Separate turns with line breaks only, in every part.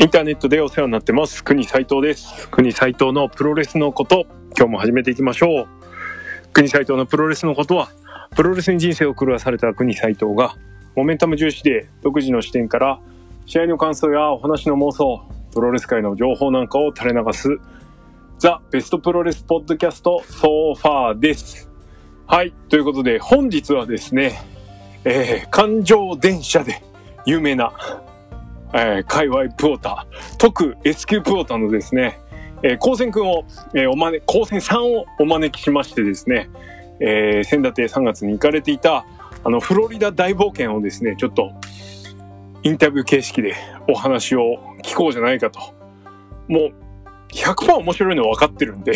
インターネットでお世話になってます。国斉藤です。国斉藤のプロレスのこと、今日も始めていきましょう。国斉藤のプロレスのことは、プロレスに人生を狂わされた国斉藤が、モメンタム重視で独自の視点から、試合の感想やお話の妄想、プロレス界の情報なんかを垂れ流す、ザ・ベストプロレスポッドキャスト、ソーファーです。はい、ということで、本日はですね、えー、環状電車で有名な、えー、界隈プオーター、特 S 級プオーターのですね、えー、高専くんを、えーおまね、高専さんをお招きしましてですね、えー、仙立3月に行かれていた、あの、フロリダ大冒険をですね、ちょっと、インタビュー形式でお話を聞こうじゃないかと。もう、100%面白いのは分かってるんで、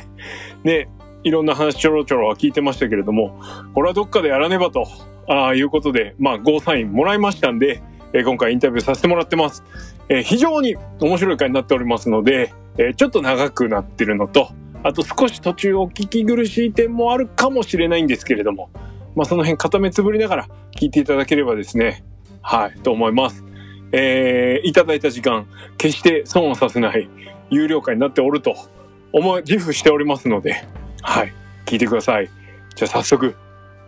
ね、いろんな話ちょろちょろは聞いてましたけれども、これはどっかでやらねばと、ああいうことで、まあ、ゴーサインもらいましたんで、えー今回インタビューさせてもらってます。えー非常に面白い回になっておりますので、えーちょっと長くなってるのと、あと少し途中お聞き苦しい点もあるかもしれないんですけれども、まあその辺固めつぶりながら聞いていただければですね、はい、と思います。えーいただいた時間、決して損をさせない有料会になっておると思い、自負しておりますので、はい、聞いてください。じゃあ早速、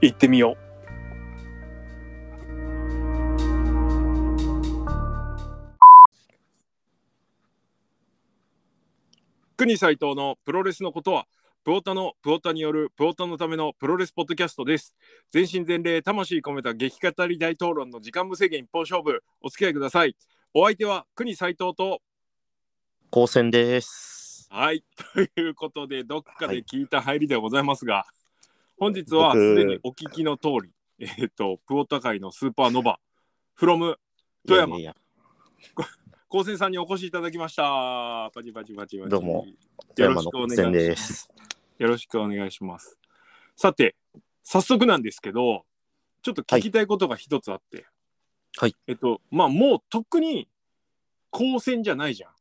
行ってみよう。国斉藤のプロレスのことはプオタのプオタによるプオタのためのプロレスポッドキャストです全身全霊魂込めた激語り大討論の時間無制限一本勝負お付き合いくださいお相手は国斉藤と
高専です。
はい ということでどっか
は
で
い
聞いた入りでございますが、本日は
僕
すでにお聞きの通りえっ、とプオタ界のスーパーノバ from 富山
いやいや
高専さんにお越しいただきましたパチパチパチパチ
どうも
よ
富
ろ
山
し
の
くお願いし
高専
ます
です。
よろしくお願いします。さて、早速なんですけど、ちょっと聞きたいことが一つあって。
はい。
えっと、まあ、もうとっくに、高専じゃないじゃん。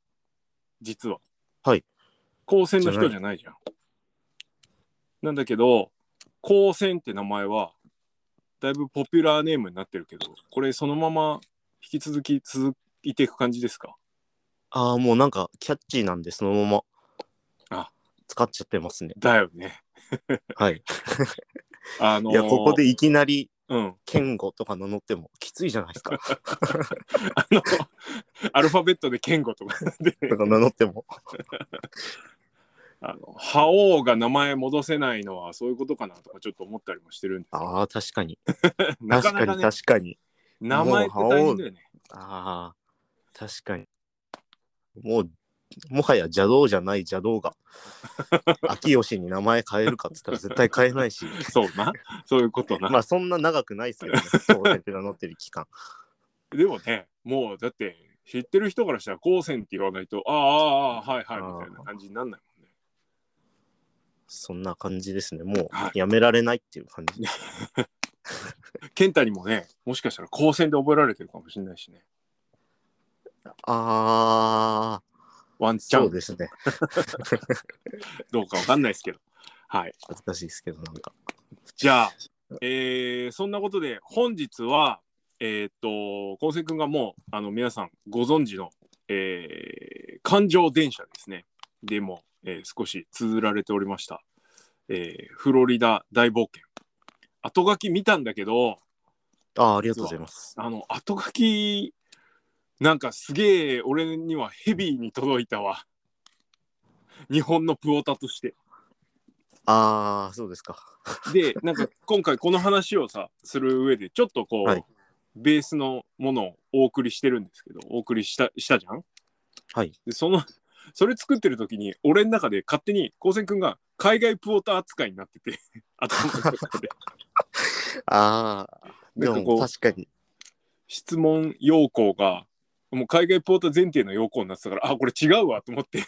実は。
はい。
高専の人じゃないじゃん。なんだけど、高専って名前は、だいぶポピュラーネームになってるけど、これそのまま引き続き続いていく感じですか
ああ、もうなんかキャッチーなんで、そのまま。
あ
使っちゃってま すね。
だよね。
はい。
あのー
いや、ここで、いきなり、
うん。
健吾とか名乗ってもきついじゃな いですか。
あの、アルファベットでケンゴとかで、
とか名乗っても。
あの覇王が名前戻せないのはそういうことかなとかちょっと思ったりもしてるんですけど
ああ、確かに。
な
確
かなか
かに、
ね
確かに。
名前って大変だよね
ああ、確かに。もう、もはや邪道じゃない邪 道が。秋吉に名前変えるかっつったら絶対変えないし。
そうな そういうことな、
まあ、そんな長くないです けどね。高専って名乗ってる期間。
でもねもうだって知ってる人からしたら高専って言わないとああああああはいはい
あー
みたいな感じになんないもんね
そんな感じですね。も
はいう
やめられないっていう感じ。
健太にもねもしかしたら高専で覚えられてるかもしれないしね
ああ、
ワンチャ
そう
ン
ですね。
どうかわかんないですけどはい
恥ずかしいですけど、なんか。
じゃあ、えーそんなことで本日は、えーっと、昴生君がもうあの皆さんご存知の、えー環状電車ですね。でも、えー少し綴られておりました、えーフロリダ大冒険。後書き見たんだけど、
ああ、ありがとうございます。
あの後書き、なんかすげえ俺にはヘビーに届いたわ。日本のプオタとして。
ああ、そうですか。
でなんか今回この話をさする上でちょっとこう、
はい
ベースのものをお送りしてるんですけどお送りしたしたじゃん
はい。
でそのそれ作ってる時に俺の中で勝手に高専くんが海外プオーター扱いになって て頭の中で
ああ、で
なんかこう
も確かに。
質問要項がもう海外プオーター前提の要項になってたからあこれ違うわと思って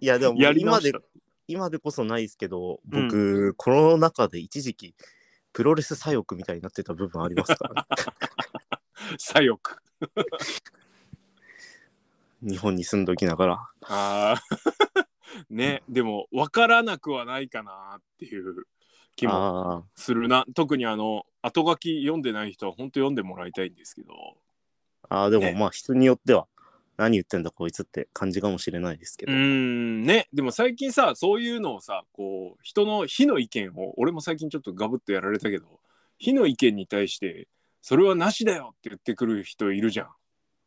いや、でも
やりま
今
し
で
た、
今でこそないですけど、
うん
僕、コロナ禍で一時期、プロレス左翼みたいになってた部分ありま すから、
左翼
ね、日本に住んどきながら。
あー ねでも分からなくはないかなっていう気も
ああ、
するな特にあの後書き読んでない人は本当読んでもらいたいんですけど
ああでも
ね
まあ人によっては何言ってんだこいつって感じかもしれないです
う
けど。
ーんねでも最近さそういうのをさこう人の非の意見を俺も最近ちょっとガブッとやられたけど非の意見に対してそれはなしだよって言ってくる人いるじゃん。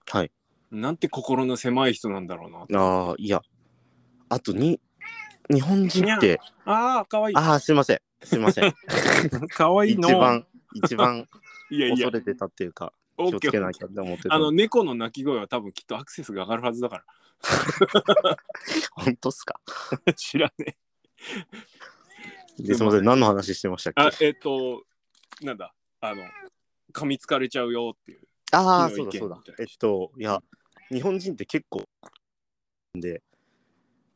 はい。
なんて心の狭い人なんだろうな。
ああ、いや。あとに、日本人って、
ああかわいい。
ああ、すいません。すいません。
か わいい
一
の。
番、一番
いやいや
恐れてたっていうか、
オ
気
ッ
を
ケ
つけ
ー
なきゃって思ってた。
あの猫の鳴き声は多分きっとアクセスが上がるはずだから
本当っすか。
知らね
ですいません。何の話してましたっ
えあ
け
えっ、となんだあの噛みつかれちゃうよっていう
ああ、
昨日
そ
意見
うだそうだ
みたい。
え
な
っと、いや、日本人って結構、で、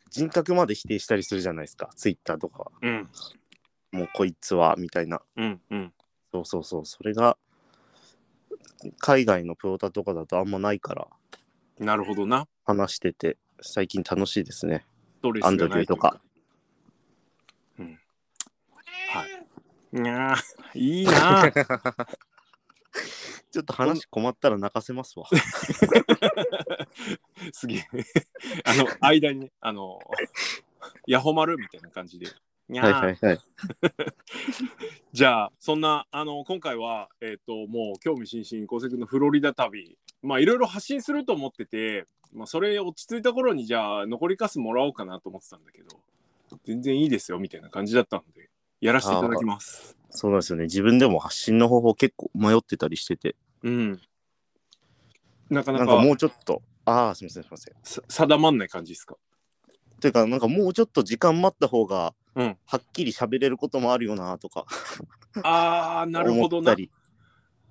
人格まで否定したりするじゃないですか。ツイッターとかは。
うん
もうこいつは、みたいな。
うんうん
そうそうそう。それが、海外のプロタとかだとあんまないから、
なるほどな
話してて、最近楽しいですね。
ストレスがないという
アン
うんはいいやーいいなあ
ちょっと話困ったら泣かせ ますわ。
すげえ あの間にねあのヤホマルみたいな感じでにゃ
は
ー
いはいはい。
じゃあそんなあの今回は、えっともう興味津々昴生君のフロリダ旅まあいろいろ発信すると思ってて、まあ、それ落ち着いた頃にじゃあ残りカスもらおうかなと思ってたんだけど全然いいですよみたいな感じだったのでやらせていただきます。
そうなんですよね。自分でも発信の方法結構迷ってたりしてて、
うん、なか
な
なんか
かもうちょっと、ああ、すみませんすみません。
さ定まんない感じですか
というか、なんかもうちょっと時間待った方が、
うん
はっきり喋れることもあるよなとか
ああなる
思
ほ
っ
ど
た
な
り、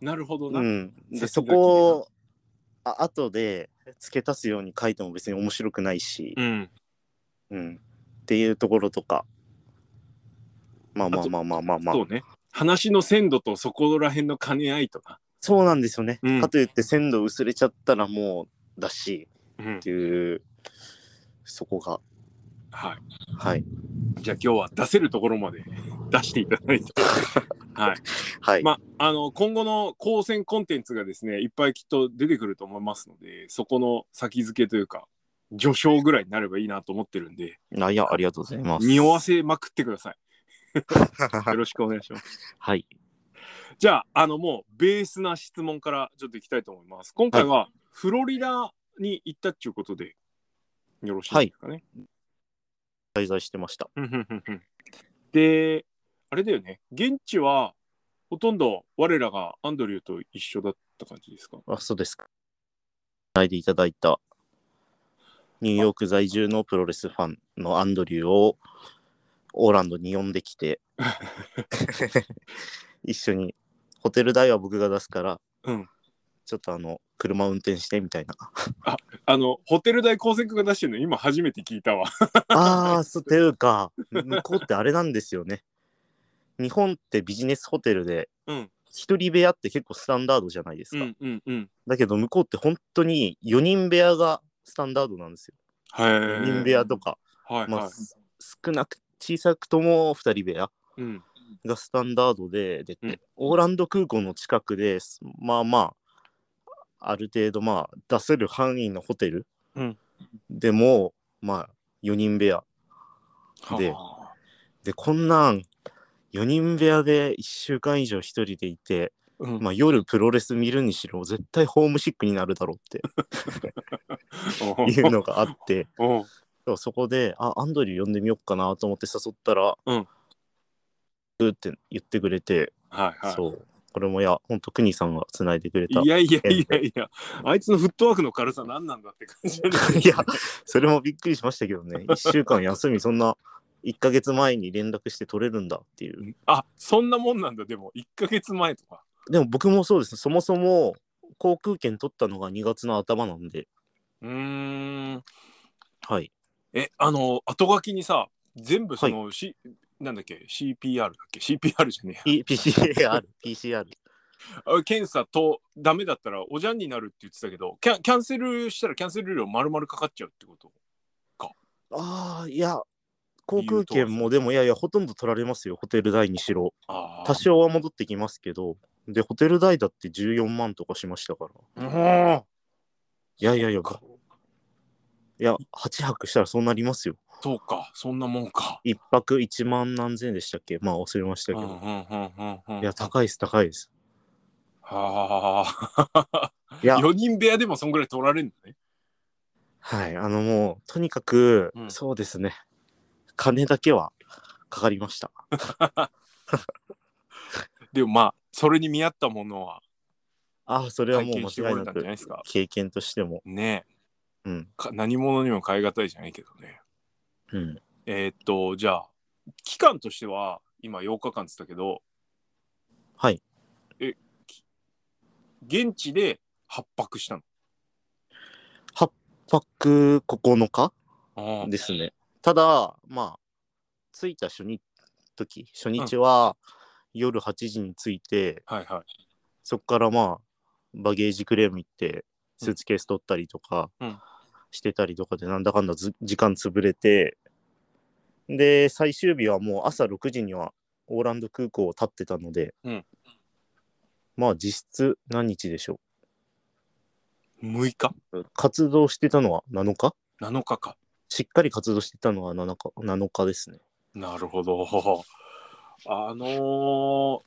なるほどな、
うん、で
先
そ
々でな
こをあ後で付け足すように書いても別に面白くないし、
うん、
うん、っていうところとかまあまあまあまあまあまあ
そうね話の鮮度とそこら辺の兼ね合いとな、
そうなんですよね、
うん
かといって鮮度薄れちゃったらもうだし
うん
っていうそこが
はい
はい
じゃあ今日は出せるところまで 出していただいて、 は
はい、
い、まああの今後の高専コンテンツがですねいっぱいきっと出てくると思いますのでそこの先付けというか序章ぐらいになればいいなと思ってるんで
あいやありがとうございます
匂わせまくってくださいよ
は
ろしくお願いします
い
じゃああのもうベースな質問からちょっといきたいと思います今回はフロリダに行ったっていうことでよろしいですかね、
滞在してました
うんうんうんうんで、あれだよね、現地はほとんど我らがアンドリューと一緒だった感じですか
あそうですかないでいただいたニューヨーク在住のプロレスファンのアンドリューをオーランドに呼んで きて一緒にホテル代は僕が出すから、
うん
ちょっとあの車運転してみたいな
あの、ホテル代高専君が出してるの今初めて聞いたわ。
ああそうていうか向こうってあれなんですよね日本ってビジネスホテルで
うん
一人部屋って結構スタンダードじゃないです
う
か、
んうんうん。
だけど向こうって本当に4人部屋がスタンダードなんですよ
はい。
4人部屋とか
はい
ま
は
あ、
い。
す少なく小さくとも2人部屋
うん。
がスタンダードでで、
うん
オーランド空港の近くですまあまあある程度まあ出せる範囲のホテル
うん
でも、まあ4人部屋で
はあ
でこんなん4人部屋で1週間以上1人でいて、
うん
まあ、夜プロレス見るにしろ絶対ホームシックになるだろ う
お
っていうのがあって
お
そうそこで、あ、アンドリュー呼んでみようかなと思って誘ったら、
うん
うーって言ってくれて、
はいはい。
そう、これもいや、ほんと、国さんがつないでくれた。
いやいやいやいや、あいつのフットワークの軽さ何なんだって感じだね
いや、それもびっくりしましたけどね、1週間休み、そんな、1ヶ月前に連絡して取れるんだっていう。
あ、そんなもんなんだ、でも、1ヶ月前とか。
でも僕もそうです、そもそも航空券取ったのが2月の頭なんで、
うーん。
はい。
えあの後書きにさ全部その、C なんだっけ CPR だっけ CPR じゃねえ
P- PCR、PCR。
あ検査とダメだったらおじゃんになるって言ってたけどキャキャンセルしたらキャンセル料丸々かかっちゃうってこと
ああ、いや、航空券もでも、いやいや、ほとんど取られますよ、ホテル代にしろ。
あ
多少は戻ってきますけど、で、ホテル代だって14万とかしましたから。
あ
いやいやいや、いや、8泊したらそうなりますよ。
そうか、そんなもんか。
1泊1万何千円でしたっけまあ忘れました
うん
け
うん
ど。
うんうんうん。
いや、高いです、高いです。
はあ。
いや、
4人部屋でもそんぐらい取られるんだね。
はい、あのもう、とにかく、
うん
そうですね。金だけはかかりました。
でもまあ、それに見合ったものは
ああ、それは
体
も
験
う
してこ
間違い
れた
なん
じゃ
く
ないですか。
経験としても。
ねえ
うん。
か何者にも変え難いじゃないけどね。
うん。
えーっと、じゃあ、期間としては今8日間っつったけど、
はい。
現地で8泊したの。
パック9日
あ
ですね。ただ、まあ、着いた初日、時、初日は、夜8時に着いて、
あ。はいはい。
そこからまあ、バゲージクレーム行って、
うん
スーツケース取ったりとか
うん
してたりとかで、なんだかんだず時間潰れて、で、最終日はもう朝6時にはオーランド空港を立ってたので、
うん
まあ実質何日でしょ
6日
う。活動してたのは7日
?7 日か。
しっかり活動してたのは7日 ,7 日ですね。
なるほど。あの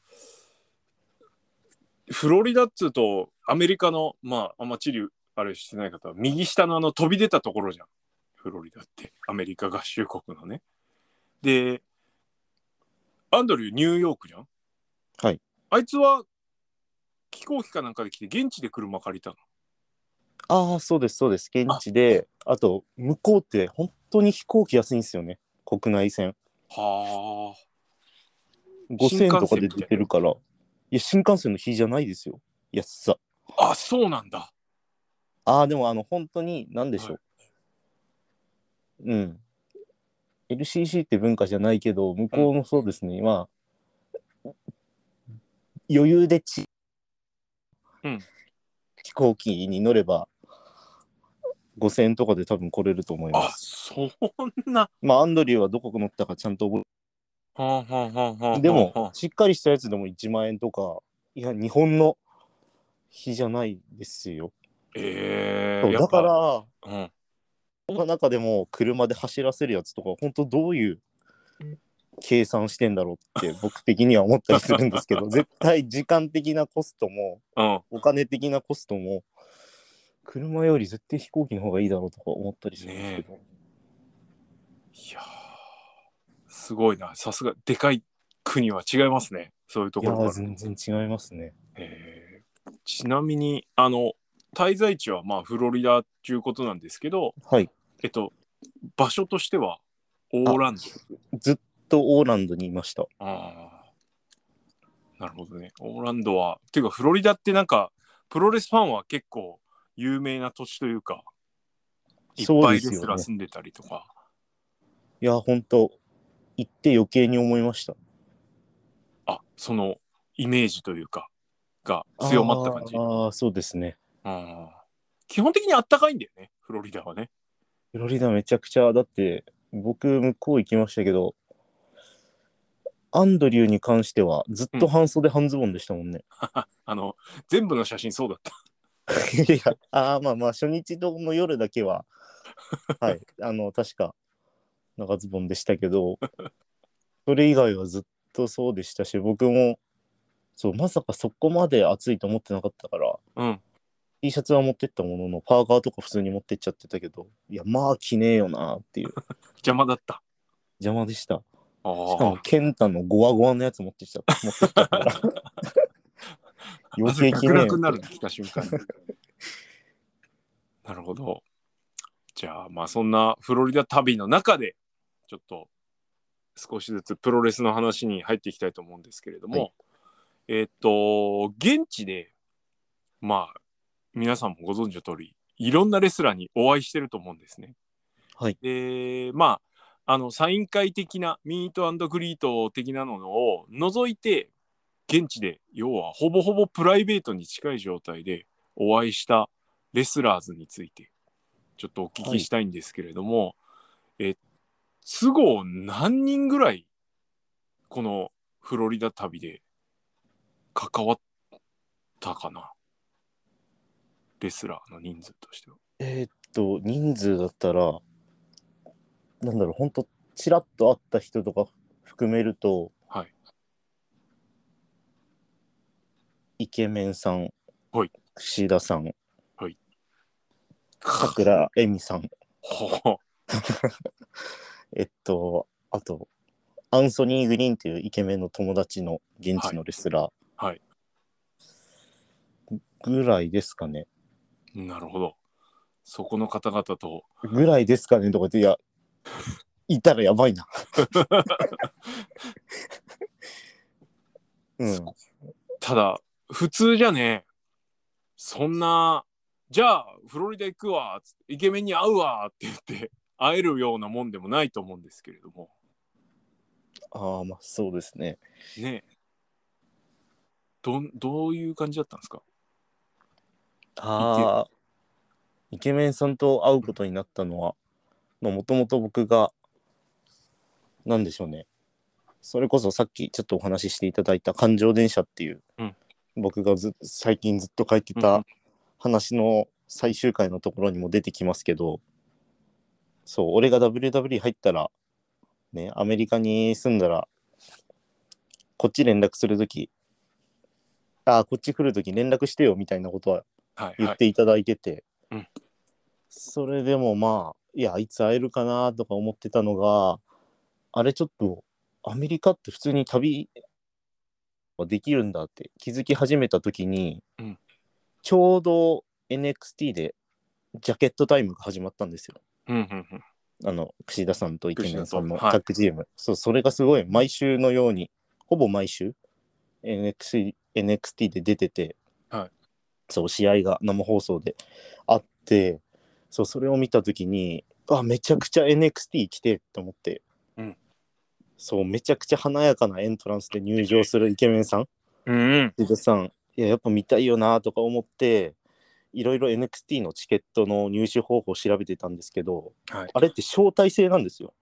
ーフロリダっつうと、アメリカの、まあ、あんま地理、あれしてない方は、右下のあの飛び出たところじゃん。フロリダって、アメリカ合衆国のね。で、アンドリュー、ニューヨークじゃん。
はい。
あいつは、飛行機かなんかで来て、現地で車借りたの。
ああ、そうです、そうです。現地で、あと、向こうって本当に飛行機安いんですよね。国内線。
は
5000円とか
新幹線み
で
たいな
出てるから。いや、新幹線の日じゃないですよ。安さ。
あ。あ、そうなんだ。
ああ、でも、あの、本当に、なんでしょう。うん。LCC って文化じゃないけど、向こうのそうですね、まあ、余裕でち、
うん
飛行機に乗れば、5000円とかで多分来れると思いま
あ、
す。
そんな。
まあ、アンドリューはどこ乗ったかちゃんと覚え
はあはあはあはあはあ
でも、しっかりしたやつでも1万円とか、いや、日本の日じゃないですよ。
え
そ
え
うだから、、こ
うん、
の中でも車で走らせるやつとか、本当どういう計算してんだろうって、僕的には思ったりするんですけど、絶対時間的なコストも、
うん、
お金的なコストも、車より絶対飛行機の方がいいだろうとか思ったりするんですけど。
いやーすごいなさすがでかい国は違いますねそういうと
い
こ
や
ろ
ー、
が、
全然違いますね。
えーちなみにあの滞在地はまあフロリダっていうことなんですけど
はい。
えっと場所としてはオーランド
ずっとオーランドにいました。
あーなるほどねオーランドはっていうかフロリダってなんかプロレスファンは結構有名な土地というかいっ
そう
ぱ
で
い
すよ
レ
ね
スラー住んでたりとか、
いや、本当行って余計に思いました。
あそのイメージというかが強まった感じ
あ。ーあー、そうですね。
うん基本的にあったかいんだよねフロリダはね。
フロリダめちゃくちゃ、だって、僕、向こう行きましたけど、アンドリューに関しては、ずっと半袖半ズボンでしたもんね。
あの全部の写真そうだった。
いや、ああ、まあまあ、初日の夜だけは、はい、あの、確か、長ズボンでしたけど、それ以外はずっとそうでしたし、僕も、そう、まさかそこまで暑いと思ってなかったから、
うん、
T シャツは持ってったものの、パーカーとか普通に持ってっちゃってたけど、いや、まあ着ねえよなっていう、
邪魔だった。
邪魔でした。し
あ
かも
ー、
ケンタのゴワゴワのやつ持ってきち ゃった。持ってったから。余計着ねえ
暗
よ
くなるの来た瞬間に。 なるほど。じゃあまあそんなフロリダ旅の中でちょっと少しずつプロレスの話に入っていきたいと思うんですけれども、
は
えーっと現地でまあ皆さんもご存知の通りいろんなレスラーにお会いしてると思うんですね。
はい
でまああのサイン会的なミートグリート的なのを除いて現地で要はほぼほぼプライベートに近い状態でお会いしたレスラーズについてちょっとお聞きしたいんですけれども、え都合何人ぐらいこのフロリダ旅で関わったかなレスラーの人数としては。
えーっと人数だったらなんだろうほんとちらっと会った人とか含めると、
はい
イケメンさん、
はい
串田さん
はい
さくらえみさん
ほ
えっとあとアンソニー・グリーンっていうイケメンの友達の現地のレスラー
はい
ぐらいですかね。
うなるほどそこの方々と
ぐらいですかねとか言って、いや、 いたらやば いな。うん、
ただ普通じゃねそんなじゃあフロリダ行くわつってイケメンに会うわって言って会えるようなもんでもないと思うんですけれども
ああ、まあそうですね。
ねえどんどういう感じだったんですか
ああ、イケメンさんと会うことになったのは、もともと僕が、なんでしょうね。それこそさっきちょっとお話ししていただいた環状電車っていう、
うん
僕がず最近ずっと書いて
うんう
た話の最終回のところにも出てきますけど、そう、俺が WW 入ったら、ね、アメリカに住んだら、こっち連絡するとき、ああ、こっち来るとき連絡してよみたいなことは
はい
言
は
っ
い
ていただいてて、
うん
それでもまあいやいつ会えるかなとか思ってたのがあれちょっとアメリカって普通に旅はできるんだって気づき始めた時に、
うん
ちょうど NXT でジャケットタイムが始まったんですよ
うんうんうん
あの櫛田さんとイケメンさんの
櫛田
タ
さんはい
ッグチーム、そうそれがすごい毎週のようにほぼ毎週 NXT, NXT で出てて、
はい
そう試合が生放送であってそうそれを見た時にあめちゃくちゃ NXT 来てって思って、
うん
そうめちゃくちゃ華やかなエントランスで入場するイケメンさん
うんうん
藤田さんいややっぱ見たいよなとか思っていろいろ NXT のチケットの入手方法を調べてたんですけど、
はい
あれって招待制なんですよ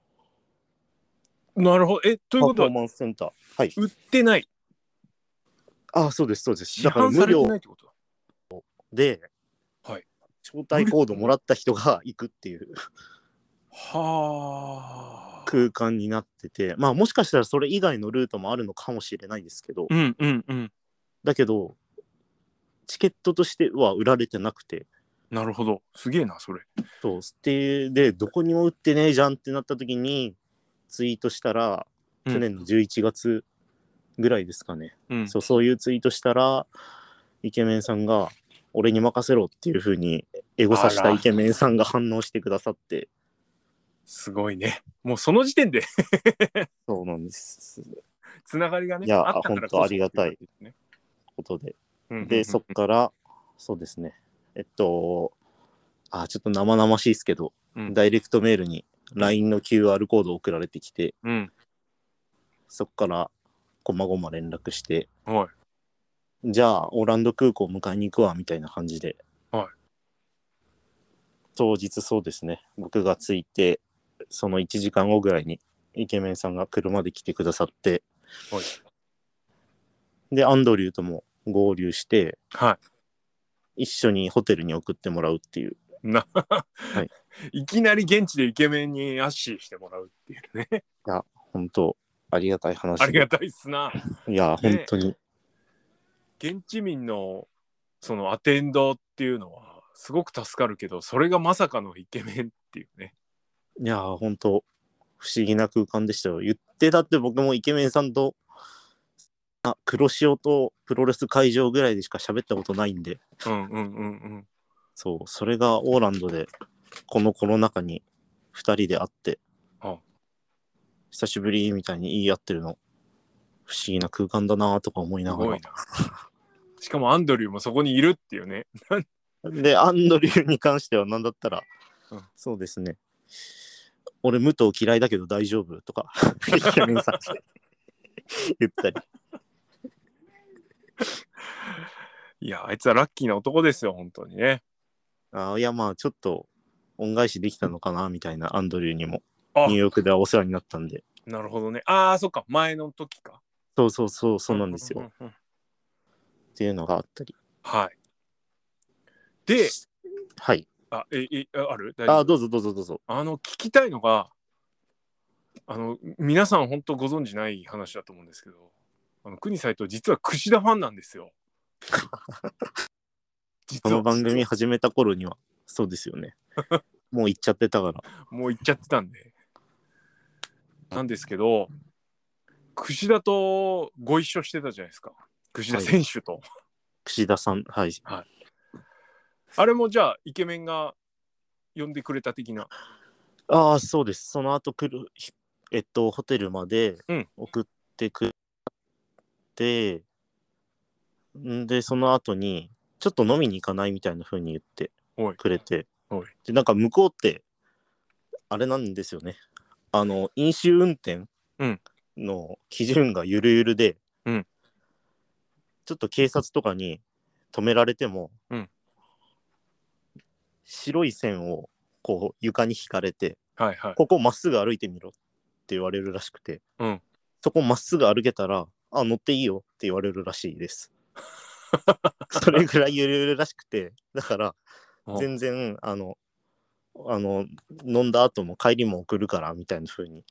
なるほどえというこ
パフ
と
ォ
は
ーマンスセンターはい
売ってない
あそうですそうです
市
だから
販
無
されて
料
ないってことだ
で、
はい
招待コードもらった人が行くっていう
はあ
空間になっててまあもしかしたらそれ以外のルートもあるのかもしれないですけど、
うんうんうん
だけどチケットとしては売られてなくて
なるほどすげえなそれ
そう、で、で、どこにも売ってねえじゃんってなった時に、ツイートしたら、
うん
去年の11月ぐらいですかね、
うん
そう。そういうツイートしたら、イケメンさんが、俺に任せろっていう風に、エゴさし
あ
た
ら
イケメンさんが反応してくださって、
すごいねもうその時点で
そうなんです。
つながりがね
いや
あったからこそ
ほんとありがた
っ
い
てうことですね
ことで。
うんうんうん
で、そっから、そうですね。えっと、あ、ちょっと生々しいですけど、
うん
ダイレクトメールに LINE の QR コード送られてきて、
うん
そこから、こまごま連絡して、
はい
じゃあ、オーランド空港迎えに行くわ、みたいな感じで。
はい
当日そうですね。僕が着いて、その1時間後ぐらいに、イケメンさんが車で来てくださって、
はい
で、アンドリューとも合流して、
は
一緒にホテルに送ってもらうっていう。
いな、
い
い、きなり現地でイケメンにアッシーしてもらうっていうね
本当ありがたい話で。
ありがたいっすない
や、
ね
本当に。
現地民のそのアテンドっていうのはすごく助かるけどそれがまさかのイケメンっていうね
いやー、本当不思議な空間でしたよ。言ってだって僕もイケメンさんと、あ、黒潮とプロレス会場ぐらいでしか喋ったことないんで、
うんうんうんうん
そう、それがオーランドで、このコロナ禍に2人で会って
あ、
久しぶりみたいに言い合ってるの、不思議な空間だなとか思い
す
なが
ご
ら
い。なしかもアンドリューもそこにいるっていうね
で、アンドリューに関しては何だったら、
うん
そうですね。俺、武藤嫌いだけど大丈夫とか、イケメンさんに言ったり。
いやあいつはラッキーな男ですよ本当にね
あいやまあちょっと恩返しできたのかなみたいなアンドリューにも
あ
ニューヨークではお世話になったんで
なるほどねああそっか前の時か
そうそうそうそうなんですよ、
ううんうん
っていうのがあったり
はいで
はい
あ、え、え、あある大丈夫
あ、どうぞどうぞどうぞ。
あの聞きたいのがあの皆さん本当ご存じない話だと思うんですけどあの国斎藤実は櫛田ファンなんです よ。
こ
実
の
は
番組始めた頃には、そうですよね。もう行っちゃってたから。
もう行っちゃってたんで。なんですけど櫛田とご一緒してたじゃないですか櫛田選手と。
串田さん、はい。
あれもじゃあイケメンが呼んでくれた的な。
ああ、そうです。その後来る、ひえっと、ホテルまで
うん
送ってくれて、んで、その後に、ちょっと飲みに行かないみたいな風に言って
おい
くれて
おい、
で、なんか向こうって、あれなんですよね。あの、飲酒運転
うん
の基準がゆるゆるで、
うん
ちょっと警察とかに止められても、
うん
白い線をこう床に引かれて、
はいはい。
ここまっすぐ歩いてみろって言われるらしくて、
うん
そこまっすぐ歩けたら、あ、乗っていいよって言われるらしいです。 それぐらいゆるゆるらしくて、だから
うん、
全然、あの、あの、飲んだ後も帰りも送るからみたいな風に、イ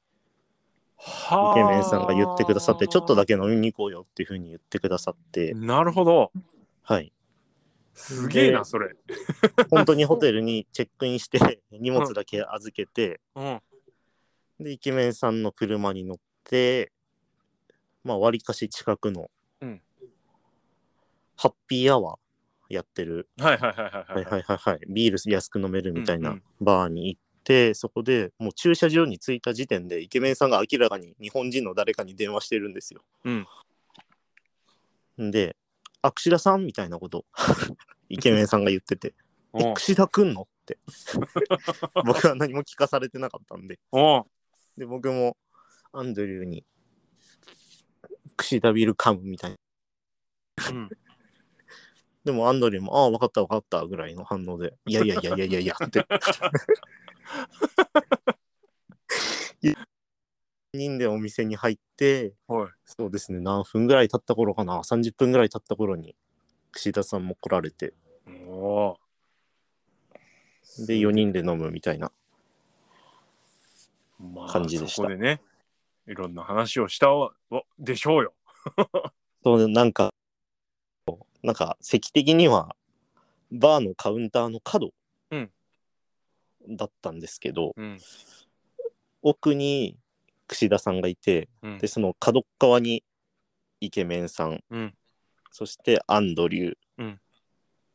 はあ
ケメンさんが言ってくださって、ちょっとだけ飲みに行こうよっていう風に言ってくださって、
なるほど。
はい。
すげえな
で
それ。
本当にホテルにチェックインして、荷物だけ預けて、
うん。
で、イケメンさんの車に乗って、まあ、わりかし近くの、
うん
ハッピーアワーやってる、
はいはいはいはい
はいはいはいはい、ビール安く飲めるみたい
うんう
なんバーに行って、そこでもう駐車場に着いた時点で、イケメンさんが明らかに日本人の誰かに電話してるんですよ。
うん
で、あ、串田さんみたいな こと、イケメンさんが言ってて、
うん
え串田くんの って。僕は何も聞かされてなかったんで。
うん
で、僕もアンドリューに、クシダビルカムみたいな。
うん
でもアンドリューも、ああ、わかったわかったぐらいの反応で、いやいやいやいやいやいやって。4人でお店に入って、
はい。
そうですね、何分ぐらい経った頃かな、30分ぐらい経った頃に、串田さんも来られて、
おー
で、4人で飲むみたいな。
まあ
感じでした
そこでね、いろんな話をしたわわでしょうよ。
そう、なんか、なんか席的にはバーのカウンターの角
うん
だったんですけど、
うん。
奥に櫛田さんがいて
うん
で、その角っ側にイケメンさん
うん。
そしてアンドリュー、
うん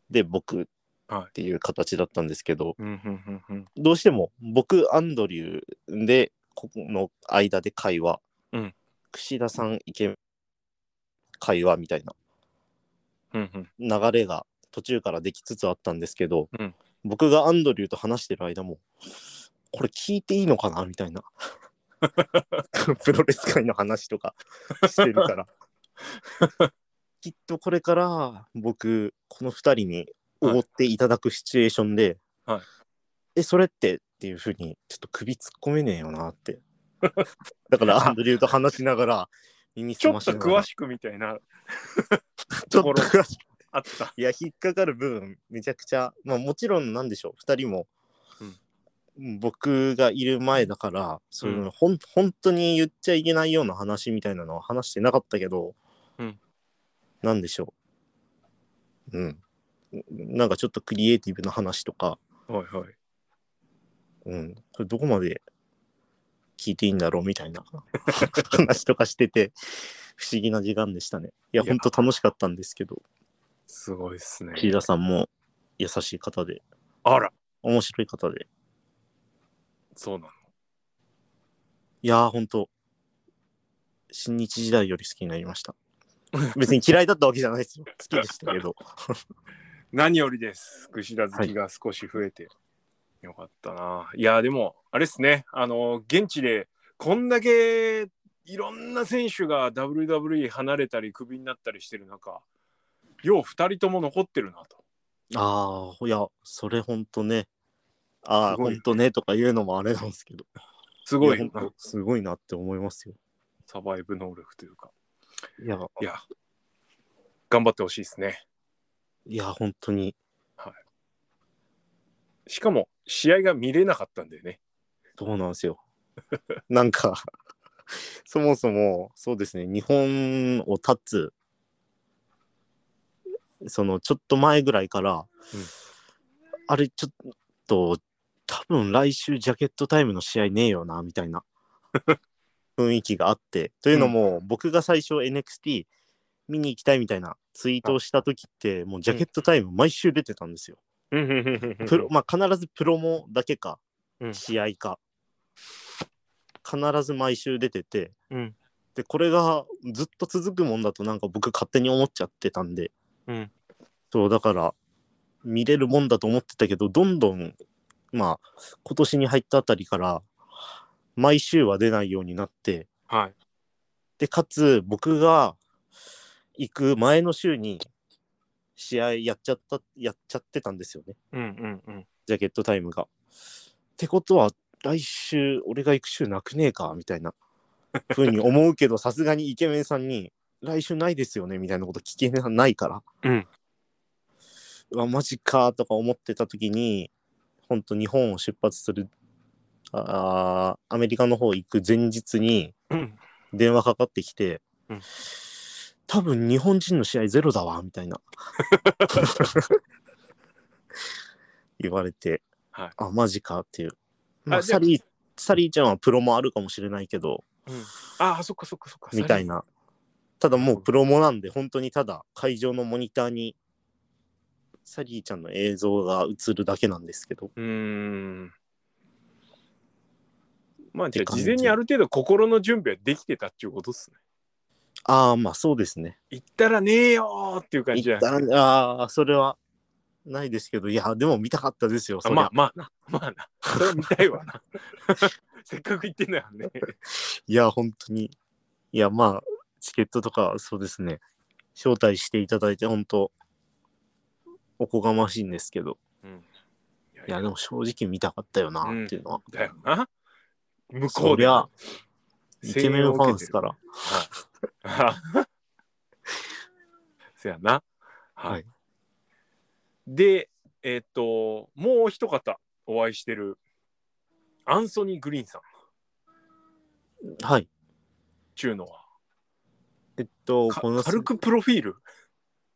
で僕っ
はい
ていう形だったんですけど、
うん。うん。うん。
どうしても僕アンドリューでここの間で会話、
うん
櫛田さんイケメン会話みたいな。
うん。うん。
流れが途中からできつつあったんですけど、
うん
僕がアンドリューと話してる間もこれ聞いていいのかな みたいなプロレス界の話とか してるからきっとこれから僕この2人におごっていただくシチュエーションで「
はい
えそれって?」っていうふうにちょっと首突っ込めねえよなって だからアンドリューと話しながら 耳
ち
澄
ょ
ま
っ
し
と
ながら
詳しくみたいな、
ちょっと詳しく
あった。
いや、引っかかる部分、めちゃくちゃ、まあもちろんなんでしょう、二人も、僕がいる前だから、そういう、
うん
ほん本当に言っちゃいけないような話みたいなのは話してなかったけど、
うん
なんでしょう。うん。なんかちょっとクリエイティブな話とか、
はいはい。
うん、これどこまで聞いていいんだろうみたい な話とかしてて、不思議な時間でしたね。いや、
いや
本当楽しかったんですけど、
すごいっすね。
飯田さんも優しい方で、
あら、
面白い方で、
そうなの。
いやー、ほんと、新日時代より好きになり ました。別に嫌いだったわけじゃないですよ。好きでしたけど。
何よりです。串田好きが少し増えて。よかったな。いや、でも、あれっすね。あの、現地で、こんだけ、いろんな選手が WWE 離れたり、クビになったりしてる中、よう二人とも残ってるなと。
ああ、いや、それほんとね。ああ、
すご
ほ
い
んとね、とか言うのもあれなんですけど。
す
す
ごいよ
ほん
な
と、すごいなって思いますよ。
サバイブ能力というか。
いや、
いや、頑張ってほしいですね。
いや、ほんとに。
はいしかも試合が見れなかったんだよね。
そうなんですよ。 なんか、そもそも、そうですね、日本を立つ、そのちょっと前ぐらいから、
うん
あれ、ちょっと、多分来週ジャケットタイムの試合ねえよな、みた いな雰囲気があって。というのも、僕が最初 NXT 見に行きたいみたいなツイートをした時って、もうジャケットタイム毎週出てたんですよ。プロまあ、必ずプロモだけか、
うん
試合か必ず毎週出てて
うん
でこれがずっと続くもんだとなんか僕勝手に思っちゃってたんで、
うん
そうだから見れるもんだと思ってたけどどんどんまあ今年に入ったあたりから毎週は出ないようになって、
はい。
で、かつ僕が行く前の週に試合やっちゃった、やっちゃってたんですよね。
うんうんうん。
ジャケットタイムが。ってことは、来週俺が行く週なくねえか、みたいなふうに思う けど、さすがにイケメンさんに、来週ないですよね、みたいなこと聞けないから。
うん。
うわ、マジか、とか思ってた時に、ほんと日本を出発する、あーアメリカの方行く前日に、
うん
電話かかってきて、
うん
多分日本人の試合ゼロだわみた いな言われて、
はい
あマジかっていう、まあ、
あで
サリーサリーちゃんはプロもあるかもしれないけど
ああ、そっかそっかそっか。
みたいなただもうプロもなんで本当にただ会場のモニターにサリーちゃんの映像が映るだけなんですけど
うーん。まあ、じゃ
って
あ
感じ
事前にある程度心の準備はできてたっていうことっすね。
ああまあそうですね
行ったらねえよーっていう感じじゃ
一
なくて
旦ああそれはないですけどいやでも見たかったですよそ
あ
りゃ
まあまあな、まあな。それは見たいわな。せっかく行ってんだよね。
いや、本当に。いや、まあ、チケットとか、そうですね。招待していただいて、本当おこがましいんですけど。いや、でも正直見たかったよな、
うん
っていうのは。
だよな。向こ
そうり
で
ゃ
は、
イケメンファンですから。
はいそやな。はい。
はい
で、えっ、と、もう一方お会いしてる、アンソニー・グリーンさん
はい。
ちゅうのは、
えっと、
か
この、
軽くプロフィール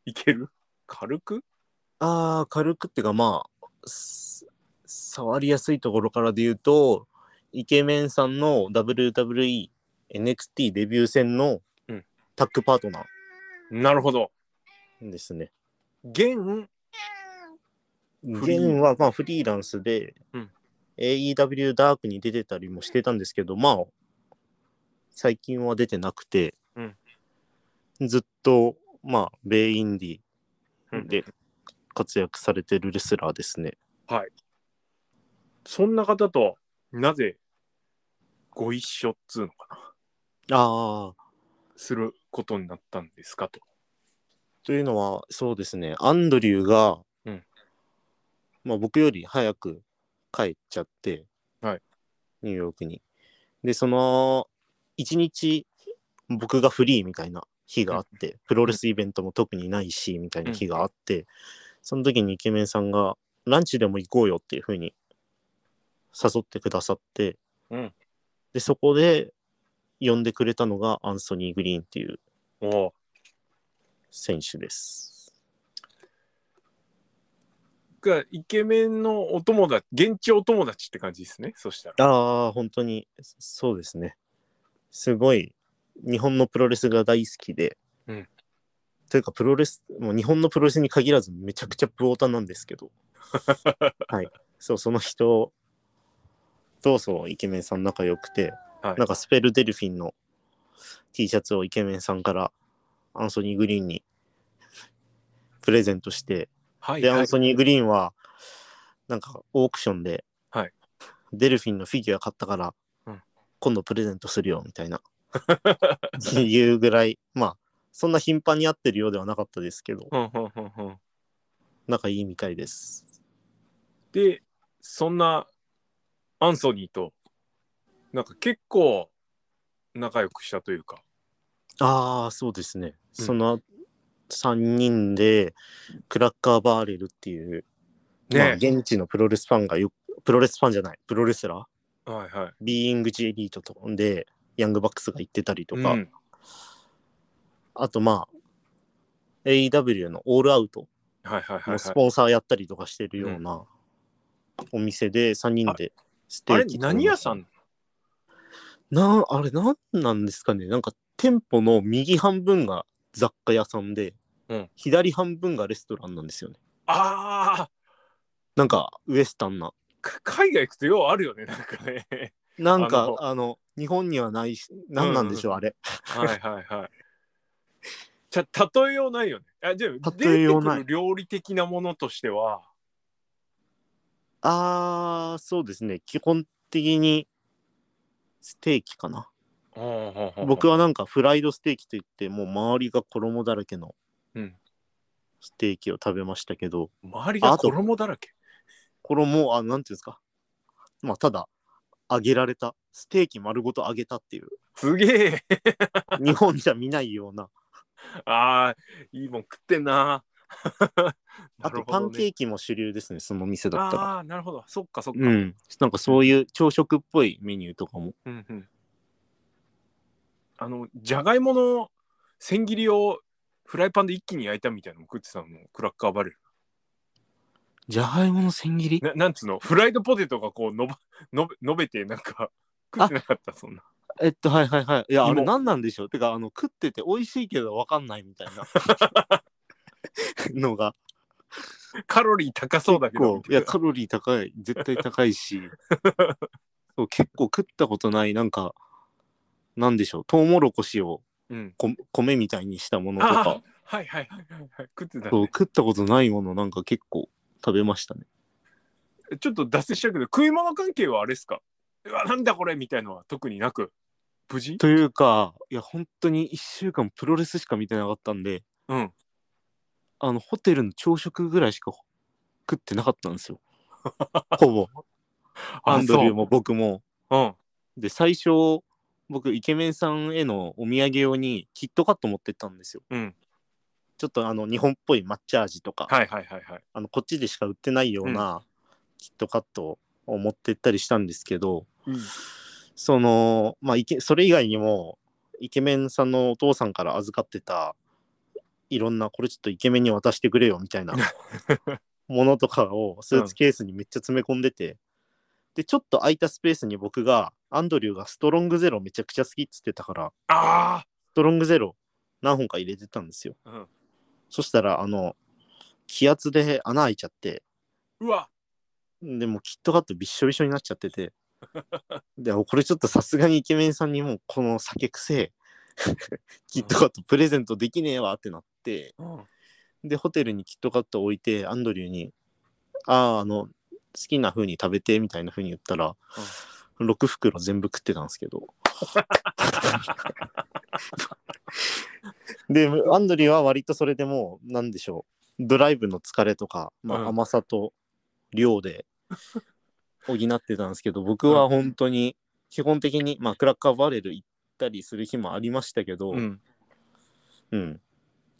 いける軽く
ああ、軽くっていうか、まあ、す触りやすいところからで言うと、イケメンさんの WWE、NXT デビュー戦の
うん
タッグパートナ
なるほど。
ーですね。
現、フリー
現はまあフリーランスで、
うん
AEW ダークに出てたりもしてたんですけどまあ最近は出てなくて、
うん
ずっとまあベイインディで活躍されてるレスラーですね。
そんな方となぜご一緒っつうのかな
ああ
することになったんですかと。
というのはそうですねアンドリューが、
うん
まあ、僕より早く帰っちゃって、
はい
ニューヨークに。でその一日僕がフリーみたいな日があって、プロレスイベントも特にないしみたいな日があって、その時にイケメンさんがランチでも行こうよっていう風に誘ってくださって、
うん
でそこで呼んでくれたのがアンソニー・グリーンっていう
おう
選手です。
がイケメンのお友達現地お友達って感じですねそしたら
ああ、本当にそうですね。すごい日本のプロレスが大好きで、
うん
というかプロレスもう日本のプロレスに限らずめちゃくちゃプオータなんです けど、はい、そうその人とそうイケメンさん仲良くて、
はい
なんかスペルデルフィンの T シャツをイケメンさんからアンソニー・グリーンに プレゼントして、
はい
で、
は
ア
い
ンソニー・グリーンは、なんかオークションで、
はい
デルフィンのフィギュア買ったから、
うん
今度プレゼントするよ、みたいな、 いうぐらい、まあ、そんな頻繁に会ってるようではなかったですけど、
ふんふんふんふん
仲いいみたいです。
でそんなアンソニーとなんか結構仲良くしたというか
ああ、そうですね。
うん
その3人で、クラッカーバーレルっていうま
ね、
あ、現地のプロレスファンがよプロレスファンじゃないプロレスラー
はいはい。
ビーイングジエリートとかでヤングバックスが行ってたりとか、
うん
あとまあ AEW のオールアウト
はいはいはい、
の
は
ス
い。
ポンサーやったりとかしてるようなお店で3人でステ
あれ
ーキ
何屋さん
なあれ何なんですかねなんか店舗の右半分が雑貨屋さんで、
うん
左半分がレストランなんですよね
ああ
なんかウエスタンな
か海外行くとようあるよね、なん かね。
なんかあ
あ
の
の
日本にはないし何なんでしょう、あれ
はいはいはい。じゃ例えようないよね。あじゃあ
例えよう
出
ない
てくる料理的なものとしては、
あーそうですね基本的にステーキかな僕
は
はなんかフライドステーキといってもう周りが衣だらけの
うん
ステーキを食べましたけど、
周りが衣だらけ。
衣あなんていうんですかまあただ揚げられたステーキ丸ごと揚げたっていう
すげえ。
日本じゃ見ないような
ああ、いいもん食ってんな。
あとパンケ
ーキ
ーキも主流ですねその店だったら
ああー、なるほど。そっかそっか。
うんなんかそういう朝食っぽいメニューとかも
うんうんあの、じゃがいもの千切りをフライパンで一気に焼いたみたいなのも食ってたの、クラッカーバレル。
じゃがいもの千切り
ななんつうの、フライドポテトがこうのば、 のべ、のべて、なんか、食ってなかった、そんな。
えっとはいはいはいいやあれ
芋
何なんでしょうてかあの食ってて美味しいけど分かんないみたいな のが
カロリー高そうだけど
結。構いやカロリー高い絶対高 いしそう結構食ったことないなんかなんでしょうトウモロコシを
うん。
こ米みたいにしたものと
あ
か
ーはいはいはいはいはい。食ってた、
そう
ね。
食ったことないものなんか結構食べましたね
ちょっと脱線しちゃうけど、食い物関係はあれですかうわ、なんだこれみたいのは特になく。無事
というかいや本当に1週間プロレスしか見てなかったんで
うん。
あのホテルの朝食ぐらいしか食ってなかったんです よほぼアンドリューも僕も
そう。
で最初僕イケメンさんへのお土産用にキットカット持ってったんですよ
うん。うん。
ちょっとあの日本っぽい抹茶味とか、
はいはいはいはい。
あのこっちでしか売ってないようなキットカットを持ってったりしたんですけど、
うん
そのまあイケそれ以外にもイケメンさんのお父さんから預かってたいろんなこれちょっとイケメンに渡してくれよ みたいなものとかをスーツケースにめっちゃ詰め込んでて、でちょっと空いたスペースに僕がアンドリューがストロングゼロめちゃくちゃ好きっつってたから
あ
ストロングゼロ何本か入れてたんですよ
あ、うん、
そしたらあの気圧で穴開いちゃって
うわ
でもうキットカットびっしょびしょになっちゃっててでこれちょっとさすがにイケメンさんにもうこの酒くせえ キットカットプレゼントできねえわってなって
うん
でホテルにキットカット置いてアンドリューに「あああの好きな風に食べて」みたいな風に言ったら、6袋全部食ってたんですけどでアンドリューは割とそれでもう何でしょうドライブの疲れとか、ま
うん
あ、甘さと量で補ってたんですけど僕は本当に基本的に、まあ、クラッカーバレル行ったりする日もありましたけど、
うん、
うん。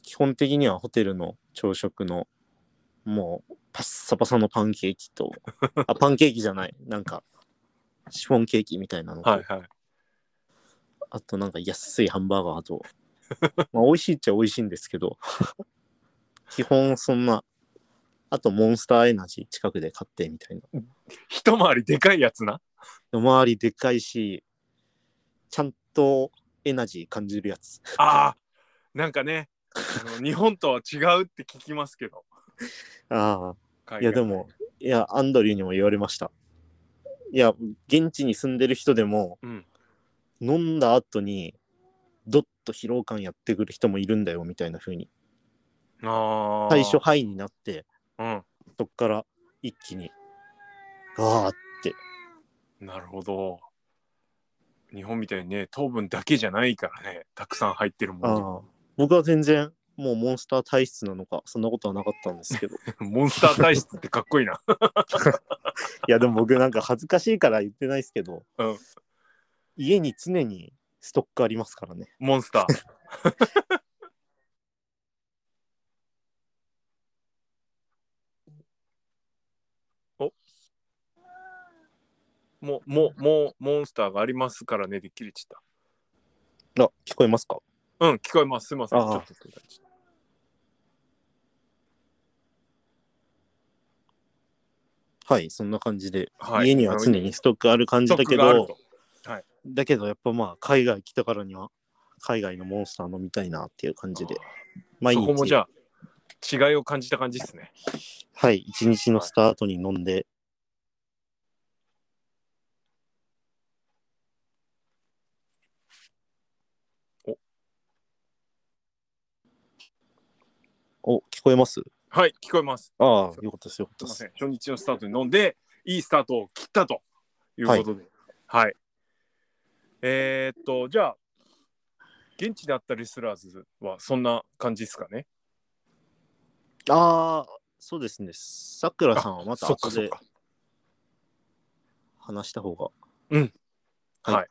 基本的にはホテルの朝食の、もう、パッサパサのパンケーキと、あ、パンケーキじゃない、なんか、シフォンケーキみたいなのと、
はいはい
あとなんか安いハンバーガーと、まあ、美味しいっちゃ美味しいんですけど、基本そんな、あとモンスターエナジー近くで買ってみたいな。
一回りでかいやつな
周りでっかいし、ちゃんとエナジー感じるやつ。
ああなんかねあの日本とは違うって聞きますけど
ああ。
海外
いやでも、いや、アンドリューにも言われました。いや、現地に住んでる人でも、
うん
飲んだ後に、どっと疲労感やってくる人もいるんだよ、みたいな風に。
あー
最初、ハイになって、そっから一気に、ガーって。
うんなるほど日本みたいにね糖分だけじゃないからねたくさん入ってるもの
あー僕は全然、もうモンスター体質なのか、そんなことはなかったんで すけど。い
モンスター体質ってかっこいいな
や、でも僕なんか恥ずかしいから言ってないですけど、
うん
家に常にストックありますからね。
モンスターもう、もう、もう、モンスターがありますからね、で切れちゃっ
あ、聞こえますか
た。うん、聞こえます。すいません。ち
ああ
ょっと切れちゃった
はい、そんな感じで、
はい
家には常にストックある感じだけ
ショックがある
ど
と、
だけどやっぱまあ、海外来たからには、海外のモンスター飲みたいなっていう感じで、毎
そこもじ
日、
ゃあ、違いを感じた感じですね。
はい、一日のスタートに飲んで、お聞こえます
はい、聞こえます。
ああ、よかったです、よかっ
すみ
たで
ますせ。ん。初日のスタートに飲んで、いいスタートを切ったということで。はい。えーっと、じゃあ、現地であったレスラーズはそんな感じですかね。
ああ、そうですね。さくらさんはまた
そっか
後
そっ
で
か。
話した方が。
はい。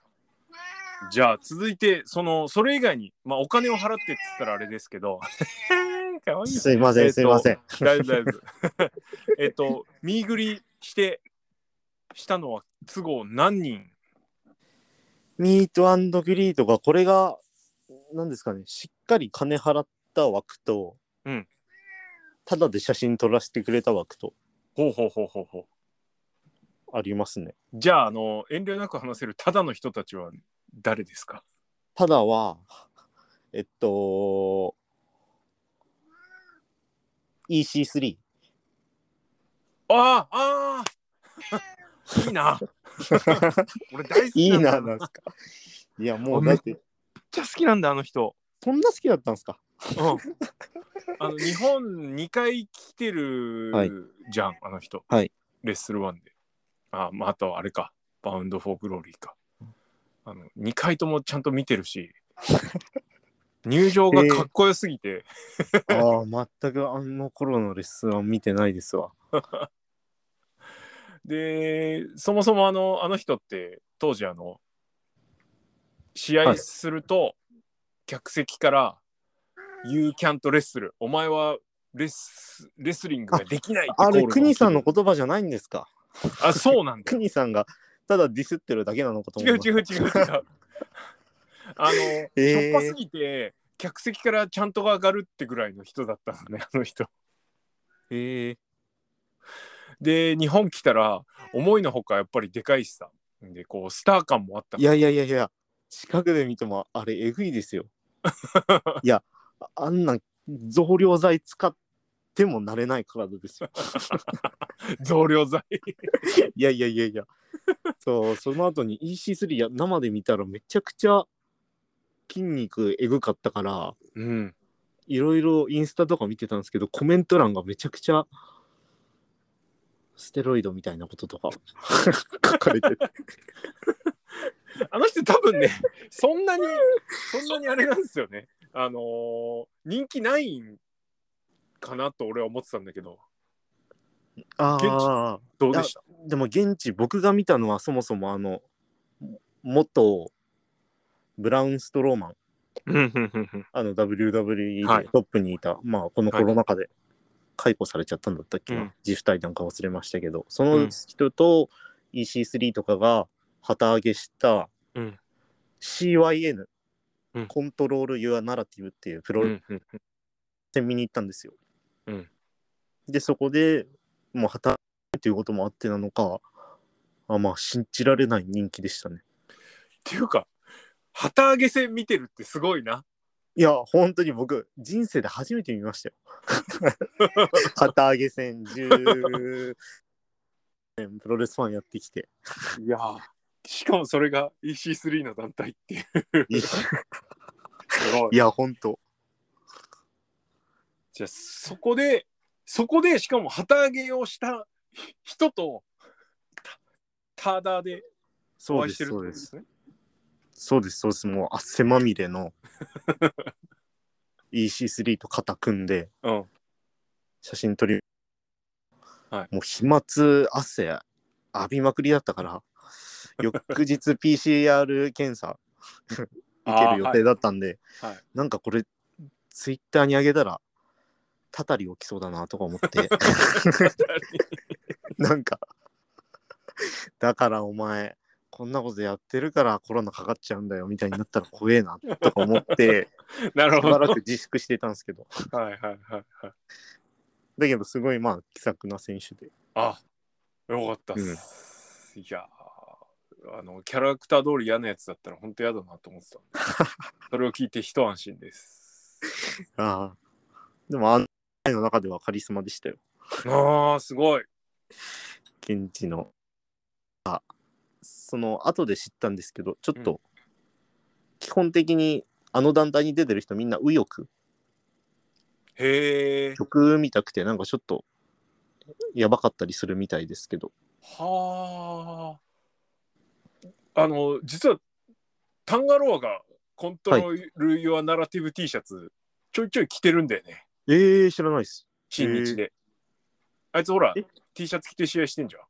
じゃあ、続いて、その、それ以外に、まあ、お金を払ってって言ったらあれですけど、 かわいいな。
すいませ
えー
ん、
と
すいません。
大丈夫、大丈夫。 えっと、見繰りして、したのは都合何人
ミートグリートが、これが、なんですかね、しっかり金払った枠と、
うん
ただで写真撮らせてくれた枠と
ほうほうほうほうほう。
ありますね。
じゃあ、あの、遠慮なく話せるただの人たちは誰ですか
ただは、えっと、EC3。
ああ、ああ、いいな。 俺大好
い
き
い
なんだ
な、なんすか。いや、もうだって、
めっちゃ好きなんだ、あの人。
そんな好きだったんですか
うん。あの、日本2回来てる
はい
じゃん、あの人。
はい
レッスルワンで。あ、まあ、あとはあれか。バウンド・フォー・グローリーか。あの、2回ともちゃんと見てる し。入場がかっこよすぎて、
ああ、全くあの頃のレッスンは見てないですわ。
でそもそもあのあの人って当時あの試合すると客席から「You can't wrestle お前はレスレスリングができない」ってコ
あ
ール
れ、
が起きる
国さんの言葉じゃないんですか
あそうなんだよ
国さんがただディスってるだけなのかと
違
思
う
いま
違う違う違うあの、
えー
しょっぱすぎて客席からちゃんとが上がるってぐらいの人だったのねあの人
え
で日本来たら思いのほかやっぱりでかいしさでこうスター感もあった
いやいやいやいや、近くで見てもあれ、えぐい ですよ。いや、ああんな増量剤使ってもなれない体です よ。
増量剤
いやいやいやいや。そう、その後に EC3 や生で見たらめちゃくちゃ筋肉えぐかったから、
うん
いろいろインスタとか見てたんですけど、コメント欄がめちゃくちゃ、ステロイドみたいなこととか 書かれてて
あの人多分ね、そんなに、そんなにあれなんですよね。あのー人気ないんかなと俺は思ってたんだけど、
ああ
どうでした
でも現地僕が見たのはそもそもあのも元ブラウンストローマンあの WWE
はい
でトップにいた、まあこのコロナ禍で解雇されちゃったんだったっけな、
うん
自負体なんか忘れましたけどそ
うん
の人と EC3 とかが旗揚げした
うん
CYN、
うん
コントロール・ユア・ナラティブっていうプロレス戦見に行ったんですよ。
うん
でそこでもう働くっていうこともあってなのかあまあ信じられない人気でしたね。
っていうか、旗揚げ戦見てるってすごいな。
いや本当に僕人生で初めて見ま したよ。旗揚げ戦10年プロレスファンやってき て。
いやーしかもそれが EC3 の団体 っていう。
い
すごい。
や本当
じゃあそこで、そこでしかも旗揚げをした人と、たターダーでお
そう
会い
で
してるって
すそ
こ
う
とで
ですす
ね。
そうですそうですもう汗まみ れの EC3 と肩組んで。
うん。
写真撮り、
はい
もう飛沫汗浴びまくりだっ たから翌日 PCR 検査受ける予定だったんで、
あーはいはい
なんかこれツイッターに上げたら たたり起きそうだなとか思ってなんかだからお前、こんなことやってるからコロナかかっちゃうんだよみたいになったら怖えなとか思って、
なる
し
ほど。
ば
は
ら
い
く自粛してたんですけど。
はいはいはい。
だけどすごいまあ気さくな選手で。
あ、よかったっす。いやー、あの、キャラクター通り嫌なやつだったら本当嫌だなと思ってた。それを聞いて一安心です。
ああ。でもあの会の中ではカリスマでしたよ。
ああ、すごい。
現地の。あその後で知ったんですけど、ちょっと、
う
基本的にあの団体に出てる人みんな右翼
へえ。
曲見たくてなんかちょっとやばかったりするみたいですけど
はあ。あの、実は、タンガロアがコントロール・ユア・ナラティブ T シャツ、ちょいちょい着てるんだよね。
えー、知らないです
新日で。あいつほら
え、
T シャツ着て試合してんじゃん。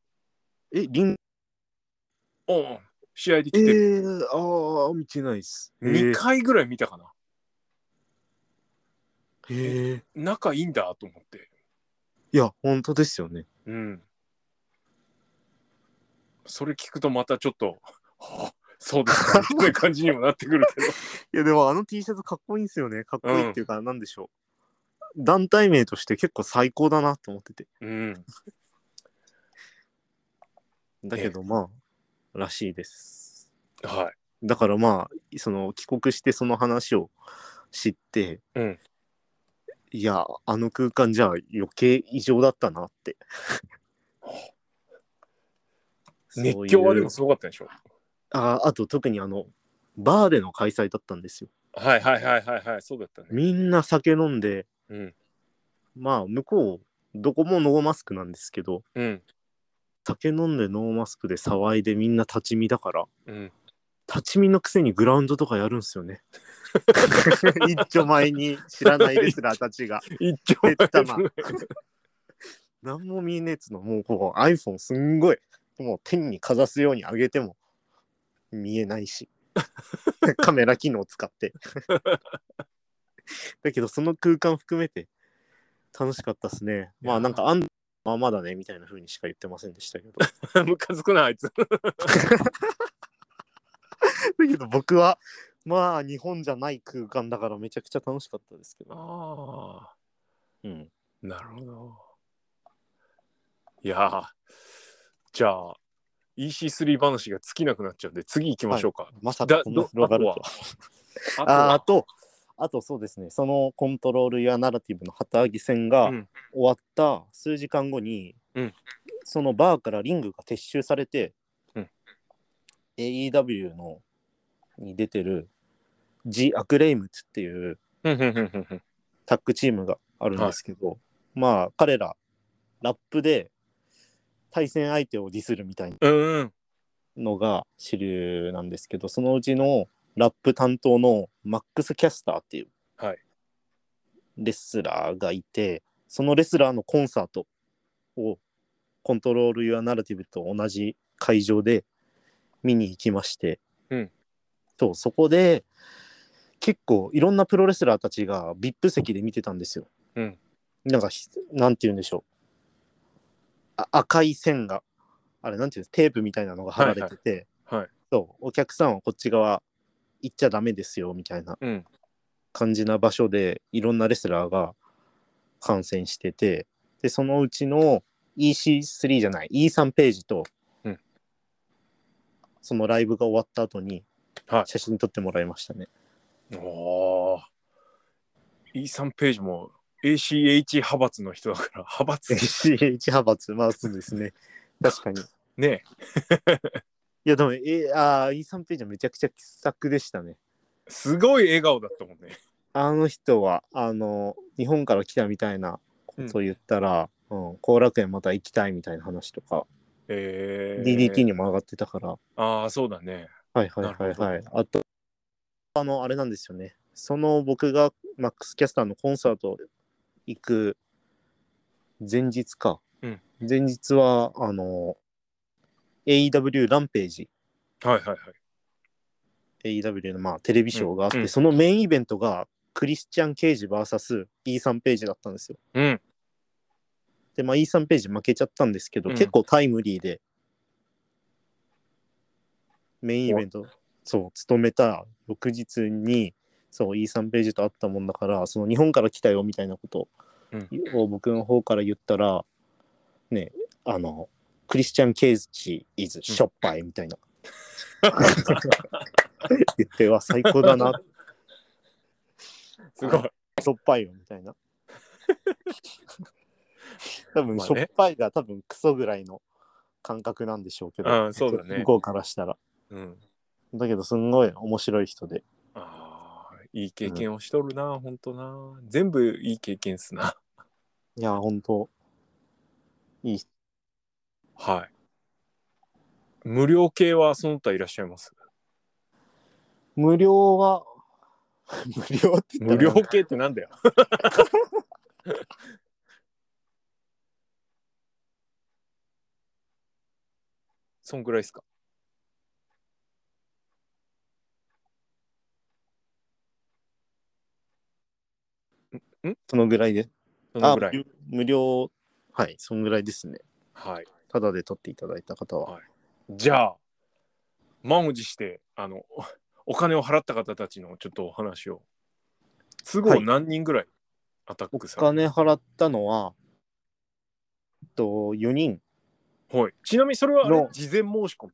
えリン
おうん。試合で着
え
てる。
ー、ああ見てないです
2回ぐらい見たかな。
えー、え
仲いいんだと思って。
いや本当ですよね
うん。それ聞くとまたちょっと、はあ、そうですか、みたいな感じにもなってくるけど。
いやでもあの T シャツかっこいいんですよねかっこいいっていうかなんでしょう、団体名として結構最高だなと思ってて
うん。
だけどまあらしいです
はい。
だからまあその帰国してその話を知って、
うん
いやあの空間じゃ余計異常だったなって
熱狂はでも
そ
すご
ういう
かったでしょ。
ああと特にあのバーでの開催だったんですよ
はいはいはいはいはい、そうだったね。
みんな酒飲んで
うん。
まあ向こうどこもノーマスクなんですけど
うん。
酒飲んでノーマスクで騒いでみんな立ち見だから
うん。
立ち見のくせにグラウンドとかやるんすよね 一丁前に知らないレスラーたちが
一丁
前です
前
何も見えねえっつうのもうこう iPhone すんごいもう天にかざすように上げても見えないし カメラ機能使って だけどその空間含めて楽しかったっすねまあなんかあんまあまだねみたいな風にしか言ってませんでしたけど だ
ムカつくな、あい つ。
けど僕はまあ日本じゃない空間だからめちゃくちゃ楽しかったですけど、
ああ。
うん、
なるほど。いやーじゃあ、EC3 話が尽きなくなっちゃうんで、次行きましょうか。
まさ
だ
かこんな広がるとは
どあと
あ
は
あと、あとそうですね、そのコントロールやナラティブの旗揚げ戦が
うん
終わった数時間後に、
うん
そのバーからリングが撤収されて、
うん
AEW のに出てるジ・アクレイムツっていう
うんうんうんうんうん
タッグチームがあるんですけど、まあ彼らラップで対戦相手をディスるみたいな
うんうん。
のが主流なんですけどそのうちのラップ担当のマックス・キャスターっていう
はい
レスラーがいて、そのレスラーのコンサートをコントロール・ユア・ナラティブと同じ会場で見に行きまして、
うん
そうそこで結構いろんなプロレスラーたちが VIP 席で見てたんですよ。
うん
なんかひなんて言うんでしょうあ赤い線があれなんていうんですテープみたいなのが貼られてて、
はい。
そうお客さんはこっち側行っちゃダメですよみたいな
うん。
感じな場所でいろんなレスラーが感染しててでそのうちの EC3 じゃない E3 ページと、
うん
そのライブが終わった後に
はい
写真撮ってもらいましたね、
おー。イーサン・ページも ACH 派閥の人だから、 派閥
CH 派閥まあそうですね確かにい
ね
やでも、えー、あー E3 ページはめちゃくちゃ気さくでしたね
すごい笑顔だったもんね。
あの人はあの日本から来たみたいなことを言ったら後、うん後楽園また行きたいみたいな話とか、
えー、
DDT にも上がってたから
ああ、そうだね。
はいはいはい
な
はい。あと、あの、あれなんですよね。その僕がマックスキャスターのコンサート行く前日か。
うん
前日は、あの、AEW ランページ、
はいはいはい。
AEW のまあテレビショーがあって、
うんうん
そのメインイベントがクリスチャン・ケージ VS イーサン・ページだったんですよ。
うん。
で、まあ、イーサン・ページ負けちゃったんですけど、
うん
結構タイムリーで、メインイベント、そう、勤めた翌日に、そう、イーサン・ページと会ったもんだから、その日本から来たよみたいなことを僕の方から言ったら、ね、あの、クリスチャン・ケイジ・イズ・ショッパイみたいな。 言っては最高だな、
すごい。
しょっぱいよみた いな。多分
まあね
しょっぱいが多分クソぐらいの感覚なんでしょうけど、
うんそうだね
向こうからしたら。
うん。
だけどすんごい面白い人で。
ああ、いい経験をしとるな、ほんとな。全部いい経験っすな。
いや、本当いい人。
はい。無料系はその他いらっしゃいます。
無料は、 無料って言ったら
無料系ってなんだよ。 そんぐらいですか。
そのぐらいで。
そのぐらい。
あ無料、はい、そのぐらいですね。
はい。
ただで撮っていただいた方は。
じゃあ、満を持して、あの、 お金を払った方たちのちょっとお話を。都合
はい
何人ぐらいアタッ
お
クさん、
金払ったのは、えっと、4人。
はい。ちなみにそれはあれ
の
事前申し込み。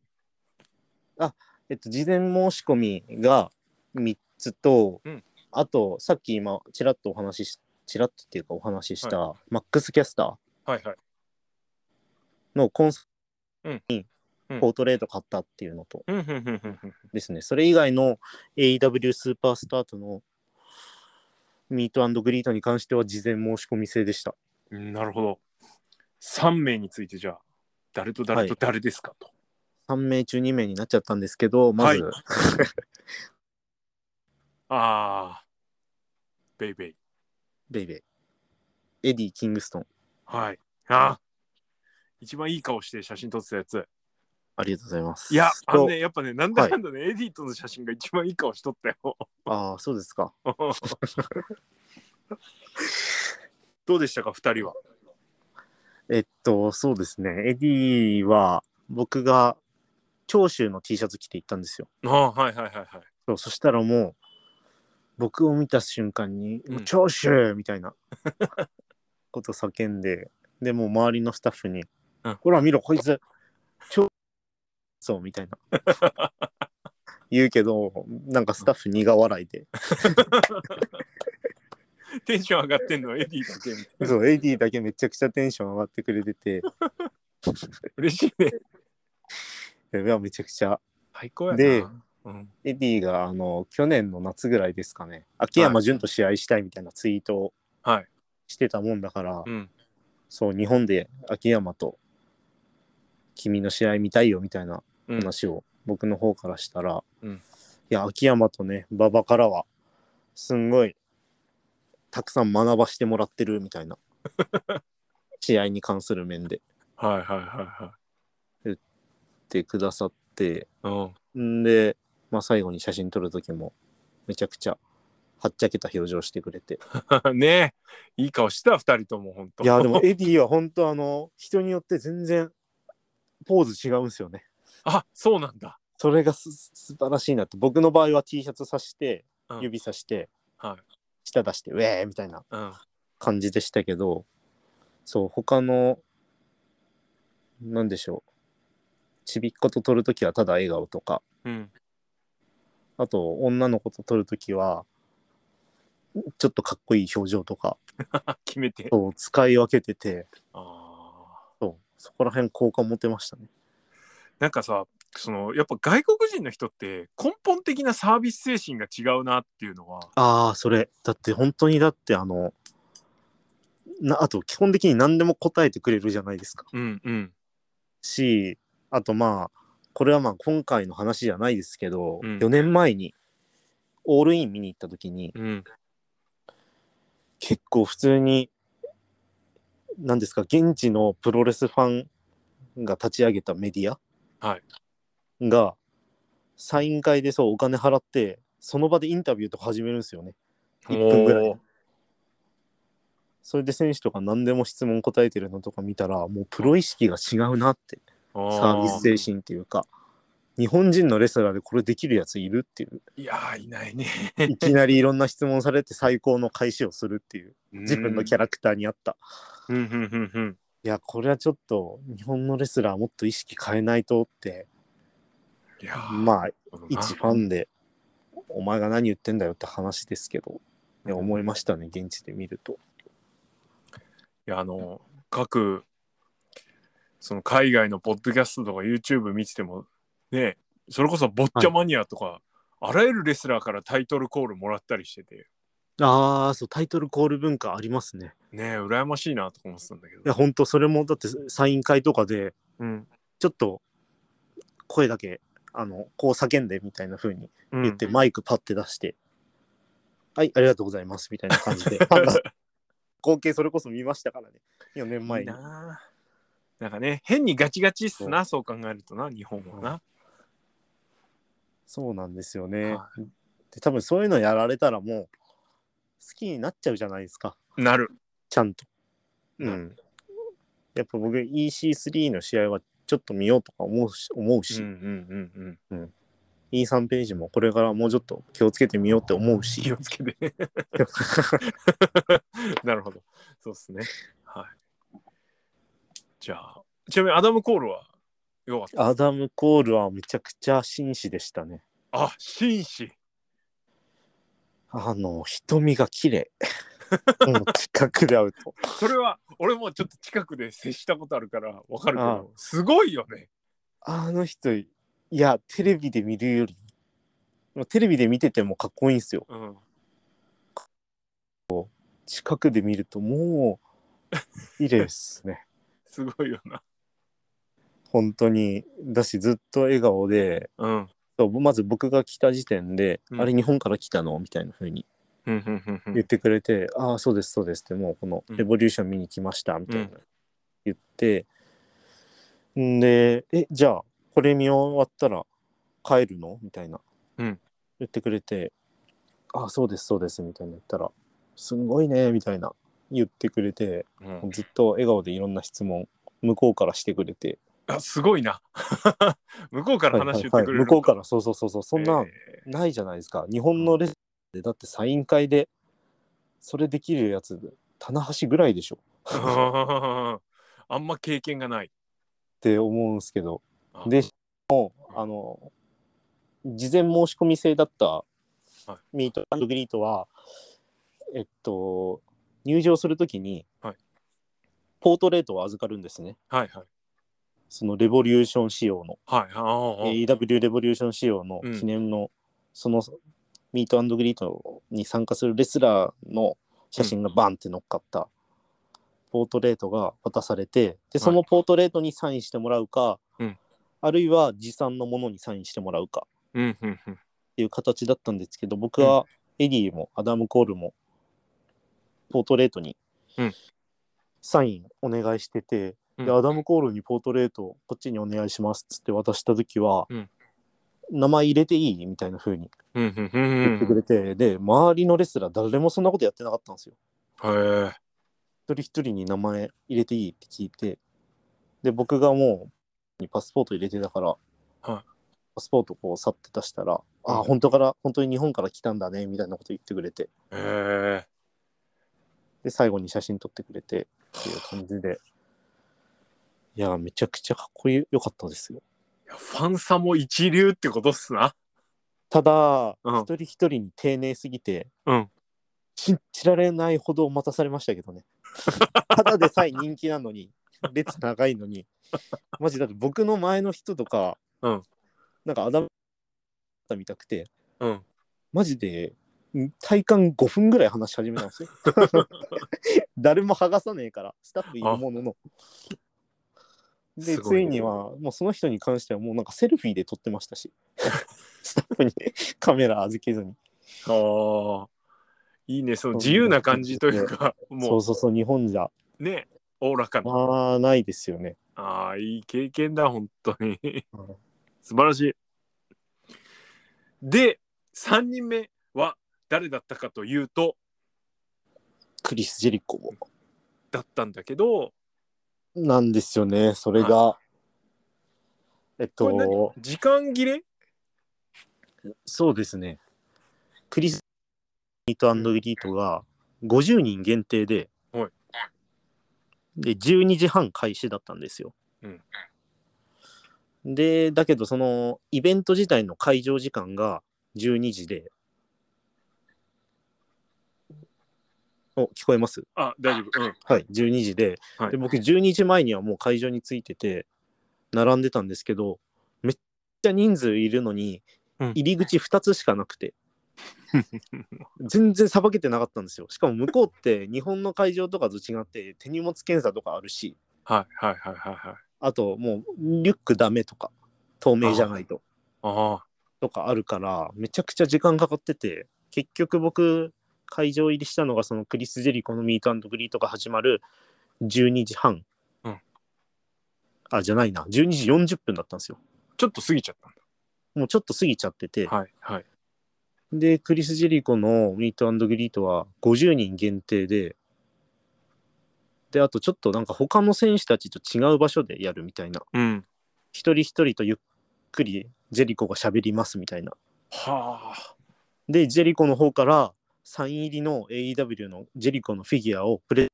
えっと、事前申し込みが3つと、
うん
あと、さっき今、ちらっとお話しし、ちらっとっていうかお話しした、マックスキャスタ
はいはい。
ーのコンソ
うん
に
うん
ポートレート買ったっていうのと
うんうんうんうんうん
ですね、それ以外の AEW スーパースターとのミートグリートに関しては事前申し込み制でした。
うんなるほど。3名についてじゃあ、誰と誰と誰ですかと。
3名中2名になっちゃったんですけど、まず、
はいああ、ベイベイ。
ベイベイ、エディ・キングストン、
はい。ああ、一番いい顔して写真撮ってたやつ。
ありがとうございます。
いや、あの
と
ね、やっぱね、なんだかんだね、エディとの写真が一番いい顔しとったよ。
ああ、そうですか。
どうでしたか、二人は。
えっと、そうですね。エディは、僕が長州の T シャツ着て行ったんですよ。
ああ、はいはいはいはい。
そうそしたらもう、僕を見た瞬間に、
うん
長州みたいな こと叫んで、で、もう周りのスタッフに、
うん
ほら見ろ、こいつ、長そうみたいな。 言うけど、なんかスタッフ苦笑 いで、
テンション上がってんのはエディだけみたいな。
そう、エディだけめちゃくちゃテンション上がってくれてて、
嬉しいね。
いやめちゃくちゃ
最高やな。
で
うん、
エディがあの去年の夏ぐらいですかね秋山純と試合したいみたいなツイートを
はい。
してたもんだから、
うん。
そう日本で秋山と君の試合見たいよみたいな
うん、
話を僕の方からしたら、
うん
いや秋山とね馬場からはすんごいたくさん学ばしてもらってるみ たいな試合に関する面で
はいはいは
言ってくださって
いはい。うん。
んで、まあ、最後に写真撮る時もめちゃくちゃはっちゃけた表情してく れて
ねえいい顔してた二人とも本当
いやでもエディは本当あの人によって全然ポーズ違うんですよね
あそうなんだ
それがす素晴らしいなって僕の場合は T シャツさして
うん
指さして、
はい
舌出してウェーみたいな
うん
感じでしたけどそう他のなんでしょうちびっこと撮るときはただ笑顔とか
うん
あと女の子と撮るときはちょっとかっこいい表情とか
あ決めて
そう使い分けてて
あ
そうそこら辺効果持てましたね
ーなんかさそのやっぱ外国人の人って根本的なサービス精神が違うなっていうのは
ああ、それ。だって本当にだってあの、なあと基本的に何でも答えてくれるじゃないですか。
うんうん
し、あとまあ、これはまあ今回の話じゃないですけど、
うん
4年前にオールイン見に行った時に、
うん
結構普通に、何ですか、現地のプロレスファンが立ち上げたメディア
は
が、サイン会でそうお金払って、その場でインタビューとか始めるんですよね。一分ぐらい
おー
それで選手とか何でも質問答えてるのとか見たらもうプロ意識が違うなって
あー
サービス精神っていうか日本人のレスラーでこれできるやついるっていう。
いやーいないね。
いきなりいろんな質問されて最高の返しをするっていう。 自分のキャ
ラ。
ラクターに合った。
うんうんうんうん。
いや、これはちょっと日本のレスラーもっと意識変えないとって、
いやー
まあ、一
なる
ファンで、お前が何言ってんだよって話ですけど、ね、思いましたね、現地で見ると。
いやあの各その海外のポッドキャストとか YouTube 見ててもねそれこそボッチャマニアとか、あらゆるレスラーからタイトルコールもらったりしてて
ああ、そう、タイトルコール文化ありますね。
ね羨ましいなとか思ってたんだけど
いや、ほんと、それも、だってサイン会とかで、
うん
ちょっと声だけ、あの、こう叫んでみたいな風に
う
言っ
ん、
て、マイクパッて出して、はい、ありがとうございます、みたいな感じ で、ファンが、光景それこそ見ましたからね、4年
い
前
い
に。
ななんかね変にガチガチっすなそう考えるとな日本はな、
そうなんですよね
は。
で多分そういうのやられたらもう好きになっちゃうじゃないですか。
なる
ちゃんと。う
なる
ん。やっぱ僕 EC3 の試合はちょっと見ようとか思うし、思う
うん
し、
うんうんうん
E3 ページもこれからもうちょっと気をつけてみようって思う
気
し。
をつけてなるほどそうっすねはいじゃあちなみにアダム・コールはよかった
アダム・コールはめちゃくちゃ紳士でしたね。
あ紳士
あの、瞳が綺麗。もう近くで会うと。
それは俺もちょっと近くで接したことあるからわかるけ
ああ
どすごいよね
あの人、いや、テレビで見るより、テレビで見ててもかっこいいんですよ。
うん
近くで見るともう綺麗ですね
すごいよな
本当にだしずっと笑顔で
うん
そうまず僕が来た時点で「
うん
あれ日本から来たの?」みたいな風に
うんうんうんう
言
ん
ってくれて「ああそうですそうです」ってもうこの
うん
「レボリューション見に来ました」みたいな言って、んで「えじゃあこれ見終わったら帰るの?」みたいな、
うん
言ってくれて「ああそうですそうです」みたいな言ったら「すごいね」みたいな言ってくれて。
うん
ずっと笑顔でいろんな質問向こうからしてくれて、
あすごいな 向こうから話言ってくれる、
向こうからそうそうそうそうそんな
えー
ないじゃないですか、日本のレスでだってサイン会でそれできるやつ棚橋ぐらいでしょ
あーあんま経験がない
って思うんですけど
あ
でもうあの事前申し込み制だった
は
ミートグリートはえっと入場するときに、
はい
ポートレートを預かるんですね
はいはい
そのレボリューション仕様の。
はいあーあー
AW レボリューション仕様の
うん
記念の、そのミートグリートに参加するレスラーの写真がバンって乗っかったポートレートが渡されてでそのポートレートにサインしてもらうか、
うん
あるいは持参のものにサインしてもらうか
うんうんうん
っていう形だったんですけど僕はエディもアダム・コールもポートレートに
うん
サインお願いしてて、
うん
でアダム・コールにポートレートこっちにお願いしますっつって渡した時は、
うん
名前入れていいみたいな風に
うんうんうん
言って
う
く
ん
れて、で周りのレスラー誰もそんなことやってなかったんですよ
へえ
一人一人に名前入れていいって聞いてで僕がもうパスポート入れてたから、パスポートこう去って出したら「あ
う
あ
ん
本当から本当に日本から来たんだね」みたいなこと言ってくれて
へえ
で最後に写真撮ってくれてっていう感じでいやーめちゃくちゃかっこよかったですよ
いやファンさも一流ってことっすな
ただ、
うん
一人一人に丁寧すぎて、
うん
信じられないほど待たされましたけどね ただでさえ人気なのに列長いのにマジだって僕の前の人とか、
うん
なんかアダムさん見たくて
うん
マジでん体感5分ぐらい話し始めたん ですよ誰も剥がさねえからスタッフいるもののです
ご
つ
ね
いにはもうその人に関してはもうなんかセルフィーで撮ってました しスタッフにカメラ預けずに
ああ、いいね、その自由な感じというか、
そ
も
うそうそう日本じゃ
うね、おおらかな。
まあないですよね
ああ、いい経験だ、本当に
うん。
素晴らしい。で、3人目は誰だったかというと、
クリス・ジェリコも
だったんだけど、
なんですよねそれが、えっ
これ何
と、
時間切れ
そうですね。クリスミートエリートが50人限定で、
はい
で、12時半開始だったんですよ。
うん
で、だけどそのイベント自体の会場時間が12時で、お、聞こえます
あ、大丈夫。うん。
はい、12時で,、
はい
で僕12時前にはもう会場に着いてて並んでたんですけどめっちゃ人数いるのに
うん
入り口2つしかなくて、 全然さばけてなかったんですよしかも向こうって日本の会場とかと違って手荷物検査とかあるし
はいはいはいはいはい。
あともうリュックダメとか透明じゃないと
ああ。
とかあるからめちゃくちゃ時間かかってて結局僕会場入りしたのがそのクリス・ジェリコのミートグリートが始まる12時半、
うん
あじゃないな12時40分だったんですよ
ちょっと過ぎちゃったん
もうちょっと過ぎちゃってて、
だ。はいはい。
でクリス・ジェリコのミートグリートは50人限定でであとちょっとなんか他の選手たちと違う場所でやるみたいな
うん。
一人一人とゆっくりジェリコが喋りますみたいな
はあ。
で、ジェリコの方からサイン入りの AEW のジェリコのフィギュアをプレ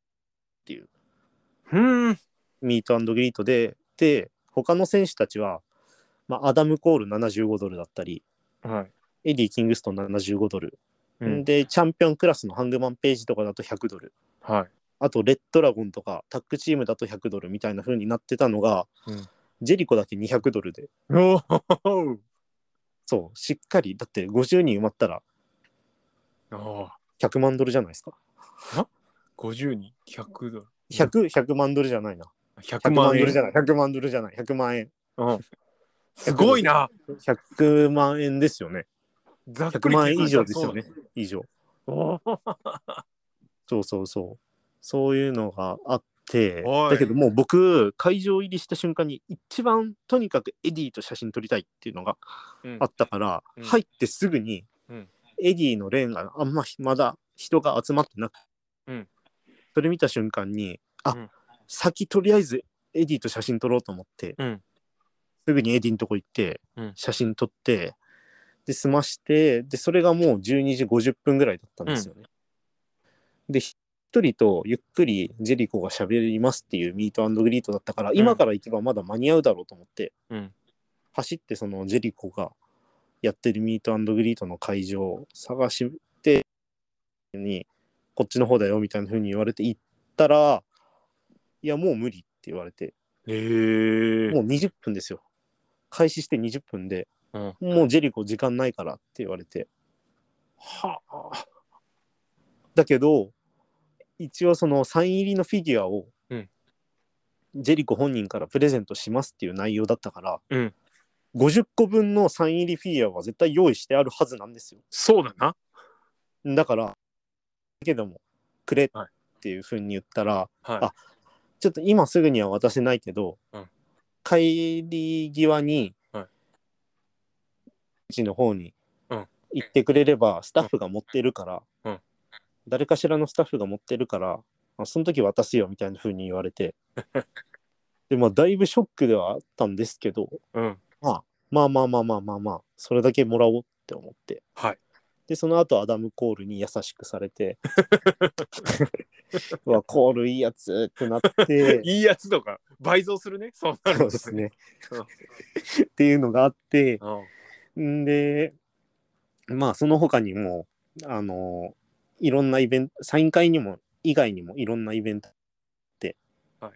うん。
ミートグリートで、で、他の選手たちは、まあ、アダム・コール75ドルだったり、
はい。
エディ・キングストン75ドル、
うん。
で、チャンピオンクラスのハングマンページとかだと100ドル、
はい。
あとレッドラゴンとかタッグチームだと100ドルみたいな風になってたのが、
うん
ジェリコだけ200ドルで、
おお。
そう、しっかり、だって50人埋まったら
ああ。
100万ドルじゃないですか。
50人、100ドル。
100、100万ドルじゃないな。
100
100万
万
ドル
円
じ。ゃない、100万ドルじゃない、100万円。
うん。すごいな。
100万円ですよね。
ざっく
100
り計
万
算
円以上ですよね。以上。
そうだ。
そうそうそう。そういうのがあって、
おい
だけどもう僕、会場入りした瞬間に、一番とにかくエディと写真撮りたいっていうのが
うん
あったから、
うん
入ってすぐに
うん、
エディのレーンがあんままだ人が集まってなくて、
うん
それ見た瞬間に、あ、
うん
先とりあえずエディと写真撮ろうと思って、
うん
すぐにエディのとこ行って
うん、
写真撮って、で、済まして、で、それがもう12時50分ぐらいだったんですよね。で、一人とゆっくりジェリコが喋りますっていうミートグリートだったから、
ん
今から行けばまだ間に合うだろうと思って、
うん
走ってそのジェリコがやってるミートグリートの会場を探して、に、こっちの方だよみたいな風に言われて行ったら、いや、もう無理って言われて、
へえ。
もう20分ですよ。開始して20分で、
うん
もうジェリコ時間ないからって言われて。
はあ。
だけど、一応そのサイン入りのフィギュアを、
うん
ジェリコ本人からプレゼントしますっていう内容だったから、
うん
50個分のサイン入りフィギュアは絶対用意してあるはずなんですよ。
そうだな。
だから、だけども、くれ
はい
っていう風に言ったら、
はい。
あちょっと今すぐには渡せないけど、
うん
帰り際に、
はいう
ちの方に
うん
行ってくれれば、スタッフが持ってるから、
うん
誰かしらのスタッフが持ってるから、あその時渡すよみたいな風に言われて、でまあ、だいぶショックではあったんですけど、
うん。
まあまあまあまあまあまあ、それだけもらおうって思って。
はい。
で、その後アダム・コールに優しくされて、 うわ、コールいいやつってなって、
いいやつとか倍増するね。そうなる
そ
と
うです。ね
うん。
っていうのがあって、
うん
んで、まあその他にも、あの、いろんなイベント、サイン会にも、以外にもいろんなイベントで、
はい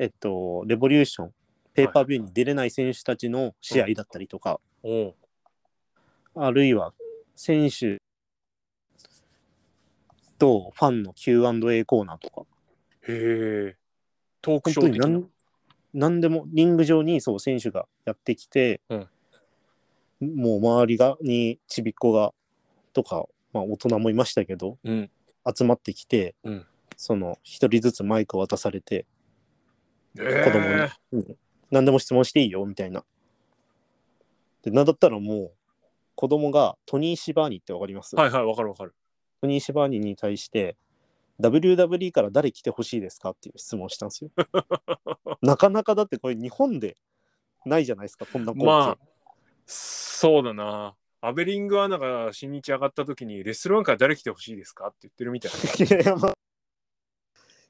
えっと、レボリューション、ペーパービューに出れない選手たちの試合だったりとか、
おう
あるいは選手とファンの Q&A コーナーとか、
へえ。トーク
本
シ
当
ョー
に
的な
何何でもリング上にそう選手がやってきて、
うん
もう周りがにちびっ子がとか、まあ、大人もいましたけど
うん。
集まってきて、
うん
その一人ずつマイクを渡されて
子
子供に、うん何でも質問していいよみたいな。でなんだったらもう子供がトニー・シバーニってわかります、
はいはい、わかるわかる。
トニー・シバーニに対して、WWE から 誰来てほしいですかっていう質問をしたんですよ。なかなかだってこれ日本でないじゃないですか、こんな光景。
まあ、そうだな。アベリングはなんか新日上がった時に、レストランから誰来てほしいですかって言ってるみたい
いやまあ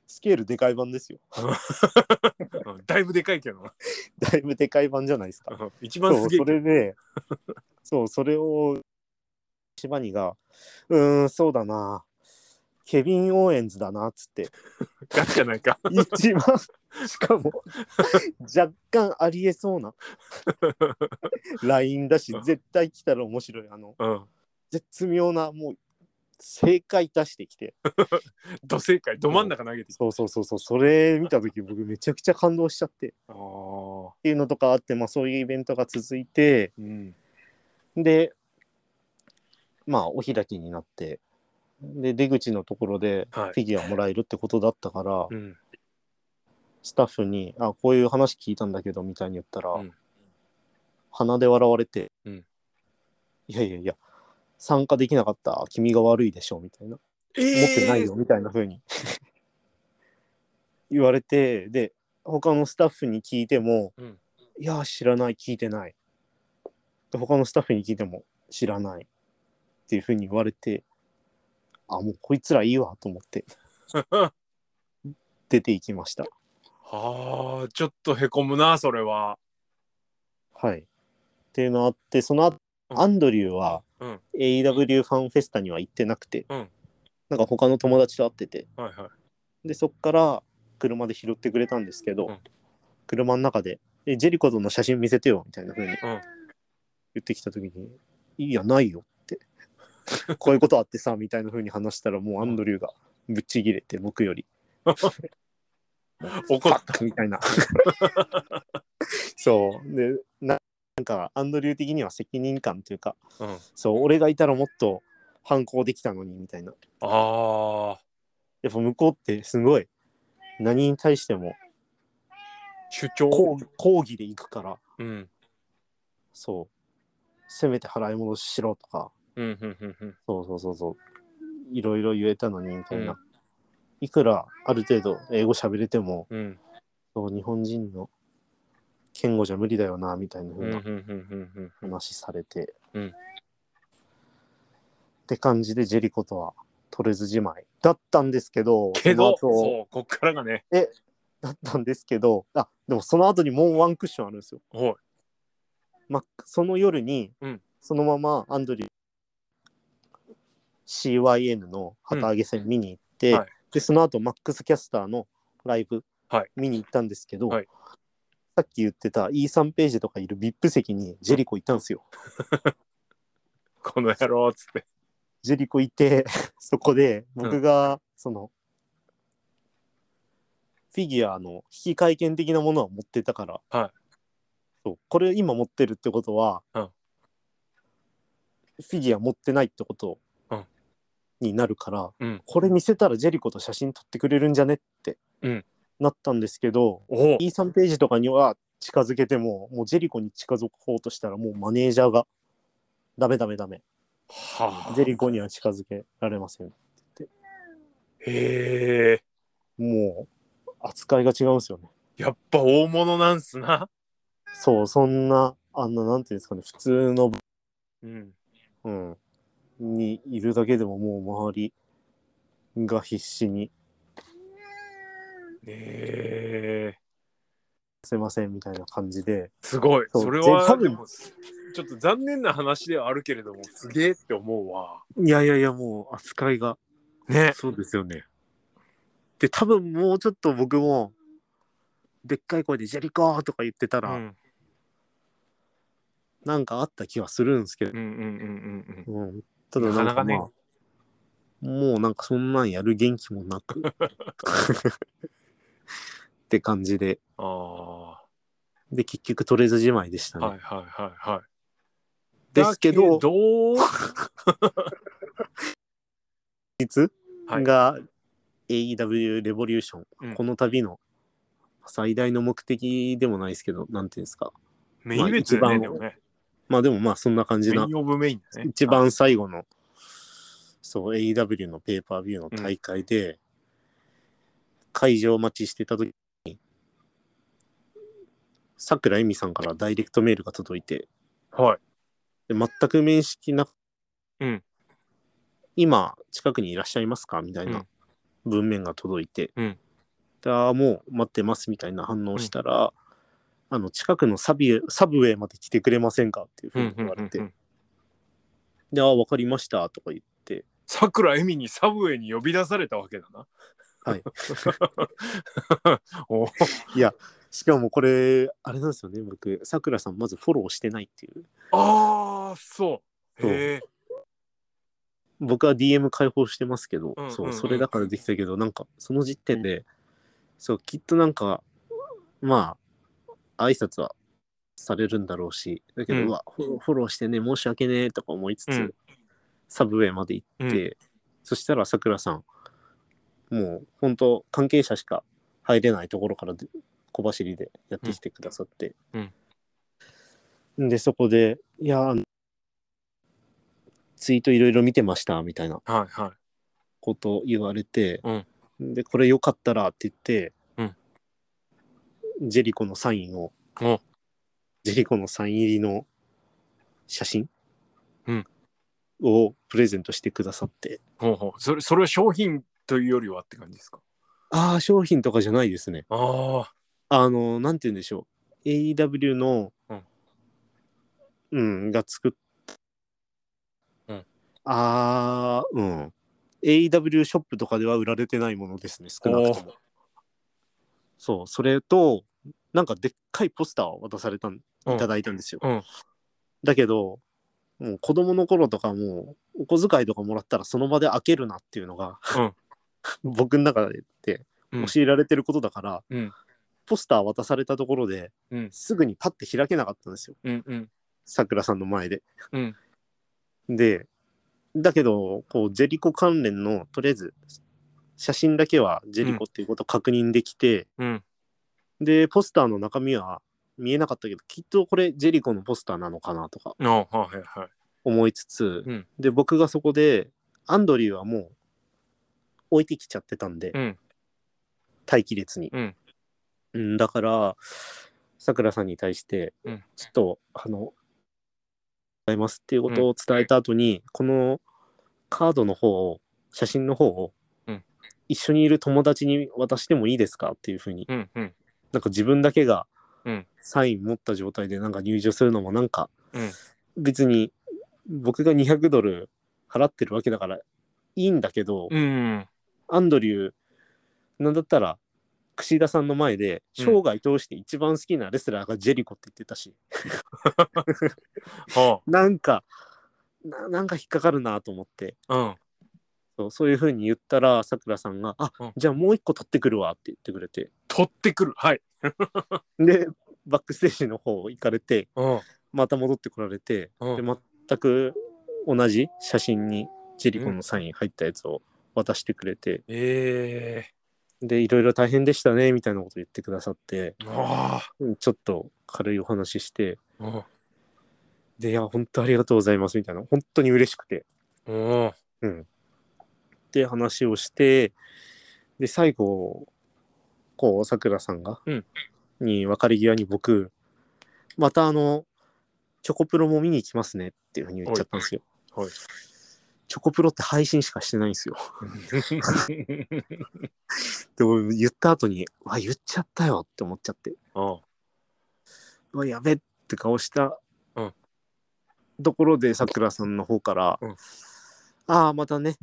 スケールでかい版ですよ。
な。うんだいぶでかいけどな。
だいぶでかい版じゃないですか。
うん一番す
そう、
げえ
そ。れで、そう、それを、シバニが、うーん、そうだな、ケビン・オーエンズだな、っつって、
ガチじゃないか。
一番、しかも、若干ありえそうなラインだし、絶対来たら面白い。あの、
うん。
絶妙な、もう、正解出してきて、
ど正解、ど真ん中投げてき
そうそうそうそう、それ見たとき、僕、めちゃくちゃ感動しちゃって。
た。ああ。
っていうのとかあって、まあ、そういうイベントが続いて
うん。
でまあお開きになってで出口のところでフ
はい
ィギュアもらえるってことだったから、
うん。
スタッフに「あこういう話聞いたんだけど」みたいに言ったら、
うん
鼻で笑われて「
うん
いやいやいや参加できなかった君が悪いでしょ」みたいな
え
「持ってない
え
よ」みたいな風に 言われてで他のスタッフに聞いても「
うん
いや、知らない、聞いてない。で他のスタッフに聞いても、知らない。っていうふうに言われて、あ、もうこいつらいいわと思 って
は
出ていきました。
あ、ちょっとへこむな、それは。
はい。っていうのあって、その後、
うん
アンドリューは
うん
AEW ファンフェスタには行ってなくて、
うん
なんか他の友達と会ってて、
はいはい。
で、そっから車で拾ってくれたんですけど、
うん
車の中で、えジェリコとの写真見せてよみたいなふうに
うん。
言ってきた時に「いやないよ」 って「こういうことあってさ」みたいな風に話したらもうアンドリューがぶっちぎれて僕より
怒っ
「みたいなそうでななんかアンドリュー的には責任感というか
た。うん。
そう俺がいたらもっと反抗できたのにみたいな
ああ。
やっぱ向こうってすごい何に対しても
主張。
抗抗議でいくから
うん。
そうせめて払い戻ししろとか
うん。うん。うん。うん。
そうそうそうそう。いろいろ言えたのにみたいな。
うん
いくらある程度英語喋れても、
うん。
そう日本人の言語じゃ無理だよなみたいな
う
風
ん。うん。う。
なん
うん。うん。
話されて、
うん
って感じでジェリコとは取れずじまいだったんですけど、
けど、
その後
そう、こっからがね。
だったんですけど、あでもその後にもうワンクッションあるんですよ。
おい。
まあ、その夜に、
うん
そのままアンドリュー CYN の旗揚げ戦見に行って、
うんはい
でその後マックスキャスターのライブ
はい
見に行ったんですけど、
はい
さっき言ってた E3 ページとかいる VIP 席にジェリコいたんですよ。
この野郎っつって。
ジェリコいて そこで僕がその、フィギュアの引き換券的なものは持ってたから、
はい
そうこれ今持ってるってことは、
うん
フィギュア持ってないってこと、
うん
になるから、
うん
これ見せたらジェリコと写真撮ってくれるんじゃねって、
うん
なったんですけど
おお。
E3 ページとかには近づけてももうジェリコに近づこうとしたらもうマネージャーが「ダメダメダメ」
はあ。
ゼリコには近づけられません。
へえ。
もう扱いが違うんですよね。
やっぱ大物なんすな。
そう、そんな、あんな、なんていうんですかね、普通の、
うん。
うん、にいるだけでももう周りが必死に、
ええ。
すいませんみたいな感じで、
すごい。
そう
それ
ぜ多
は、
分
でも、ちょっと残念な話ではあるけれども、すげえって思うわ。
いやいやいや、もう扱いが、
ね。
そうですよね。で、多分もうちょっと僕も、でっかい声でジェリコーとか言ってた
う
ら、
ん。
なんかあった気はするんですけど
うん。うん。うん。うん。
うん、ただなん
な
か、
かなか
ま
ね
あもうなんかそんなんやる元気もなくって感じで
ああ。
で結局取れずじまいでしたね、
はいはいはいはい。
ですけど
だどう
実
はい
が AEW レボリューション、
うん
この旅の最大の目的でもないですけどなんていうんですか
メインイベントだよね、
まあ
でもね。
まあでもまあそんな感じ
メ
な
インオブメインだね。
一番最後の、そう AEW のペーパービューの大会で、会場待ちしてた時にさくらえみさんからダイレクトメールが届いて、
はい。
で全く面識なく、
うん
今、近くにいらっしゃいますかみたいな文面が届いて、
うん
でああ、もう待ってますみたいな反応したら、あの近くのサビサブウェイまで来てくれませんかっていうふうに言われて、で、ああ、わかりましたとか言って、
さくらえみにサブウェイに呼び出されたわけだな。
はい。
お
しかもこれ、あれなんですよね、僕、さくらさん、まずフォローしてないっていう。
ああ、そう。
そう
へえ。
僕は DM 開放してますけど、
うん
そ
うんう
う、
ん
それだからできたけど、なんか、その時点で、そう、きっとなんか、まあ、挨拶はされるんだろうし、だけど、
う
うんわ、フォローフォローしてね、申し訳ねえとか思いつつ、
うん
サブウェイまで行って、そしたら、さくらさん、もう、本当関係者しか入れないところからで小走りでやってきてくださって、
うん
で、そこで、いや、あのツイートいろいろ見てました、みたいな。
はいは
こと言われて、でこれよかったらって言って、ジェリコのサインを
い。お
ジェリコのサイン入りの写真、をプレゼントしてくださって
ほうほう。それ、それは商品というよりはって感じですか。
ああ商品とかじゃないですね
ああ。
あのなんて言うんでしょう AEW のうん、が作った、ああうん AEW ショップとかでは売られてないものですね少なくとも
お
そう、それと、なんかでっかいポスターを渡されたん、
うん
いただいたんですよ。
うん
だけど、もう子供の頃とかもう、お小遣いとかもらったらその場で開けるなっていうのが、 僕の中で
うん
教えられてることだから、
うん
ポスター渡されたところで、
うん
すぐにパッて開けなかったんですよ。
うんうん
さくらさんの前で。
うん
で、だけど、こう、ジェリコ関連の、とりあえず、写真だけはジェリコっていうことを確認できて、
うん。
で、ポスターの中身は見えなかったけど、きっとこれジェリコのポスターなのかなとか
ああ、はいはい。
思いつつ、
うん
で、僕がそこで、アンドリューはもう置いてきちゃってたんで、
うん
待機列に。
うん
うんだから、さくらさんに対して、
うん
ちょっと、あの、伝えますっていうことを伝えた後に、このカードの方を、写真の方を、
うん
一緒にいる友達に渡してもいいですかっていうふうに
うんうん。
なんか自分だけが
うん
サイン持った状態でなんか入場するのもなんか
うん
別に僕が200ドル払ってるわけだからいいんだけど、
うん。
アンドリューなんだったら櫛田さんの前で
うん
生涯通して一番好きなレスラーがジェリコって言ってたし、
は
なんかななんか引っかかるなと思って
あ。うん。
そうそういうふうに言ったらさくらさんが「あ、
うん
じゃあもう一個取ってくるわ」って言ってくれて
取ってくる。はい。
でバックステージの方行かれて
うん。
また戻ってこられて、
うん
で全く同じ写真にジェリコのサイン入ったやつを渡してくれて、
え
でいろいろ大変でしたねみたいなこと言ってくださって
えあ
うんちょっと軽いお話しして
あ。うん
でいや本当ありがとうございますみたいな本当に嬉しくて
うん。
で話をしてで最後こうさくらさんが、
うん
に別れ際に僕またあのチョコプロも見に行きますねっていうふうに言っちゃったんですよ。
はい。
チョコプロって配信しかしてないん ですよ。でも言った後に、うわ、言っちゃったよって思っちゃって、
あ
うわ、やべって顔した、
うん
ところで、さくらさんの方から、
うん
ああ、またね、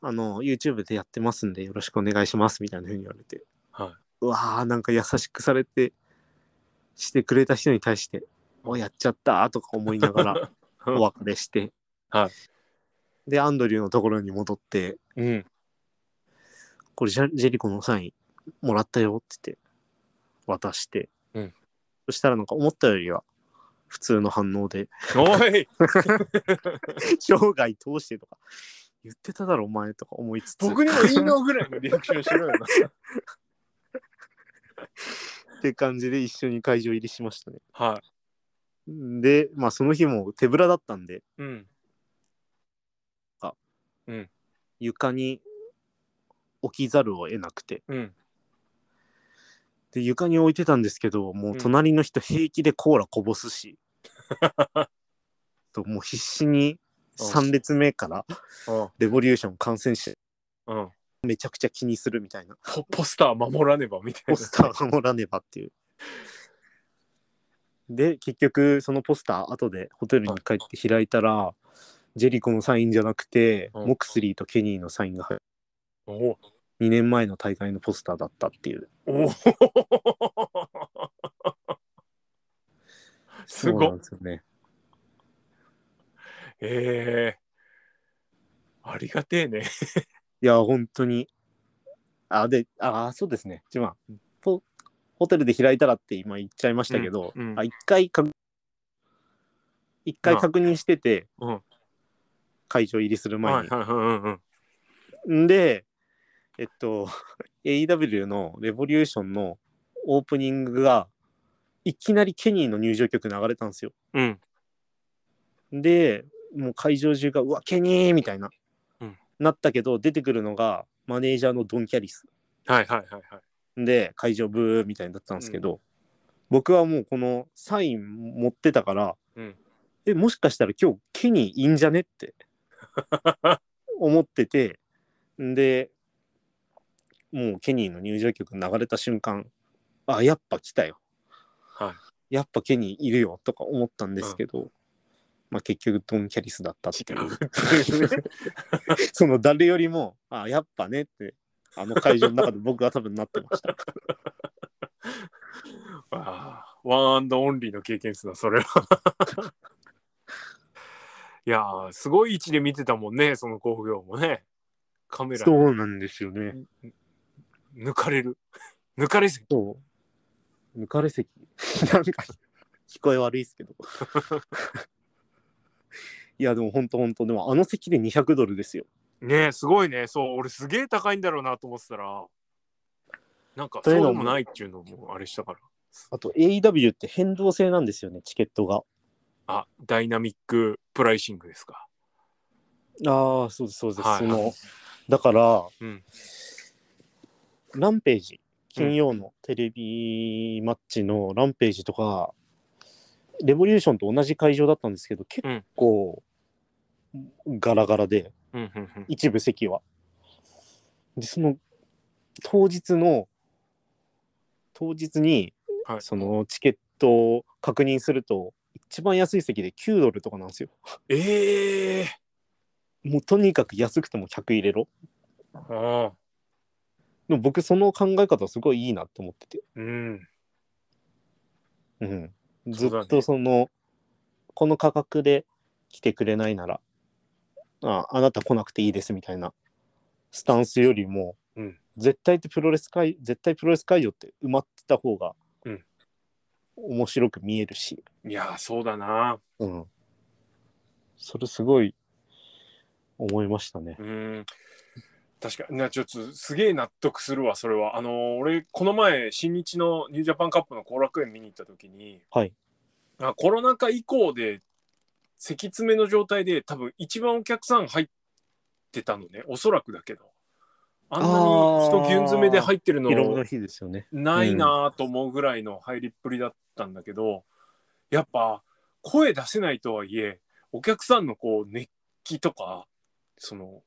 あの、YouTube でやってますんで、よろしくお願いしますみたいな風に言われて、
あ。は
うわあ、なんか優しくされて、してくれた人に対して、もうやっちゃったとか思いながら、
うん
お別れして、
は
で、アンドリューのところに戻って、
い。うん。
これジェジェリコのサインもらったよって言って渡して、
うん
そしたらなんか思ったよりは普通の反応で
お い
生涯通してとか言ってただろお前とか思いつつ
僕にもいいのぐらいのリアクションしろよな。
って感じで一緒に会場入りしましたね
はい。
でまあその日も手ぶらだったんで
うん。
床に置きざるを得なくて
うん。
で床に置いてたんですけどもう隣の人平気でコーラこぼすし、ともう必死に3列目から
うん
レボリューション感染して
うん、
めちゃくちゃ気にするみたいな
ポポスター守らねばみたい
ポ
な
スター守らねばっていう。で結局そのポスター後でホテルに帰って開いたらジェリコのサインじゃなくて
うん
モクスリーとケニーのサインが入る
お
2年前の大会のポスターだったっていう
お す
そう
ご
な
っ
んですよね
ええありがてえね
いや本当にあであそうですねじゃあまあポホテルで開いたらって今言っちゃいましたけど、
うんうん
あ一回か一回確認してて、
うん
会場入りする前に、
はいはいうんうん
んで、えっと、AEW のレボリューションのオープニングが、いきなりケニーの入場曲流れたんですよ。
うん
で、もう会場中が、うわ、ケニーみたいな、
うん
なったけど、出てくるのが、マネージャーのドン・キャリス。
はいはいはいはい
で、会場ブーみたいになったんですけど、僕はもうこのサイン持ってたから、
うん
え、もしかしたら今日ケニーいいんじゃ ねって思っててでもうケニーの入場曲流れた瞬間あやっぱ来たよ
はい
やっぱケニーいるよとか思ったんですけど、まあ、結局ドン・キャリスだったってい
違 う
うその誰よりもあやっぱねってあの会場の中で僕は多分なってました
ああ、ワンアンドオンリーの経験ですな、それは。 いやー、すごい位置で見てたもんね、その興行もね。カメラ
そうなんですよね
抜かれる。抜かれせ。
そう抜かれ席 なんか聞こえ悪いですけど いやでもほんとほんとでもあの席で200ドルですよ
ねえすごいね。そう、俺すげえ高いんだろうなと思ってたら、なんか
と
そ
いうう
で
のも
もないっていうのもあれしたから。
あと AEW って変動制なんですよね、チケットが。
あ、ダイナミックプライシングですか。
ああ、そうです、そうです。
はい
その だから、
うん
ランページ、金曜のテレビマッチのランページとか、レボリューションと同じ会場だったんですけど、結構、ガラガラで、
うんうんうん。
一部席は。で、その、当日の、当日に、
はい
そのチケットを確認すると、一番安い席で9ドルとかなんですよ。
ええ
もうとにかく安くても100入れろ。
ー。ああ。
でも僕その考え方すごいいいなって思ってて。
うん。
うん。
そ
ず
うだね
っとその、この価格で来てくれないならあ、あなた来なくていいですみたいなスタンスよりも、
うん
絶対ってプロレス会、絶対プロレス会場って埋まってた方が
うん、
面白く見えるし、
いやー、そうだな。
うん。それすごい思いましたね。
うん確かになちょっとすげえ納得するわそれはあのー俺この前新日のニュージャパンカップの後楽園見に行った時に、
はい
あコロナ禍以降で席詰めの状態で多分一番お客さん入ってたのねおそらくだけどあんなに人ぎゅん詰めで入ってるの
疲労の日ですよね。
ないなぁと思うぐらいの入りっぷりだったんだけど、やっぱ声出せないとはいえお客さんのこう熱気とかその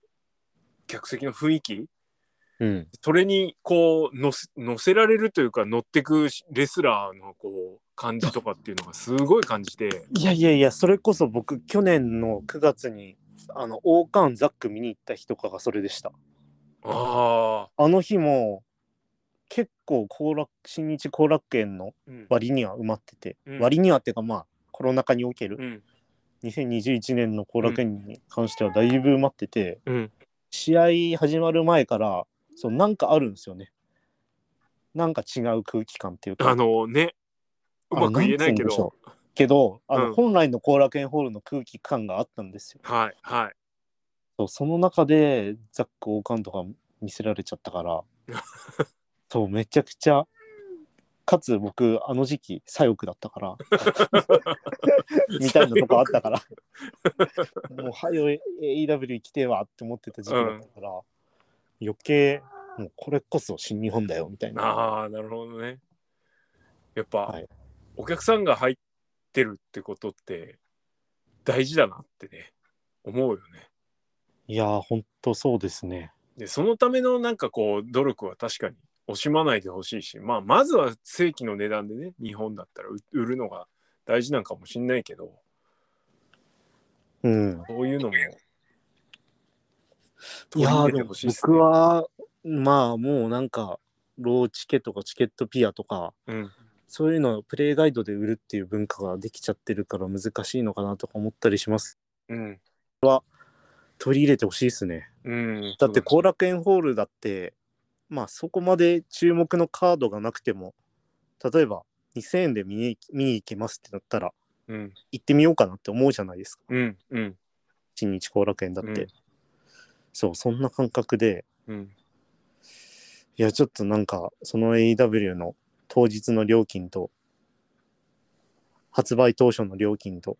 客席の雰囲気
うん。
それにこう乗せ乗せられるというか乗ってくレスラーのこう感じとかっていうのがすごい感じて
いやいやいや、それこそ僕、去年の9月に、あの、王冠ザック見に行った日とかがそれでした。
ああ、
あの日も、結構、後楽、新日後楽園の
うん
割には埋まってて、
うん
割にはっていうか、まあ、コロナ禍における、
うん
2021年の後楽園に関してはだいぶ埋まってて、
うん、
試合始まる前から、そう、なんかあるんですよね。なんか違う空気感っていうか。
あのねうまく言えないけ
あのんて言うんでし
ど
ょうけど、あ
うん
の、本来の後楽園ホールの空気感があったんですよ。
はいはい
そうその中でザック王冠とか見せられちゃったから そうめちゃくちゃかつ僕あの時期左翼だったから みたいなとこあったからもう早い AEW 来てはって思ってた時期だったから、余計もうこれこそ新日本だよみたいな
ああなるほどねやっぱ、
はい
お客さんが入ってるってことって大事だなってね思うよね。
いやー、本当そうですね。
でそのためのなんかこう努力は確かに惜しまないでほしいし、まあ、まずは正規の値段でね日本だったら売売るのが大事なんかもしんないけど
うん。
そういうのも
いやー
取り入れ
で
て
も
ほしいです
僕
ね。
は、まあもうなんか、ローチケとかチケットピアとか、
うん
そういうのをプレイガイドで売るっていう文化ができちゃってるから難しいのかなとか思ったりします。
うん
取り入れてほしいですね。
うん、
だって
こ
後楽園ホールだって、まあそこまで注目のカードがなくても、例えば2000円で見に見に行きますってなったら、
ううん
行ってみようかなって思うじゃないですか。
うんうん
新日後楽園だって。
うん
そう、そんな感覚で、
うん
いや、ちょっとなんか、その AEW の当日の料金と、発売当初の料金と、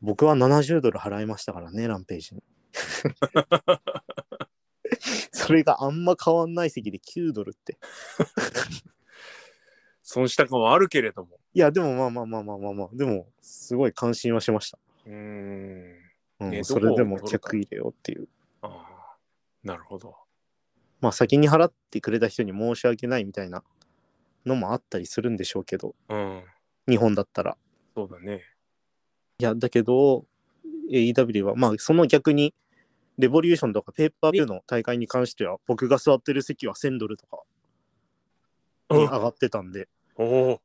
僕は70ドル払いましたからね、ランページに。それがあんま変わんない席で9ドルって。
損した感はあるけれども。
いや、でもまあまあまあまあまあまあ、でも、すごい感心はしました。
うーん。
うん、
ね
それで
ど
も
こを取るか
客入れようっていう。
ああ、なるほど。
まあ先に払ってくれた人に申し訳ないみたいなのもあったりするんでしょうけど、
うん。
日本だったら。
そうだね。
いや、だけど、AEW は、まあ、その逆に、レボリューションとかペーパービューの大会に関しては、僕が座ってる席は1000ドルとかに上
お
がってたんで、
お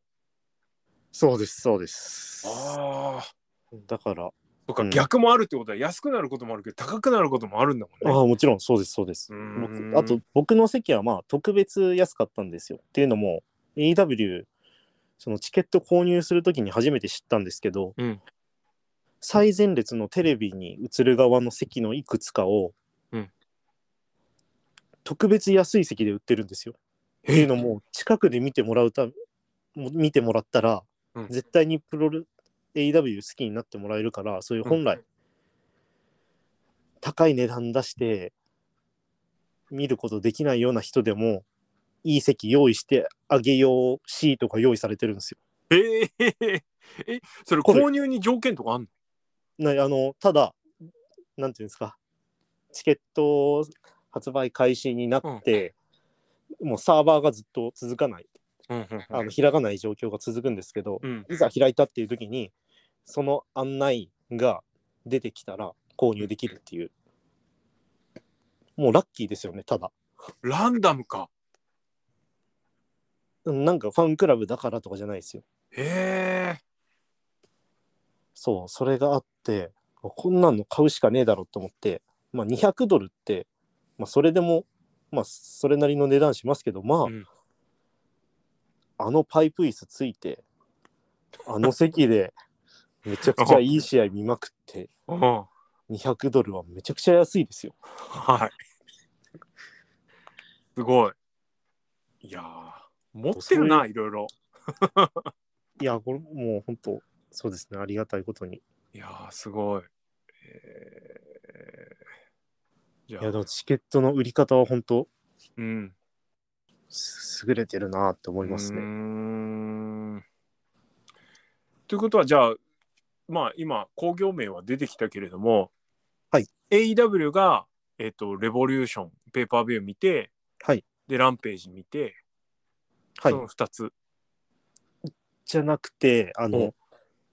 そうです、そうです
ー。ああ。
だから、あ
とか、
うん
逆もあるってことは安くなることもあるけど、高くなることもあるんだもんね。
あ、もちろんそうです、そうです。
うーん
僕あと、僕の席は、まあ、特別安かったんですよ。っていうのも、AEW、そのチケット購入するときに初めて知ったんですけど、
うん
最前列のテレビに映る側の席のいくつかを、
うん
特別安い席で売ってるんですよ。っていうのも近くで見てもらうたも見てもらったら、
うん
絶対にプロル AW 好きになってもらえるからそういう本来、
う
高い値段出して見ることできないような人でもいい席用意してあげようシートが用意されてるんですよ。
えええ、それ
これ
購入に条件とかあんの
なあのただなんていうんですかチケット発売開始になって、もうサーバーがずっと続かない
うん
あの開かない状況が続くんですけど、
うん
いざ開いたっていう時にその案内が出てきたら購入できるっていうもうラッキーですよねただ
うん。ランダムか。
うんなんかファンクラブだからとかじゃないですよ
へえ。
そうそれがあってこんなんの買うしかねえだろと思って、まあ、200ドルって、まあ、それでも、まあ、それなりの値段しますけどまあ、
うん
あのパイプ椅子ついてあの席でめちゃくちゃいい試合見まくって
うん。
200ドルはめちゃくちゃ安いですよ。
はい。すごい。いやー、持ってるな、いろいろ。
いや、これもう本当、そうですね、ありがたいことに。い
いやー、すごい。えー、じゃあ
や、でもチケットの売り方は本当、
うん。
す優れてるなって思います
うー
ね。
んということは、じゃあ、まあ、今、工業名は出てきたけれども、
はい、
AEW が、えっと、レボリューション、ペーパービュー見て、
はい、
で、ランページ見て、
はい
そ。の2つ。
じゃなくて、あ
うん
の、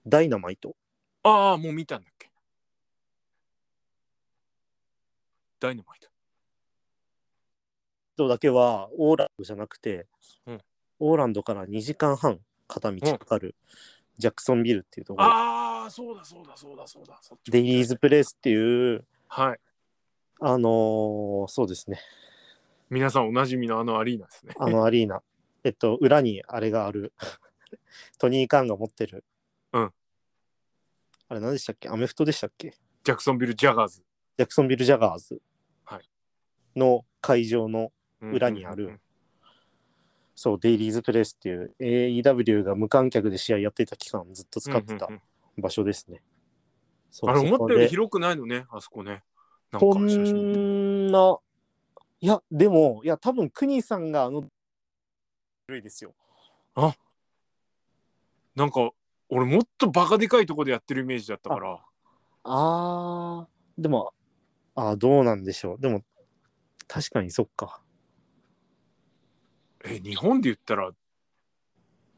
ダイナマイト。
ああ、もう見たんだっけ。ダイナマイト。
とだけは、オーランドじゃなくて、
うん
オーランドから2時間半片道かかる、ジャクソンビルっていうところ、
ああ、そうだそうだそうだそうだ。そっち
デイリーズプレイスっていう、
はい。
あのーそうですね、
皆さんおなじみのあのアリーナですね。
あのアリーナ。えっと、裏にあれがある、 トニー・カーンが持ってる。
うん
あれ何でしたっけアメフトでしたっけ
ジャクソンビル・ジャガーズ。
ジャクソンビル・ジャガーズ
はい
の会場の、裏にある
うんうんうん
そう、デイリーズ・プレスっていう AEW が無観客で試合やってた期間ずっと使ってた
うんうん
場所ですね。そう
うんあれ、
そ
思
こ
ったより
で
広くないのね、あそこね。なん
こ
か写真。
んな、いや、でも、いや、多分、クニさんがあの、古いですよ。
なんか俺もっとバカでかいとこでやってるイメージだったから
あー、でも、あーどうなんでしょう。でも、確かにそっか。
え日本で言ったら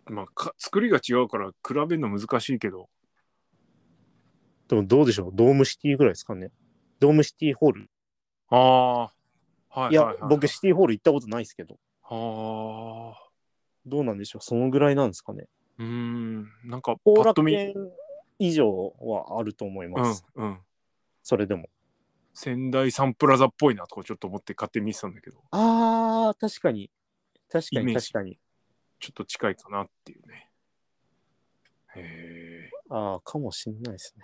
まあか作りが違うから比べるの難しいけど
でもどうでしょう。ドームシティぐらいですかね。ドームシティホール。
ああはい
いや
はい、はい、
僕シティホール行ったことないですけど、
ああ
どうなんでしょう。そのぐらいなんですかね。
うーんなんか
後
パッと
楽
見
園以上はあると思います。
うんうん
それでも。
仙台サンプラザっぽいなとかちょっと思って勝手に見てたんだけど
あー、確かに。確か
イメ
に
ージ
確かに。
ちょっと近いかなっていうねへえ
あー、かもしんないですね。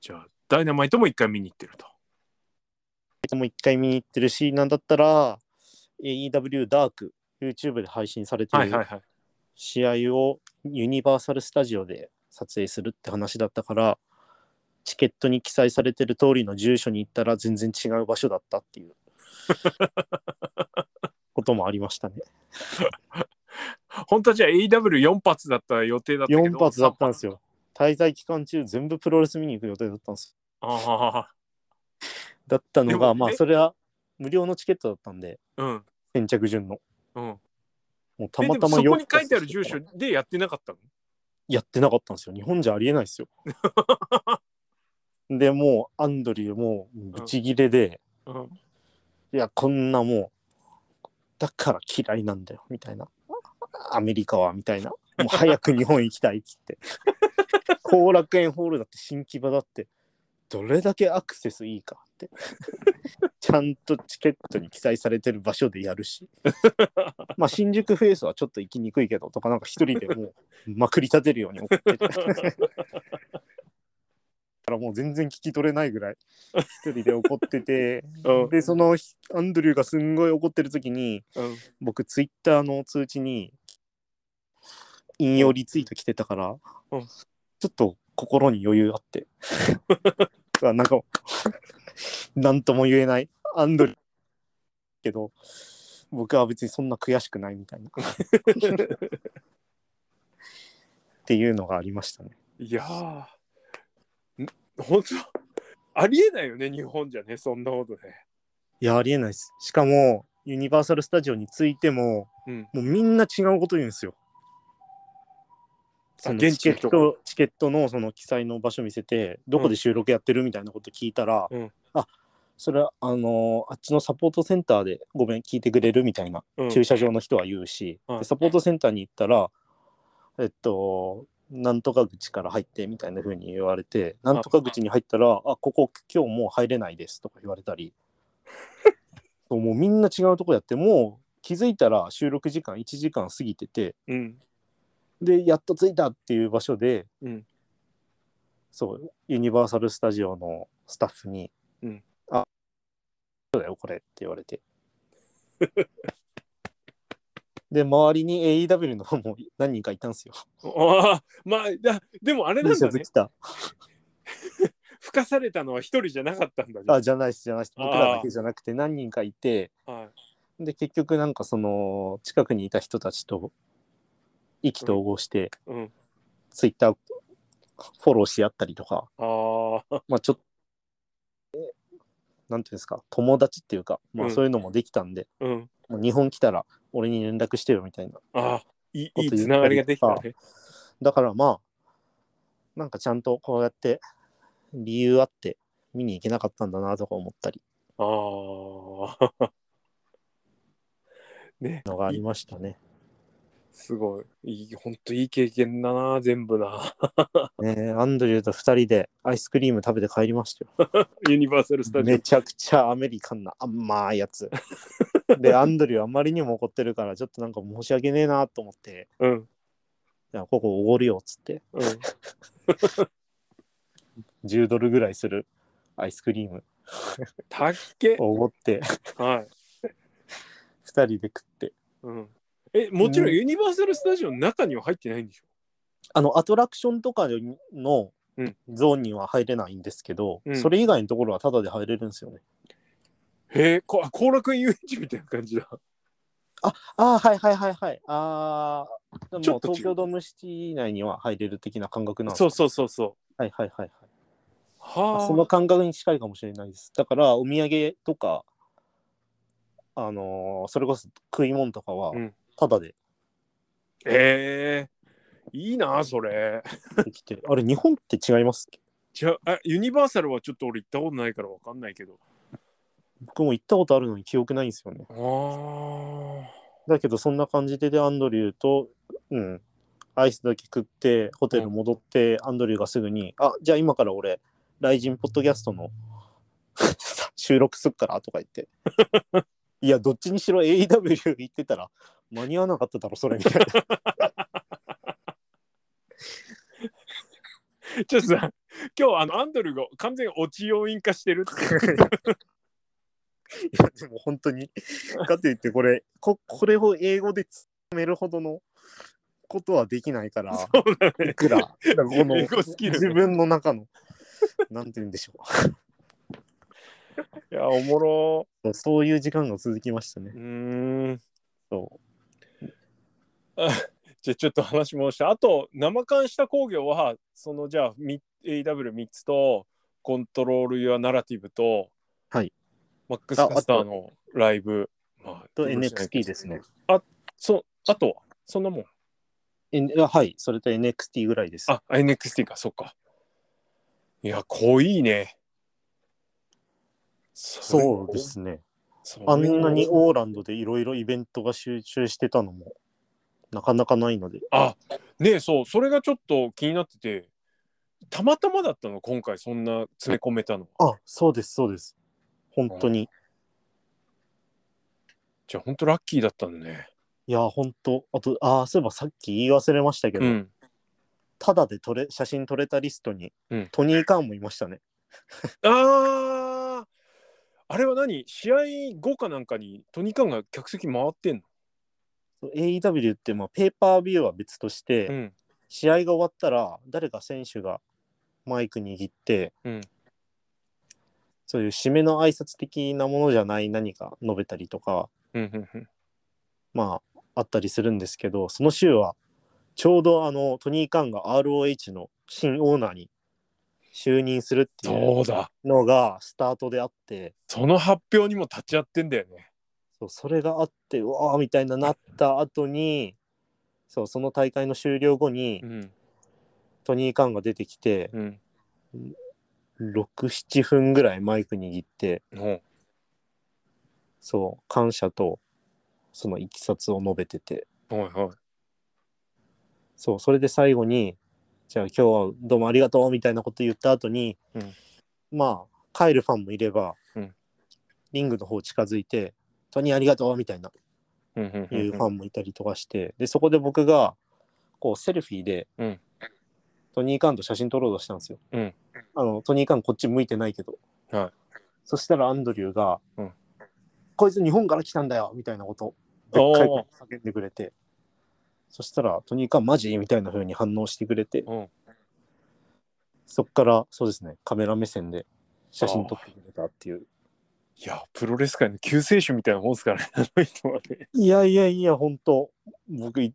じゃあダイナマイトも一回見に行ってると
もう一回見に行ってるし、なんだったら、AEW ダーク、YouTube で配信されて
はいはい
る
はい
試合をユニバーサル・スタジオで撮影するって話だったから、チケットに記載されてる通りの住所に行ったら全然違う場所だったって いうこともありましたね。
本当はじゃあ AW4 発だった予定だったけど
4発だったんですよ。滞在期間中全部プロレス見に行く予定だったんです。
あ
だったの
でも
が、まあ
え
それは無料のチケットだったんで、
あうん
先着順の。
うん
もうた
た
またま
そこ
4
に書いてある住
発
所でやってなかったの
やってなかったんですよ。日本じゃありえないで すよ。でもうアンドリューもブチギレで、
うん
いやこんなもうだから嫌いなんだよみたいなアメリカはみたいなもう早く日本行きたいっつって後楽園ホールだって新木場だってどれだけアクセスいいかってちゃんとチケットに記載されてる場所でやるしまあ新宿フェイスはちょっと行きにくいけどとかなんか一人でもうまくり立てるように送っててだからもう全然聞き取れないぐらい一人で怒ってて
うん
でそのひアンドリューがすんごい怒ってる時に
うん
僕ツイッターの通知に引用リツイート来てたから、
うん
ちょっと心に余裕あって あなんか何とも言えないアンドリューけど僕は別にそんな悔しくないみたい なっていうのがありましたね
いやーん本当ありえないよね日本じゃねそんなことね
いやありえないですしかもユニバーサル・スタジオについても
うん
もうみんな違うこと言うんですよ。
あ
その
現地
チケ
の
ッ
人
トチケットのその記載の場所見せて、どこで収録やってるみたいなこと聞いたら、
うん
あそれはあのーあっちのサポートセンターでごめん、聞いてくれるみたいな、
うん
駐車場の人は言うし、
はい
でサポートセンターに行ったら、えっと、なんとか口から入ってみたいな風に言われて、なんとか口に入ったら、あここ今日もう入れないですとか言われた り、そうもうみんな違うとこやって、もう気づいたら収録時間1時間過ぎてて、
うん
で、やっと着いたっていう場所で、
うん
そう、ユニバーサル・スタジオのスタッフに、
うん
あ、そうだよ、これって言わ れて。で、周りに AEW の方も何人かいたんですよ。
ああまあだでもあれ
T
なん
シ
だ
ャツ
ね
着た。
吹かされたのは一人じゃなかったんだね
あ、じゃないっす、じゃないっす。僕らだけじゃなくて何人かいて、
はい
で、結局なんかその、近くにいた人たちと意気投合して、
うん
ツイッターフォローし合ったりとか、
ああ
まあちょっと、なんていうんですか、友達っていうか、ま
う
あ
ん
そういうのもできたんで、
うん
もう日本来たら俺に連絡してよみたいな。
ああいいいいつながりができたね
だからまあ、なんかちゃんとこうやって理由あって見に行けなかったんだなとか思ったり
ああ。 ね、
のがありましたね。
すごい。いい、ほんといい経験だな、全部な。
ねえアンドリューと2人でアイスクリーム食べて帰りましたよ。
ユニバーサル・スタジオ
め。ちゃくちゃアメリカンな甘いやつ。 で、アンドリューあまりにも怒ってるから、ちょっとなんか申し訳ねえなと思って、
うん。
じゃあここおごるよっつって、
うん、
10ドルぐらいするアイスクリーム
たっけ。
をおごって、
はい。
2人で食って。
うん。え、もちろ
うんん
ユニバーサル・スタジオの中には入ってないんでしょ
あの、アトラクションとかの
うん
ゾーンには入れないんですけど、
うん
それ以外のところはタダで入れるんですよね。
へえ、こ、あ後楽園遊園地みたいな感じだ。
ああ、はいはいはいはい。ああ、でも
ちょっと違う
東京ドームシティ内には入れる的な感覚なんで す
そう
か
そうそうそう。
はいはいはいはい。
はあ。
その感覚に近いかもしれないです。だからお土産とか、あのーそれこそ食い物とかは
うん
タダで
ええいいなそれ。
できてる。あれ日本って違いますっけ
じゃあユニバーサルはちょっと俺行ったことないからわかんないけど。
僕も行ったことあるのに記憶ないんですよね。
ああ。
だけどそんな感じででアンドリューと、うん、アイスだけ食ってホテル戻って、アンドリューがすぐに「あじゃあ今から俺雷神ポッドキャストの収録すっから」とか言って。いやどっちにしろ AEW 行ってたら間に合わなかっただろそれみたいな。
ちょっとさ、今日あのアンドルが完全に落ち要因化してる って。
いやでも本当にかといってこれここれを英語で詰めるほどのことはできないから
そうだね
い。くらだからこの
英語スキルね
自分の中のなんて言うんでしょ
いや、おもろ。
うそういう時間が続きましたね
うーん。
そ
じゃあちょっと話戻して、あと生還した工業は、そのじゃあみ AW3 つと、コントロール・ユア・ナラティブと、
はい。
マックス・カスターのライブ。まあ
うと
どうもしない
NXT ですね。
そう、あとは、そんなもん。
えいやはいそれと NXT ぐらいです
あ、NXT か、そっか。いや、濃いね。それ
そうで。すね
それ
あんなにオーランドでいろいろイベントが集中してたのもなかなかないので
あねえそうそれがちょっと気になっててたまたまだったの今回そんな詰め込めたの
あそうですそうです本当に
じゃあほんとラッキーだったんだね
いや本当あとあそういえばさっき言い忘れましたけど、
うん
ただで撮れ写真撮れたリストに、
うん
トニー・カーンもいましたね。
あーあれは何試合後かなんかにトニカンが客席回ってんの、
そう AEW って、まあ、ペーパービューは別として、
うん、
試合が終わったら誰か選手がマイク握って、
うん
そういう締めの挨拶的なものじゃない何か述べたりとか
うんうんうん
まああったりするんですけどその週はちょうどあのトニー・カーンが ROH の新オーナーに就任するってい
そううだ
のがスタートであって。
その発表にも立ち会ってんだよね
そうそれがあってうわーみたいななった後にそうその大会の終了後に
うん
トニー・カーンが出てきて
うん
67分ぐらいマイク握って
お
そう感謝とそのいきさつを述べてて
はいはい
そうそれで最後にじゃあ今日はどうもありがとうみたいなこと言った後に、
うん
まあ帰るファンもいれば、
うん
リングの方近づいてトニーありがとうみたいな
うんうん
いう
う
フ
ん
ァンもいたりとかして、でそこで僕がこうセルフィーで、
うん
トニー・カーンと写真撮ろうとしたんですよ、
うん
あのトニー・カーンこっち向いてないけど、
はい
そしたらアンドリューが、
うん
こいつ日本から来たんだよ」みたいなことで
お
っ
ー
かい声で叫んでくれてそしたらトニー・カーンマジみたいな風に反応してくれて
うん
そっからそうですねカメラ目線で写真撮ってくれたっていう
いやプロレス界の救世主みたいなもんですからねあの人はね
いやいやいや本当僕い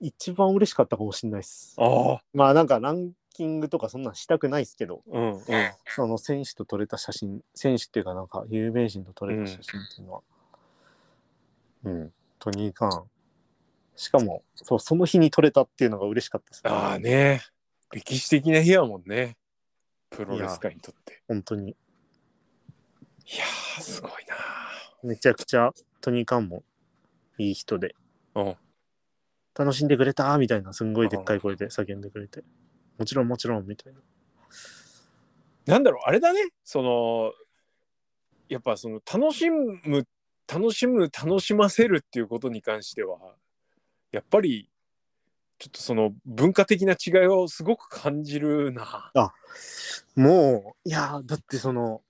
一番嬉しかったかもしれないです
ああ
まあなんかランキングとかそんなんしたくないですけど、
うんうん
その選手と撮れた写真、選手っていうかなんか有名人と撮れた写真っていうのは、うん、トニー・カーン。しかも、そう、その日に撮れたっていうのが嬉しかったです、
ああね歴史的な日やもんねプロレス界にとって
本当に。
いやーすごいな
めちゃくちゃトニー・カーンもいい人で、
ー
楽しんでくれたーみたいな、すんごいでっかい声で叫んでくれて、もちろんもちろんみたいな。
なんだろうあれだねそのやっぱその楽しむ楽しむ楽しませるっていうことに関してはやっぱりちょっとその文化的な違いをすごく感じるな
もう、いやーだってその、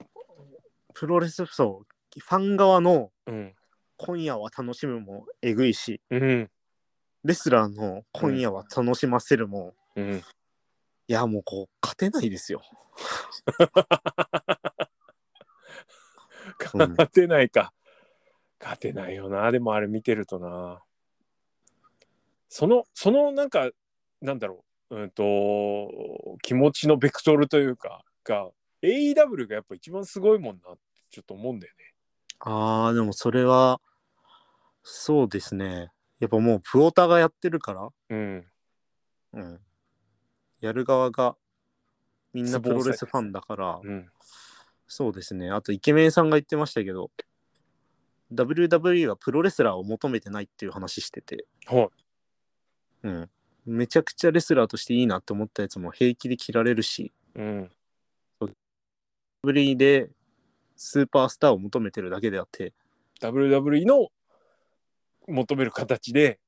プロレス、そう、ファン側の、
うん
今夜は楽しむもえぐいし
うん
レスラーの今夜は楽しませるも、
うん
いやもうこう勝てないですよ。うん
勝てないか勝てないよなでもあれ見てるとなそのそのなんかなんだろう、うん、と気持ちのベクトルというかが AEW がやっぱ一番すごいもんなってちょっと思うんだよね。
ああ、でもそれは、そうですね。やっぱもうプオタがやってるから、
うん、
うん。やる側が、みん
ス
な
ポ
プ
ンサー
ロレスファンだから、
うん、
そうですね。あと、イケメンさんが言ってましたけど、WWE はプロレスラーを求めてないっていう話してて、
はい
うん。めちゃくちゃレスラーとしていいなって思ったやつも平気で着られるし、
うん、
WWE でスーパースターを求めてるだけであって、
WWE の求める形で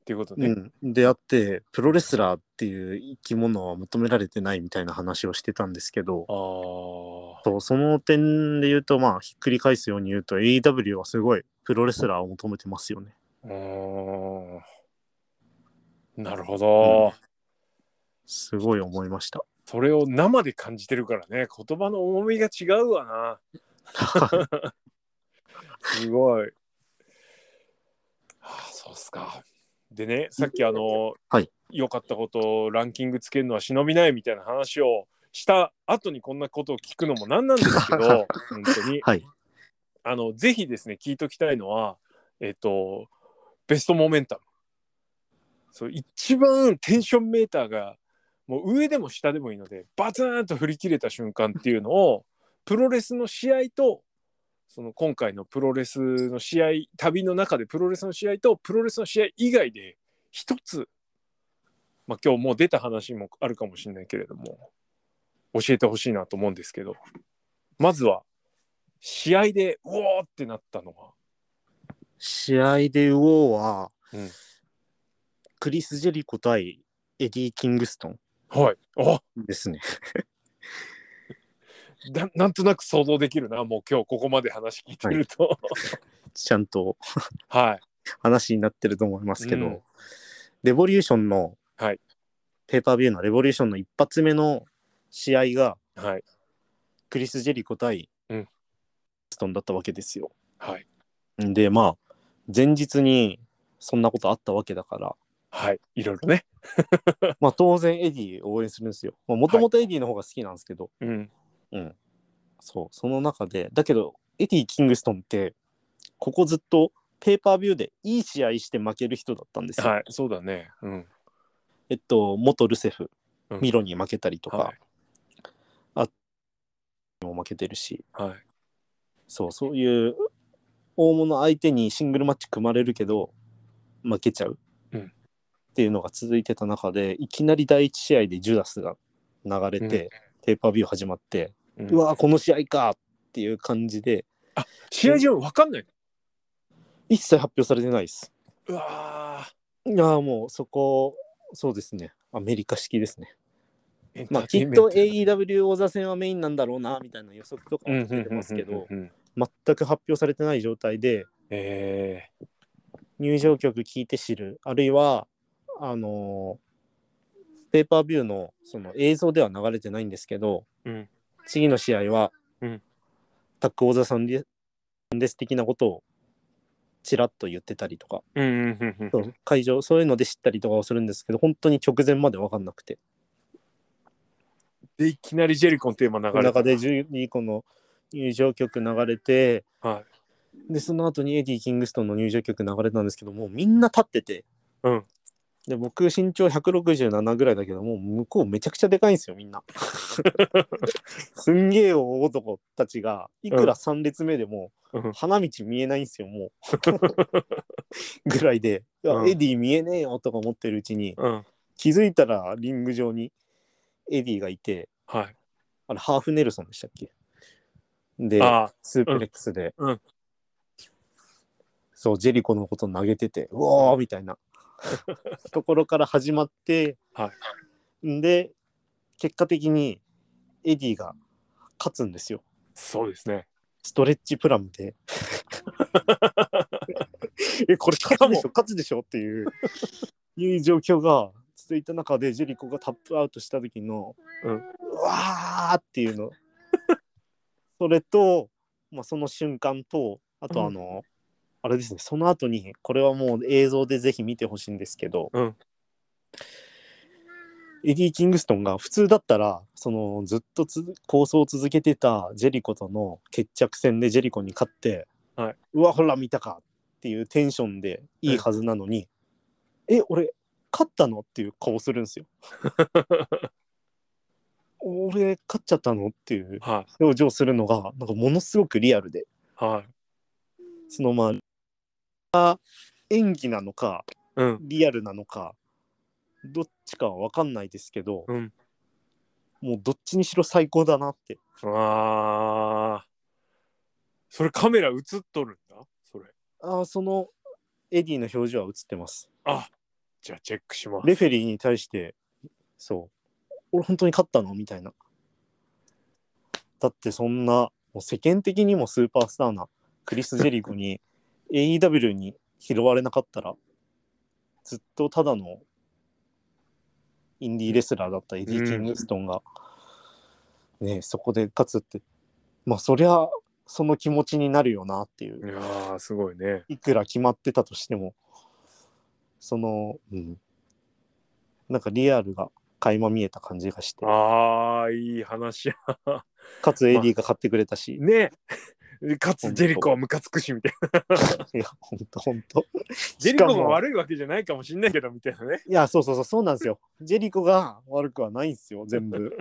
っていうことね。
うん、であってプロレスラーっていう生き物は求められてないみたいな話をしてたんですけど
ああ
そうその点で言うとまあひっくり返すように言うと AEW はすごいプロレスラーを求めてますよね。
うーんなるほど、
すごい思いました。
それを生で感じてるからね言葉の重みが違うわなすごい。はあ、そうっすか。でね、さっきあの、
はい
良かったことをランキングつけるのは忍びないみたいな話をした後にこんなことを聞くのもなんなんですけ ど、本当に。
はい。
あの、ぜひですね、聞いときたいのは、えっと、ベストモメンタム。そう、一番テンションメーターが、もう上でも下でもいいので、バツーンと振り切れた瞬間っていうのを、プロレスの試合と、その今回のプロレスの試合、旅の中でプロレスの試合と、プロレスの試合以外で、一つ、まあ今日もう出た話もあるかもしれないけれども、教えてほしいなと思うんですけど、まずは、試合でうおーってなったのは、
試合でウォーは、
うん
クリス・ジェリコ対エディ・キングストン
はい、あ
ですね。
だなんとなく想像できるなもう今日ここまで話聞いてると
ちゃんと
はい、
話になってると思いますけど、
うん
レボリューションの、
はい
ペーパービューのレボリューションの一発目の試合が
はいはい
クリス・ジェリコ対
うん
ストンだったわけですよ。
はい
でまあ前日にそんなことあったわけ だから、
はいいろいろね
まあ、当然エディを応援するんですよ。もともとエディの方が好きなんですけど、
うん
うん、そうその中でだけどエディ・キングストンってここずっとペーパービューでいい試合して負ける人だったんですよ。
はいそうだねうん
えっと、元ルセフ
うん、
ミロに負けたりとか、
はい
も負けてるし、
はい
そう、そういう大物相手にシングルマッチ組まれるけど、負けちゃう
う
っ
ん
ていうのが続いてた中で、いきなり第一試合でジュダスが流れて、ペーパービュー始まって、
う
うんわーこの試合かっていう感じで、
試合順分かんない
一切発表されてないです。
うわー
いやーもうそこ、そうですね、アメリカ式で すね。
エンタ
まあ、
ーテ
き
イ
っ
ンメント
と AEW 王座戦はメインなんだろうなみたいな予測とか
うんう
は
ん
立ててますけ
うん
ど、
うんうん
全く発表されてない状態で、
え
入場曲聞いて知るあるいはあのーペーパービューのその映像では流れてないんですけど
ーうん
次の試合は、
うん
タック王座さんでです的なことをちらっと言ってたりとか、
うんうんうん
そう会場そういうので知ったりとかをするんですけど本当に直前まで分かんなくて
でいきなりジェリコンテーマ流れた
中で12個の入場曲流れて
はい
でその後にエディ・キングストンの入場曲流れたんですけどもうみんな立ってて
うん
で僕身長167ぐらいだけどもう向こうめちゃくちゃでかいんですよみ んな。すんげえ大男たちがいくら3列目でも
うん
花道見えないんです よもう。ぐらいで、いや
うん
エディ見えねえよとか思ってるうちに
うん
気づいたらリング上にエディがいて
はい
あれハーフネルソンでしたっけで
あー
スープレックスで、
うんうん
そうジェリコのこと投げててうおーみたいな ところから始まって、
は
んで結果的にエディが勝つんですよ
そうですね
ストレッチプラムでえこれ勝つで しょ勝つでしょっていういう状況が続いた中でジェリコがタップアウトした時の、
うん
うわーっていうのそれと、まあ、その瞬間とあとあの、あれですね、その後に、これはもう映像でぜひ見てほしいんですけど、
うん
エディ・キングストンが普通だったら、そのずっとつ構想を続けてたジェリコとの決着戦でジェリコに勝って、
はいう
わ、ほら、見たかっていうテンションでいいはずなのに、え、俺、勝ったのっていう顔するん ですよ。俺、勝っちゃったのっていう
は
表情するのが、なんかものすごくリアルで。
い。はい。
そのまあ演技なのか
うん。
リアルなのかどっちかは分かんないですけど、
うん
もうどっちにしろ最高だなって
ああ。それカメラ映っとるんだそれ。
ああそのエディの表情は映ってます
あじゃあチェックします。
レフェリーに対してそう俺本当に勝ったのみたいなだってそんなもう世間的にもスーパースターなクリス・ジェリコに AEW に拾われなかったらずっとただのインディーレスラーだったエディ・キングストンが、ねえそこで勝つってまあそりゃその気持ちになるよなっていう
いやー、すごいね。
いくら決まってたとしてもその、うん、なんかリアルが垣間見えた感じがして
ああ、いい話や。
かつ AD が買ってくれたし、
ね え。かつジェリコはムカつくしみたいな。
いやほんとほんと
ジェリコが
い
悪いわけじゃないかもしんないけどみたいなね。
いやそうそうそうそうなんですよジェリコが悪くはないんですよ全 部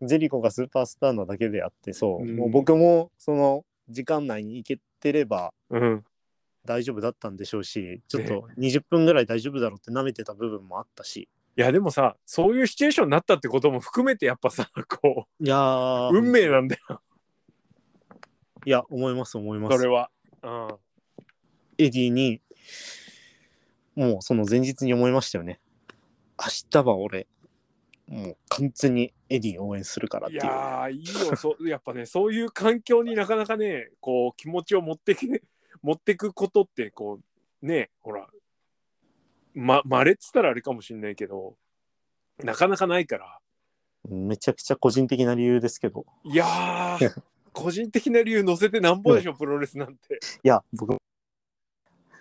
ジェリコがスーパースターなだけであってそう,、
うん
もう僕もその時間内に行けてれば
うん。
大丈夫だったんでしょうしちょっと20分ぐらい大丈夫だろうって舐めてた部分もあったし
いやでもさそういうシチュエーションになったってことも含めてやっぱさこ
いやー
う運命なんだよ
いや思います思いま
そ
す
れは。うん、
エディに、もうその前日に思いましたよね。明日は俺、もう完全にエディ応援するからっ
い
ていう。
やーいいよそやっぱねそう いう環境になかなかねこう気持ちを持ってけ 持ってくことってこうねほらまれっつったらあれかもしんないけどなかなかないから
めちゃくちゃ個人的な理由ですけど。
いや ー個人的な理由乗せてなんぼでしょプロレスなんて。
いや、僕、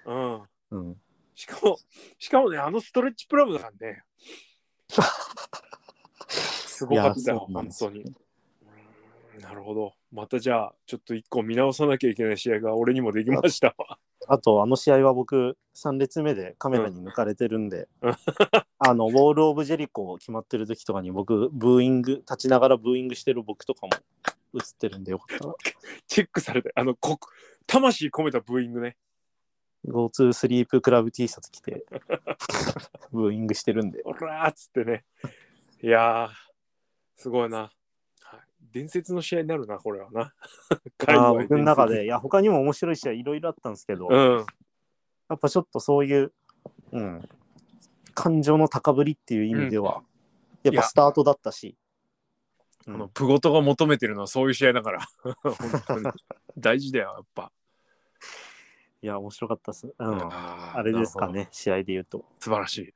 うん
うん、
しかも、しかもね、あのストレッチプラムだから ね。すごかっ
い
た
や
よ、
そうなん
本
です
当
よ
に。うんなるほど。またじゃあ、ちょっと一個見直さなきゃいけない試合が俺にもできました わ。
あと、あの試合は僕、3列目でカメラに抜かれてるんで、
うん
あの、ウォール・オブ・ジェリコ決まってる時とかに僕、ブーイング、立ちながらブーイングしてる僕とかも映ってるんでよかったら。
チェックされて、あの、こ魂込めたブーイングね。
Go to Sleep Club T シャツ 着て、ブーイングしてるんで。
おらーっつってね。いやー、すごいな。はい伝説の試合になるな、これはな。 海
あ
外
ー僕の中
伝
で、いや、他にも面白い試合いろいろあったんですけど、
説。うん。
やっぱちょっとそういう、うん、感情の高ぶりっていう意味では、
ん
やっぱスタートだったし、
あ
う
の
ん、
プゴトが求めてるのはそういう試合だから。 本当に大事だよ、やっぱ。
いや、面白かったっす。うん、あ
あー
れですか。
なる
ね、試合で言うと。
ほど素晴らしい。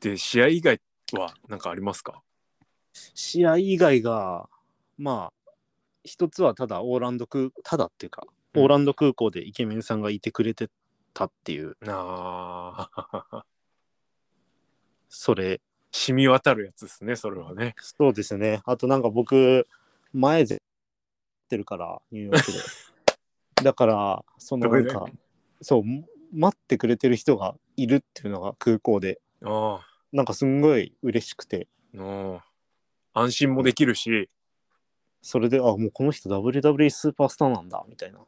で、試合以外は何かありますか
試合以外が、まあ、一つはただ、オーランド空、ただっていうか、
うん
オーランド空港でイケメンさんがいてくれてたっていう、
ああ、
それ、
染み渡るやつですね、それはね。
そうですね。あとなんか僕、前でってるから、ニューヨークで。 だから、そのなん
ど
か
こ、
そう、待ってくれてる人がいるっていうのが空港で、
あ
なんかすんごい嬉しくて、
あ、の安心もできるし、
それで、あ、もうこの人 WWE スーパースターなんだ、みたいな。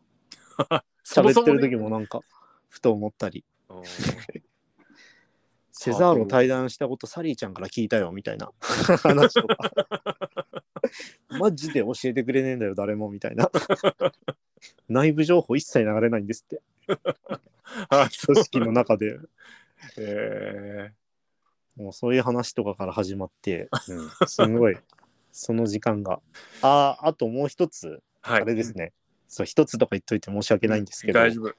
そも
喋
そも
って
ね、
る時もなんか、ふと思ったり、
うん
セザーロ対談したことサリーちゃんから聞いたよ、みたいな話と か。マジで教えてくれねえんだよ、誰も、みたい な。内部情報一切流れないんですって。
あ
組織の中で
え
もうそういう話とかから始まって、すごいその時間があああともう一つ
ー、は
あ
い。
れですね、そう一つとか言っといて申し訳ないんですけど
大丈夫。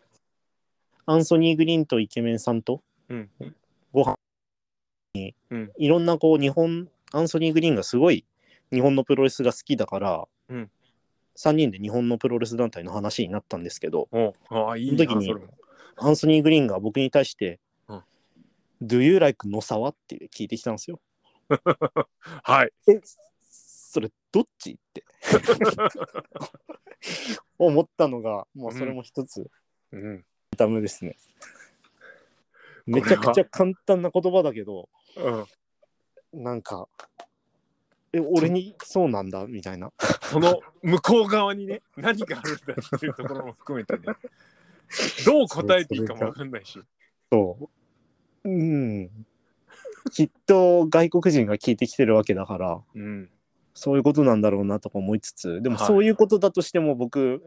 アンソニー・グリーンとイケメンさんと
うん
ご飯に、
うん
いろんなこう日本アンソニー・グリーンがすごい日本のプロレスが好きだから、
うん
3人で日本のプロレス団体の話になったんですけど、
おああ、いい
そ
な、
の時に
それも。
アンソニー・グリーンが僕に対して
うん
「Do you like 野沢?」って聞いてきたんですよ。
はい。
えそれどっちって 思ったのがもうそれも一つ
うん。
ダメですね。
れ
め
は
ちゃくちゃ簡単な言葉だけど
うん、
なんか「え俺にそうなんだ」みたいな。
その向こう側にね、何があるんだっていうところも含めてね。どう答えていいかもわかんないし。
そううんきっと外国人が聞いてきてるわけだから。
うん。
そういうことなんだろうなとか思いつつでも
はい
そういうことだとしても僕、好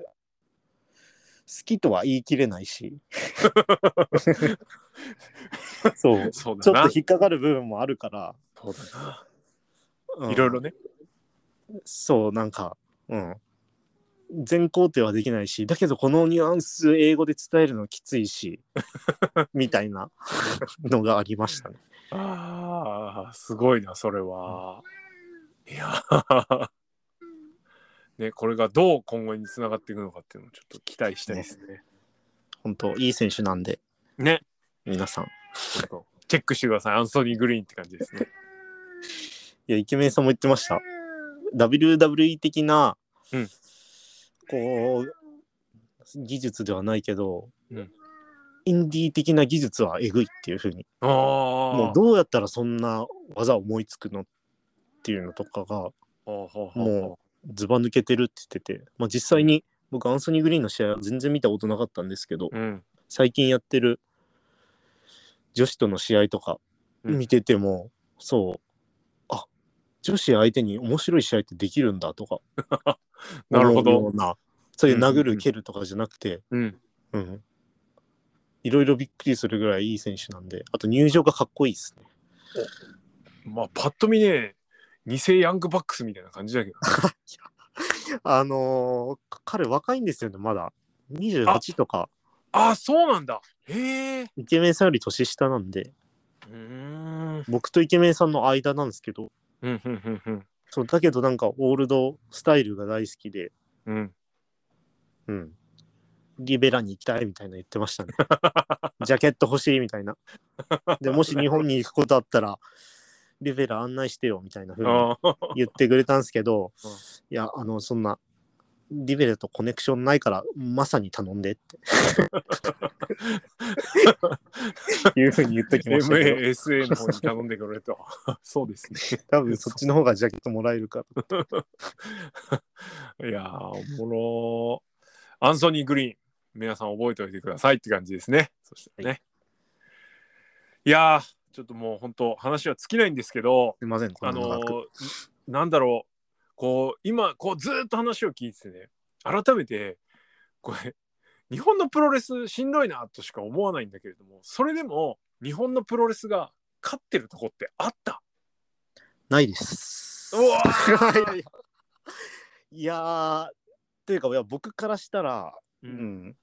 きとは言い切れな いしそう
そう
ち
だ
ょっ
な
と。引っかかる部分もあるから、
そうだな。
うん
いろいろね。
そうなんかうん全肯定はできないしだけどこのニュアンス英語で伝えるのきつ いしみたいなのがありましたね。
ああ、すごいな、それは。いやー ね、これがどう今後につながっていくのかっていうのをちょっと期待したいですね。
本当いい選手なんで
ね、
皆さんい
ちょっとチェックしてください、アンソニー・グリーンって感じですね。
やイケメンさんも言ってました WWE 的な、
うん
こう技術ではないけど、
うん
インディー的な技術はえぐいっていうふうに
ああ、
もうどうやったらそんな技を思いつくのっていうのとかが
ほうほうほう
もうずば抜けてるって言ってて、まあ、実際に僕アンソニー・グリーンの試合は全然見たことなかったんですけど
うん、
最近やってる女子との試合とか
うん
見てても、そうあ女子相手に面白い試合ってできるんだとか
なるほど
思うよう なそういう
うんう
殴
んうん
る蹴るとかじゃなくて、
うん。
うんいろいろびっくりするぐらいいい選手なんであと入場がかっこいいですね
まあ、パッと見ね、偽ヤングバックスみたいな感じだけど、
あのー彼若いんですよねまだ28とか
ああ、そうなんだ。へえ。
イケメンさんより年下なんで
うーん。
僕とイケメンさんの間なんですけど
うん、うん、うん、うん
そうだけどなんかオールドスタイルが大好きで
うん。
うん。リベラに行きたいみたいな言って ましたね。ジャケット欲しいみたいな。でもし日本に行くことあったら、リベラ案内してよみたいな風に
ああ、
言ってくれたんですけど
うん、
いや、あの、そんな、リベラとコネクションないから、まさに頼んで って。いう風に言っときましたけど、
MASA の方に頼んでくれと。 そうですね。
多分そっちの方がジャケットもらえるから。
いやー、おもろーアンソニー・グリーン、皆さん覚えておいてくださいって感じですね。そしてね。、
はい
やー、ちょっともう本当、話は尽きないんですけど、
すいません、こ
あ
んな長
の
く。
ー、なんだろう、こう、今、こう、ずーっと話を聞いててね、改めて、これ、日本のプロレスしんどいなとしか思わないんだけれども、それでも、日本のプロレスが勝ってるとこってあった。
ないです。
うわ
いやいや いやー、というか、いや僕からしたら、
う
う。ん、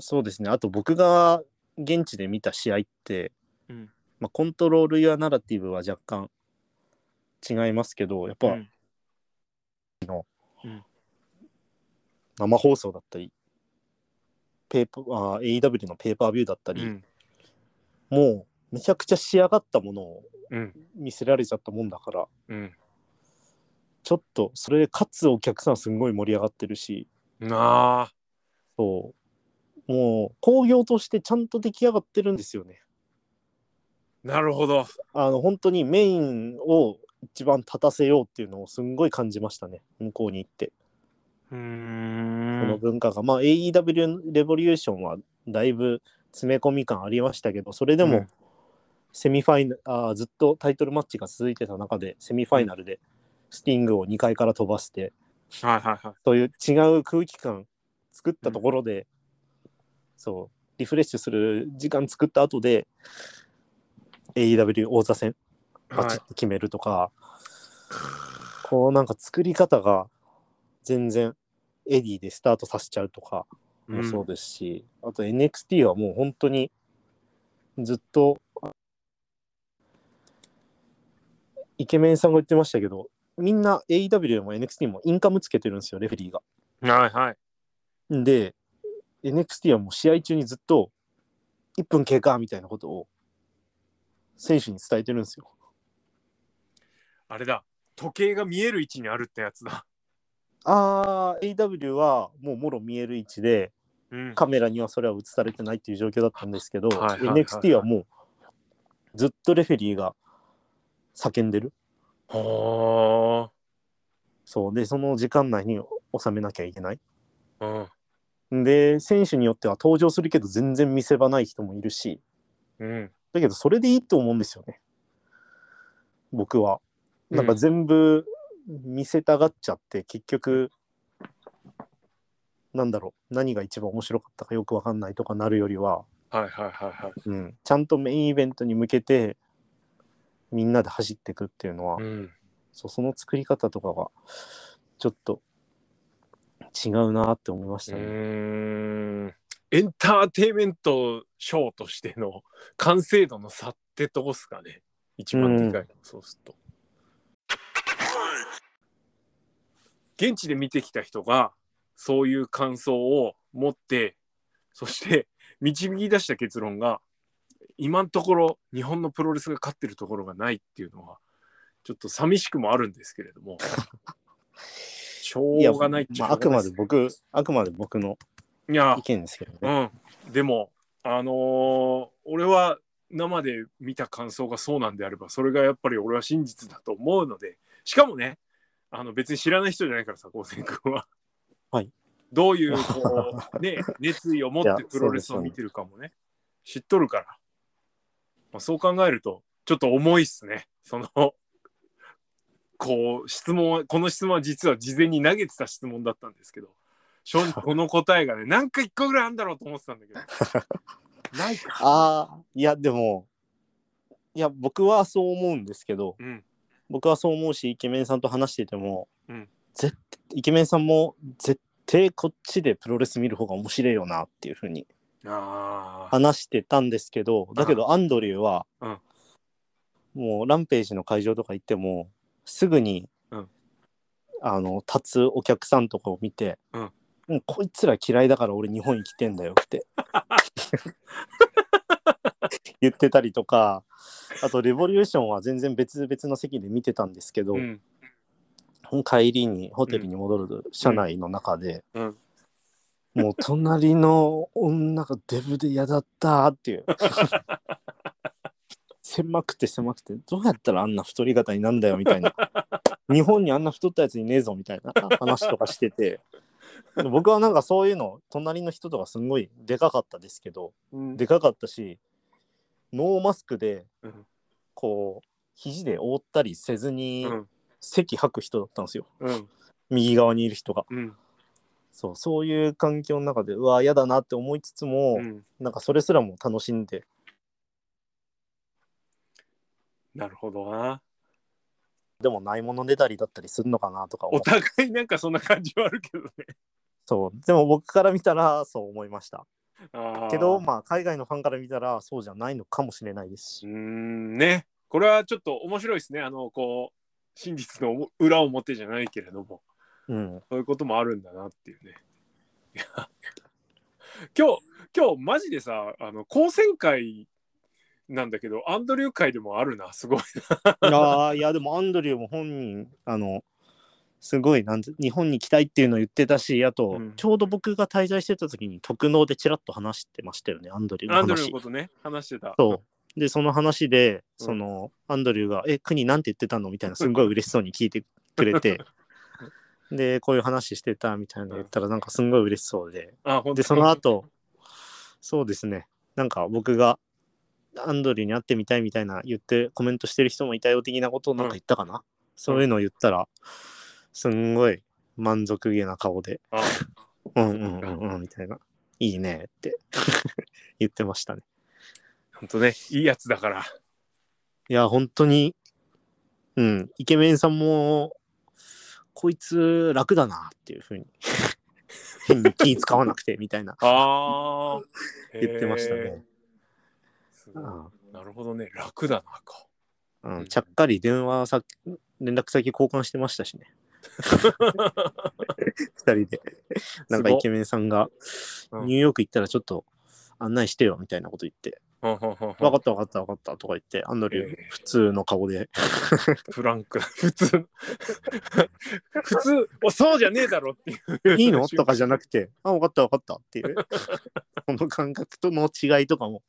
そうですね。あと僕が現地で見た試合って、
うん
まあ、コントロールやナラティブは若干違いますけど、やっぱ
うん
生放送だったり、ペーパーあー AEW のペーパービューだったり、
うん
もうめちゃくちゃ仕上がったものを
うん
見せられちゃったもんだから、
うん
ちょっとそれでかつお客さんすんごい盛り上がってるし、
なあ
そう、もう興行としてちゃんと出来上がってるんですよね。
なるほど
あの本当にメインを一番立たせようっていうのをすんごい感じましたね向こうに行って
うー
この
ん
文化が、まあ AEW レボリューションはだいぶ詰め込み感ありましたけどそれで
う
も
ん
セミファイナル、あーずっとタイトルマッチが続いてた中でセミファイナルでスティングを2階から飛ばして
はいはいはい
そういう違う空気感作ったところで、そうリフレッシュする時間作った後で AEW 王座戦バ
は
チッ
い
と決めるとか、こうなんか作り方が全然エディでスタートさせちゃうとかもそうですし、あと NXT はもう本当にずっとイケメンさんが言ってましたけどみんな AEW でも NXT もインカムつけてるんですよレフェリーが。
はいはい。
で、NXT はもう試合中にずっと、1分経過みたいなことを、選手に伝えてるんですよ。
あれだ。時計が見える位置にあるってやつだ。
あー、AW はもうもろ見える位置で、
うん。
カメラにはそれは映されてないっていう状況だったんですけど、
はいはいはいはい
NXT はもう、ずっとレフェリーが叫んでる。
は
そう。で、その時間内に収めなきゃいけない。
あ。うん。
で、選手によっては登場するけど全然見せ場ない人もいるし、
うん。
だけどそれでいいと思うんですよね。僕は。なんか
うん
全部見せたがっちゃって、結局、なんだろう、何が一番面白かったかよくわかんないとかなるよりは、
はいはいはいはい。
うん、ちゃんとメインイベントに向けて、みんなで走っていくっていうのは、
うん。
そうその作り方とかが、ちょっと違うなって思いまし
う
たね。
ーん。エンターテイメントショーとしての完成度の差ってどこっすかね。一番でかいの、そうすると。現地で見てきた人がそういう感想を持ってそして導き出した結論が今のところ日本のプロレスが勝ってるところがないっていうのはちょっと寂しくもあるんですけれど もしょ
いや、
うがないっち
ま
ゃ
あ、
し
あ
ょ
く
うがな
ま
い
です
ね
僕、あくまで僕の
いや
意見ですけどね。
うん、でも、あのー俺は生で見た感想がそうなんであれば、それがやっぱり俺は真実だと思うので、しかもね、あの別に知らない人じゃないからさ、高専君は。
はい。
どういうこ う、ね、熱意を持ってプロレスを見てるかもね、知っとるから。まあ、そう考えると、ちょっと重いっすね。その、こう、質問は、この質問は実は事前に投げてた質問だったんですけど、正 直この答えがね、なんか一個ぐらいあるんだろうと思ってたんだけど。ないか。
ああ、いや、でも、いや、僕はそう思うんですけど、
うん。
僕はそう思うし、イケメンさんと話してても、
うん
絶イケメンさんも、絶対こっちでプロレス見る方が面白いよなっていうふうに
ああ。
話してたんですけど、だけど、アンドリューは、
うん
もう、ランページの会場とか行っても、すぐに、
うん
あの、立つお客さんとかを見て、
うん
もうこいつら嫌いだから俺日本に来てんだ よって言ってたりとかあと「レボリューション」は全然別々の席で見てたんですけど、
うん。
帰りにホテルに戻る車内の中で、
うん
もう隣の女がデブで嫌だったっていう 狭くて狭くてどうやったらあんな太り方になんだよみたいな日本にあんな太ったやついねえぞみたいな 話とかしてて僕はなんかそういうの隣の人とかすごいでかかったですけど
うん
でかかったしノーマスクで
うん
こう肘で覆ったりせずに
うん。
席吐く人だったんですよ。
うん。
右側にいる人が
うん。
そうそういう環境の中でうわ嫌だなって思いつつ
う
も、
ん。
なんかそれすらも楽しんで
なるほどな。
でもないものねだりだったりするのかなとか思
お
っ
互いなんかそんな感じはあるけどね。
そうでも僕から見たらそう思いました
あー
けどまあ海外のファンから見たらそうじゃないのかもしれないです
う
し、
ーんねこれはちょっと面白いですねあのこう真実の裏表じゃないけれども
うん、
そういうこともあるんだなっていうねいや今日今日マジでさあの高専会なんだけどアンドリュー会でもあるなすごい
あーいやでもアンドリューも本人あのすごいなんて日本に来たいっていうのを言ってたしあと、
うん
ちょうど僕が滞在してた時に特納でちらっと話してましたよねアンドリューの
アン
話
ドリューのことね話してた
そう。で、その話で、
うん
その、アンドリューが、え、国なんて言ってたのみたいな、すんごい嬉しそうに聞いてくれ て、で、こういう話してたみたいなの言ったら、なんかすんごい嬉しそうで、
あ本当
で、その後、そうですね、なんか僕が、アンドリューに会ってみたいみたいな言って、コメントしてる人もいたよ的なことをなんか言ったかな、そういうのを言ったら、すんごい満足げな顔で、
あ
うんうんうんうんみたいな、いいねって 言ってましたね。
本当ねいいやつだから
いや、本当に、うん、イケメンさんも、こいつ楽だなっていうふうに、 変に気使わなくてみたいな
あー
言ってましたね。
す
う
ごい
ん
なるほどね楽だなか
うん、ちゃっかり電話さ連絡先交換してましたしね。二人で。なんか
すご
イケメンさんが、
うん
ニューヨーク行ったらちょっと案内してよみたいなこと言って、
ほんほんほんほん
分かった分かった分かったとか言って、アンドリュー
ええ、
普通の顔で、
フランクな普通 普通 おそうじゃねえだろっていう
いいのとかじゃなくて、あ、分かった分かったっていう、この感覚との違いとかも、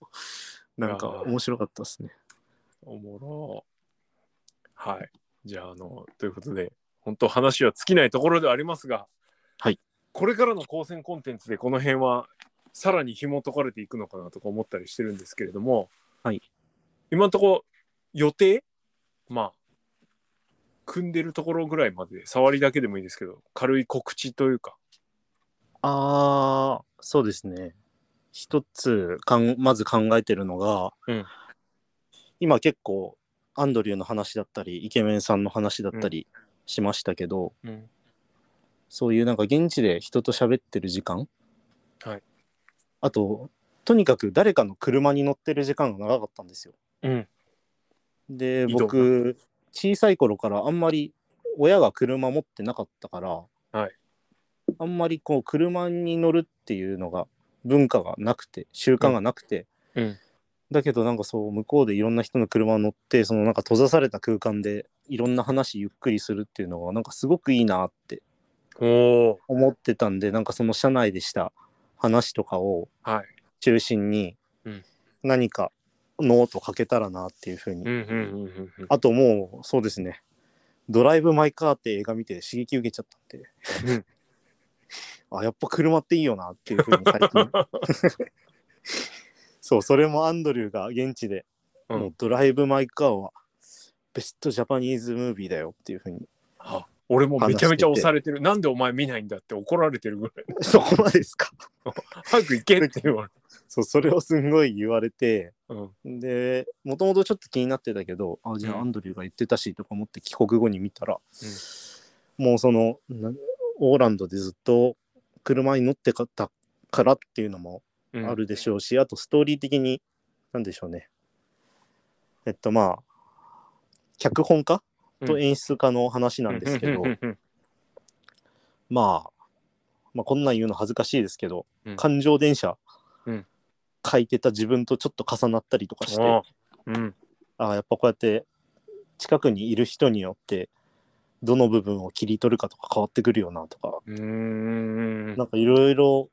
なんか面白かったですね。
おもろはいじゃああのということで本当話は尽きないところではありますが
はい
これからの高専コンテンツでこの辺はさらに紐解かれていくのかなとか思ったりしてるんですけれども
はい
今のところ予定まあ組んでるところぐらいまで触りだけでもいいですけど軽い告知というか
ああ、そうですね。一つかん、まず考えてるのが、
うん
今結構、アンドリューの話だったり、イケメンさんの話だったりしましたけど、
うん
そういうなんか現地で人と喋ってる時間、
はい、
あととにかく誰かの車に乗ってる時間が長かったんですよ。
うん
で
移動
僕小さい頃からあんまり親が車持ってなかったから、
はい、
あんまりこう車に乗るっていうのが文化がなくて習慣がなくて、
うんうん
だけどなんかそう向こうでいろんな人の車に乗ってそのなんか閉ざされた空間でいろんな話ゆっくりするっていうのがなんかすごくいいなって
おお
思ってたんでなんかその社内でした話とかを
はい
中心に
うん
何かノート書けたらなっていうふうに、
うんうんうんうんうん
あともうそうですね「ドライブ・マイ・カー」って映画見て刺激受けちゃったんで、あやっぱ車っていいよなっていうふうに最近 そうそれもアンドリューが現地で「
うん
もうドライブ・マイ・カー」はベストジャパニーズムービーだよっていうふうに
あ俺もめちゃめちゃ押されてる。なんでお前見ないんだって怒られてるぐらい。
そこまでですか
早く行けって言われ
そうそれをすんごい言われて、
る。うん。
でもともとちょっと気になってたけどあじ
う
ゃあ
ん
アンドリューが言ってたしとか思って帰国後に見たら、もうそのなオーランドでずっと車に乗ってかたからっていうのも
うん
あ。るでしょうし、あとストーリー的に何でしょうねえっとまあ脚本家と演出家の話なんですけど、
うんうん
まあ、まあこんなん言うの恥ずかしいですけど、
うん
環状電車、
うん
書いてた自分とちょっと重なったりと かして。
うんうん。
あーやっぱこうやって近くにいる人によってどの部分を切り取るかとか変わってくるよなとか、
うーん。
なんかいろいろ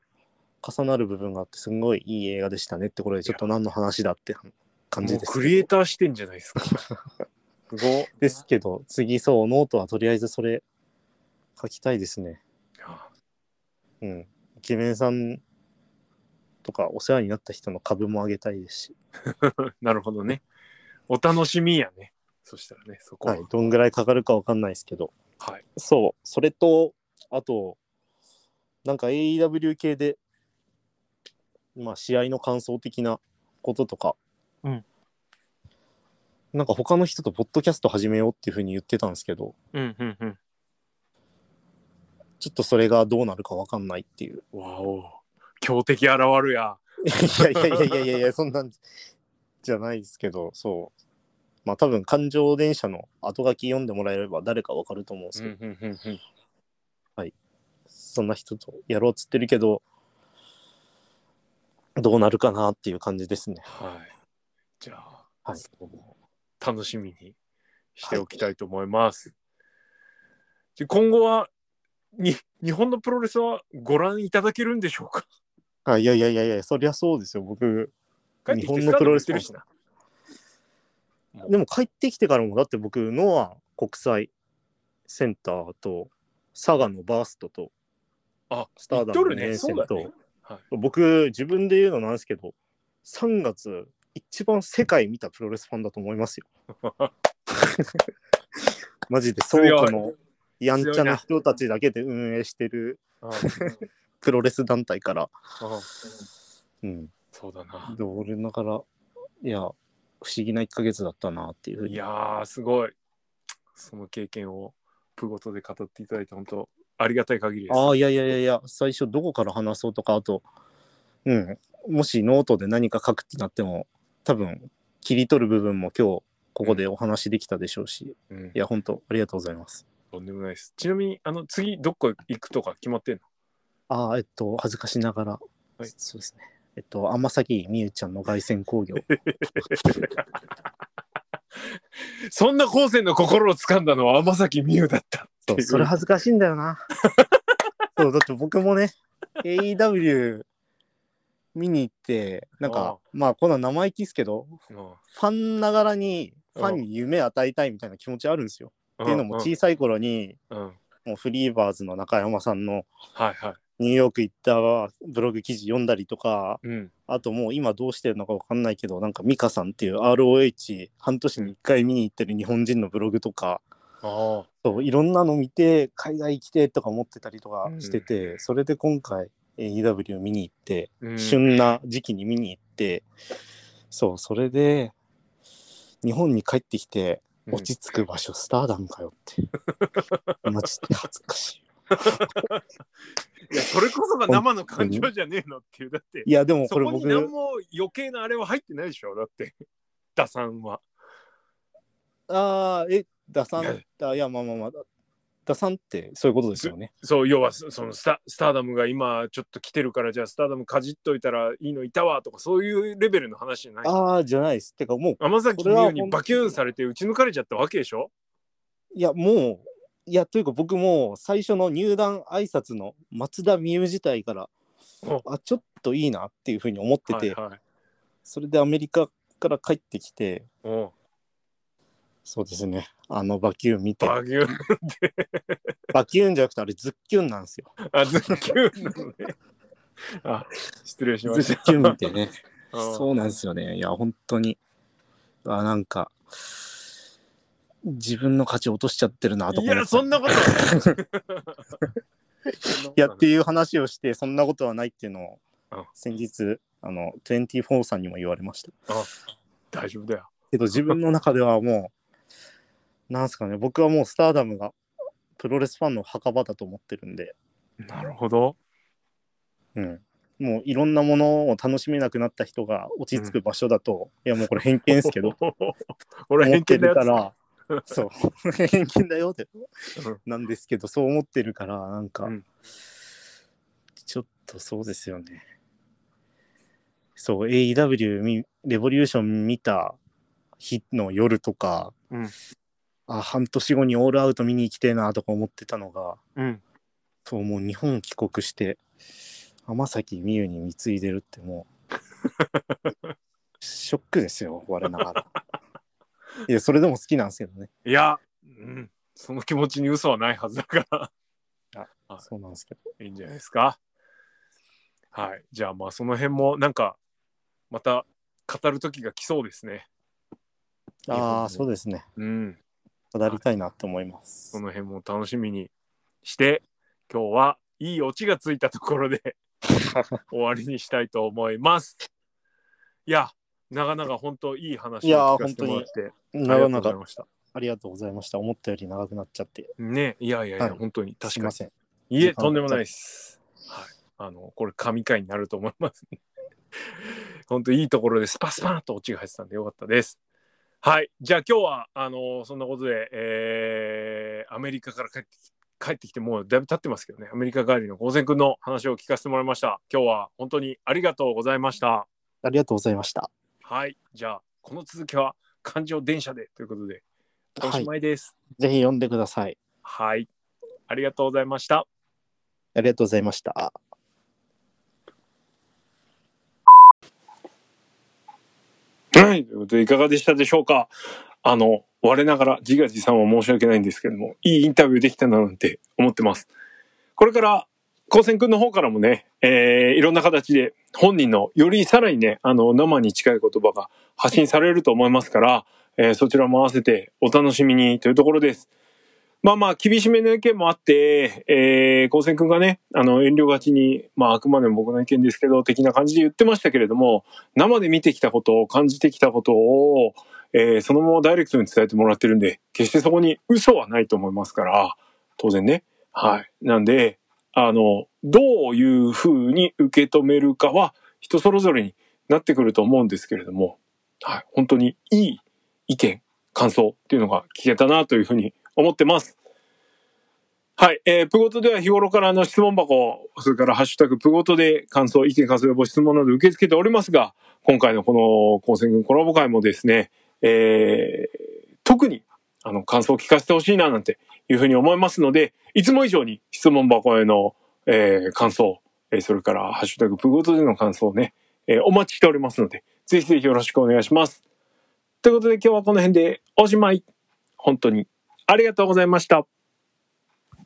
重なる部分があってすごいいい映画でしたねってこれでちょっと何の話だって感じ
もう
です
クリエイターしてんじゃないですか。 すごっ
ですけど 次そうノートはとりあえずそれ書きたいですねうんイケメンさんとかお世話になった人の株も上げたいですし、
なるほどね。お楽しみやね。そしたらね、そこは。
はい、どんぐらいかかるかわかんないですけど
はい。
そう、それと、あと、なんか AEW 系で、まあ、試合の感想的なこととか、
うん
なんか他の人とポッドキャスト始めようっていうふうに言ってたんですけど、
うんうんうん。
ちょっとそれがどうなるかわかんないっていう。
わお。強敵現るや。
いやいやいやいやいやいや、そんなんじゃないですけど、そう。まあ多分、環状電車の後書き読んでもらえれば誰かわかると思うんです
う
け
ん
ど、
うんうんうん。
そんな人とやろうっつってるけど、どうなるかなっていう感じですね。
はい。じゃあ、
はい
そこも楽しみにしておきたいと思います。で今後はに日本のプロレスはご覧いただけるんでしょうか
あいやいやいやいや、そりゃそうですよ、僕。
帰ってき
日
て
本
ス
の
タ
プ
ンド
ロ
売
レ
っ
ス
てるしな。
でも帰ってきてからも、だって僕、ノア国際センターと、佐賀のバーストと、
あ、
スタ
行
ーダ
っ
ム
とる
の
ね。
年
そ
戦
うだ
と、
ね。はい、
僕、自分で言うのなんですけど、3月、一番世界見たプロレスファンだと思いますよ。 マジで倉庫のやんちゃな人たちだけで運営してる
あ
プロレス団体から、
あ
うん、
そうだな。
で俺ながらいや不思議な1ヶ月だったなっていうふう
い
に
やー、すごい。その経験をプごとで語っていただいて、本当ありがたい限りです。
ああいやいやいやいや最初どこから話そうとかあとうんもしノートで何か書くってなっても多分切り取る部分も今日ここでお話できたでしょうし、
うん
いや本当ありがとうございます
とんでもないです。ちなみに、あの、次、どこ行くとか決まってんの
ああ、えっと、恥ずかしながら、
はい
そうですね。えっと、天崎美優ちゃんの凱旋工業。
そんな高専の心を掴んだのは天崎美優だったってい
そ
う
う、それ恥ずかしいんだ よな。そう、だって僕もね、AEW 見に行って、なん
ああ
か、まあ、こんな生意気っすけど、ファンながらに、ファンに夢与えたいみたいな気持ちあるんですよ。っていうのも、
い、
小さい頃に、
うんうん
もうフリーバーズの中山さんの
はいはい。
ニューヨーク行ったブログ記事読んだりとか、
うん。
あともう今どうしてるのかわかんないけど、なんかミカさんっていう ROH 半年に1回見に行ってる日本人のブログとか、
ああ。
そういろんなの見て、海外来てとか思ってたりとかしてて、それで今回 AEW 見に行って、
うん
旬な時期に見に行って、そう、それで日本に帰ってきて、
うん
落ち着く場所、スターダムかよって。 今ちょっと恥ずかしい。
いや、それこそが生の感情じゃねえのっていう。だって、
いや、でも
そ
これ
こに
僕、
何も余計なあれは入ってないでしょ。だって、 打算は。
ああ、え、打算
い や、
あいや、まあまあまあ、打算ってそういうことですよね。
そう、要はそそのスタスターダムが今ちょっと来てるから、じゃあスターダムかじっといたらいいのいたわとか、そういうレベルの話じゃない。
ああ、じゃないです。てか、もう、
天崎
それは
美優
本当
に
に
バキューンされて打ち抜かれちゃったわけでしょ
いや、もう、いや、というか、僕も最初の入団挨拶の松田美優自体から
お、
あ、ちょっといいなっていうふうに思ってて、
はいはい、
それでアメリカから帰ってきて、
おう
そうですね、あの、バキューン見て、
バキューン。
バキューンじゃなくて、あれ、ズッキュンなんですよ。
あ、ズッキューンな のね。あ、失礼しま
ズ
し
ッキュン見てね。
た。 うん
そうなんですよね。いや、本当に。あなんか、自分の価値落としちゃってるなと
い
か思って
や、そんなことは
い やっていう話をして、そんなことはないっていうのを
あ、
先日、あの、24さんにも言われました。
大丈夫だよ。
けど、自分の中ではもう、なんすかね、僕はもうスターダムがプロレスファンの墓場だと思ってるんで、
なるほど。
うん。もういろんなものを楽しめなくなった人が落ち着く場所だと、いやもうこれ偏見ですけど、
俺
思
偏
って
見だや
るか
つ。
ら、 そう、偏見だよって
うん、
なんですけど、そう思ってるから、なんか、
うん
ちょっとそうですよね。そう、AEW みレボリューション見た日の夜とか、
うん
あ、半年後にオールアウト見に来てえなとか思ってたのが、
うん。
そう、もう日本帰国して、天崎美優に貢いでるっても う、ショックですよ、我ながら。いや、それでも好きなんですけどね。
いや、うん。その気持ちに嘘はないはずだから、はい
そうなんですけど。
いいんじゃないですか。はい。じゃあ、まあ、その辺も、なんか、また語る時が来そうですね。
あ
日本
あ、そうですね。
うん。
語りたいなって思います。
その辺も楽しみにして、今日はいいオチがついたところで 終わりにしたいと思います。いや、なかなか本当いい話を
いやー
聞かせてもらって、あり
長
がとうござい
々
ました。
ありがとうございました。思ったより長くなっちゃって。
ね、いやいやいや、
はい
本当に確
すい
か
ま
に。
せん。
いえ、とんでもないです。はい。あの、これ、神回になると思います、ね。 本当いいところでスパスパーとオチが入ってたんでよかったです。はい。じゃあ今日は、あの、そんなことで、えーアメリカから帰ってき帰ってきてもうだいぶ経ってますけどね、アメリカ帰りの午前くんの話を聞かせてもらいました。今日は本当にありがとうございました。
ありがとうございました。
はい。じゃあ、この続きは環状電車でということで、お
は
し
い。
まいです。
ぜひ読んでください。
はい。ありがとうございました。
ありがとうございました。
はい、ということでいかがでしたでしょうかあの、我ながら自画自賛は申し訳ないんですけども、いいインタビューできたななんて思ってます。これから、高専くんの方からもね、えーいろんな形で本人のよりさらにね、あの、生に近い言葉が発信されると思いますから、えーそちらも合わせてお楽しみにというところです。まあまあ、厳しめの意見もあって、えー、高専くんがね、あの、遠慮がちに、まあ、あくまでも僕の意見ですけど、的な感じで言ってましたけれども、生で見てきたことを感じてきたことを、えーそのままダイレクトに伝えてもらってるんで決してそこに嘘はないと思いますから当然ねはいなんであのどういうふうに受け止めるかは人それぞれになってくると思うんですけれども、はい、本当にいい意見感想っていうのが聞けたなというふうに思ってますはい。えー、プゴトでは日頃からあの質問箱、それからハッシュタグプゴトで感想、意見、活用、ご質問など受け付けておりますが、今回のこの高専軍コラボ会もですね、えー、特にあの感想を聞かせてほしいななんていうふうに思いますので、いつも以上に質問箱への、えー、感想、えー、それからハッシュタグプゴトでの感想をね、えー、お待ちしておりますので、ぜひぜひよろしくお願いします。ということで今日はこの辺でおしまい。本当にありがとうございました。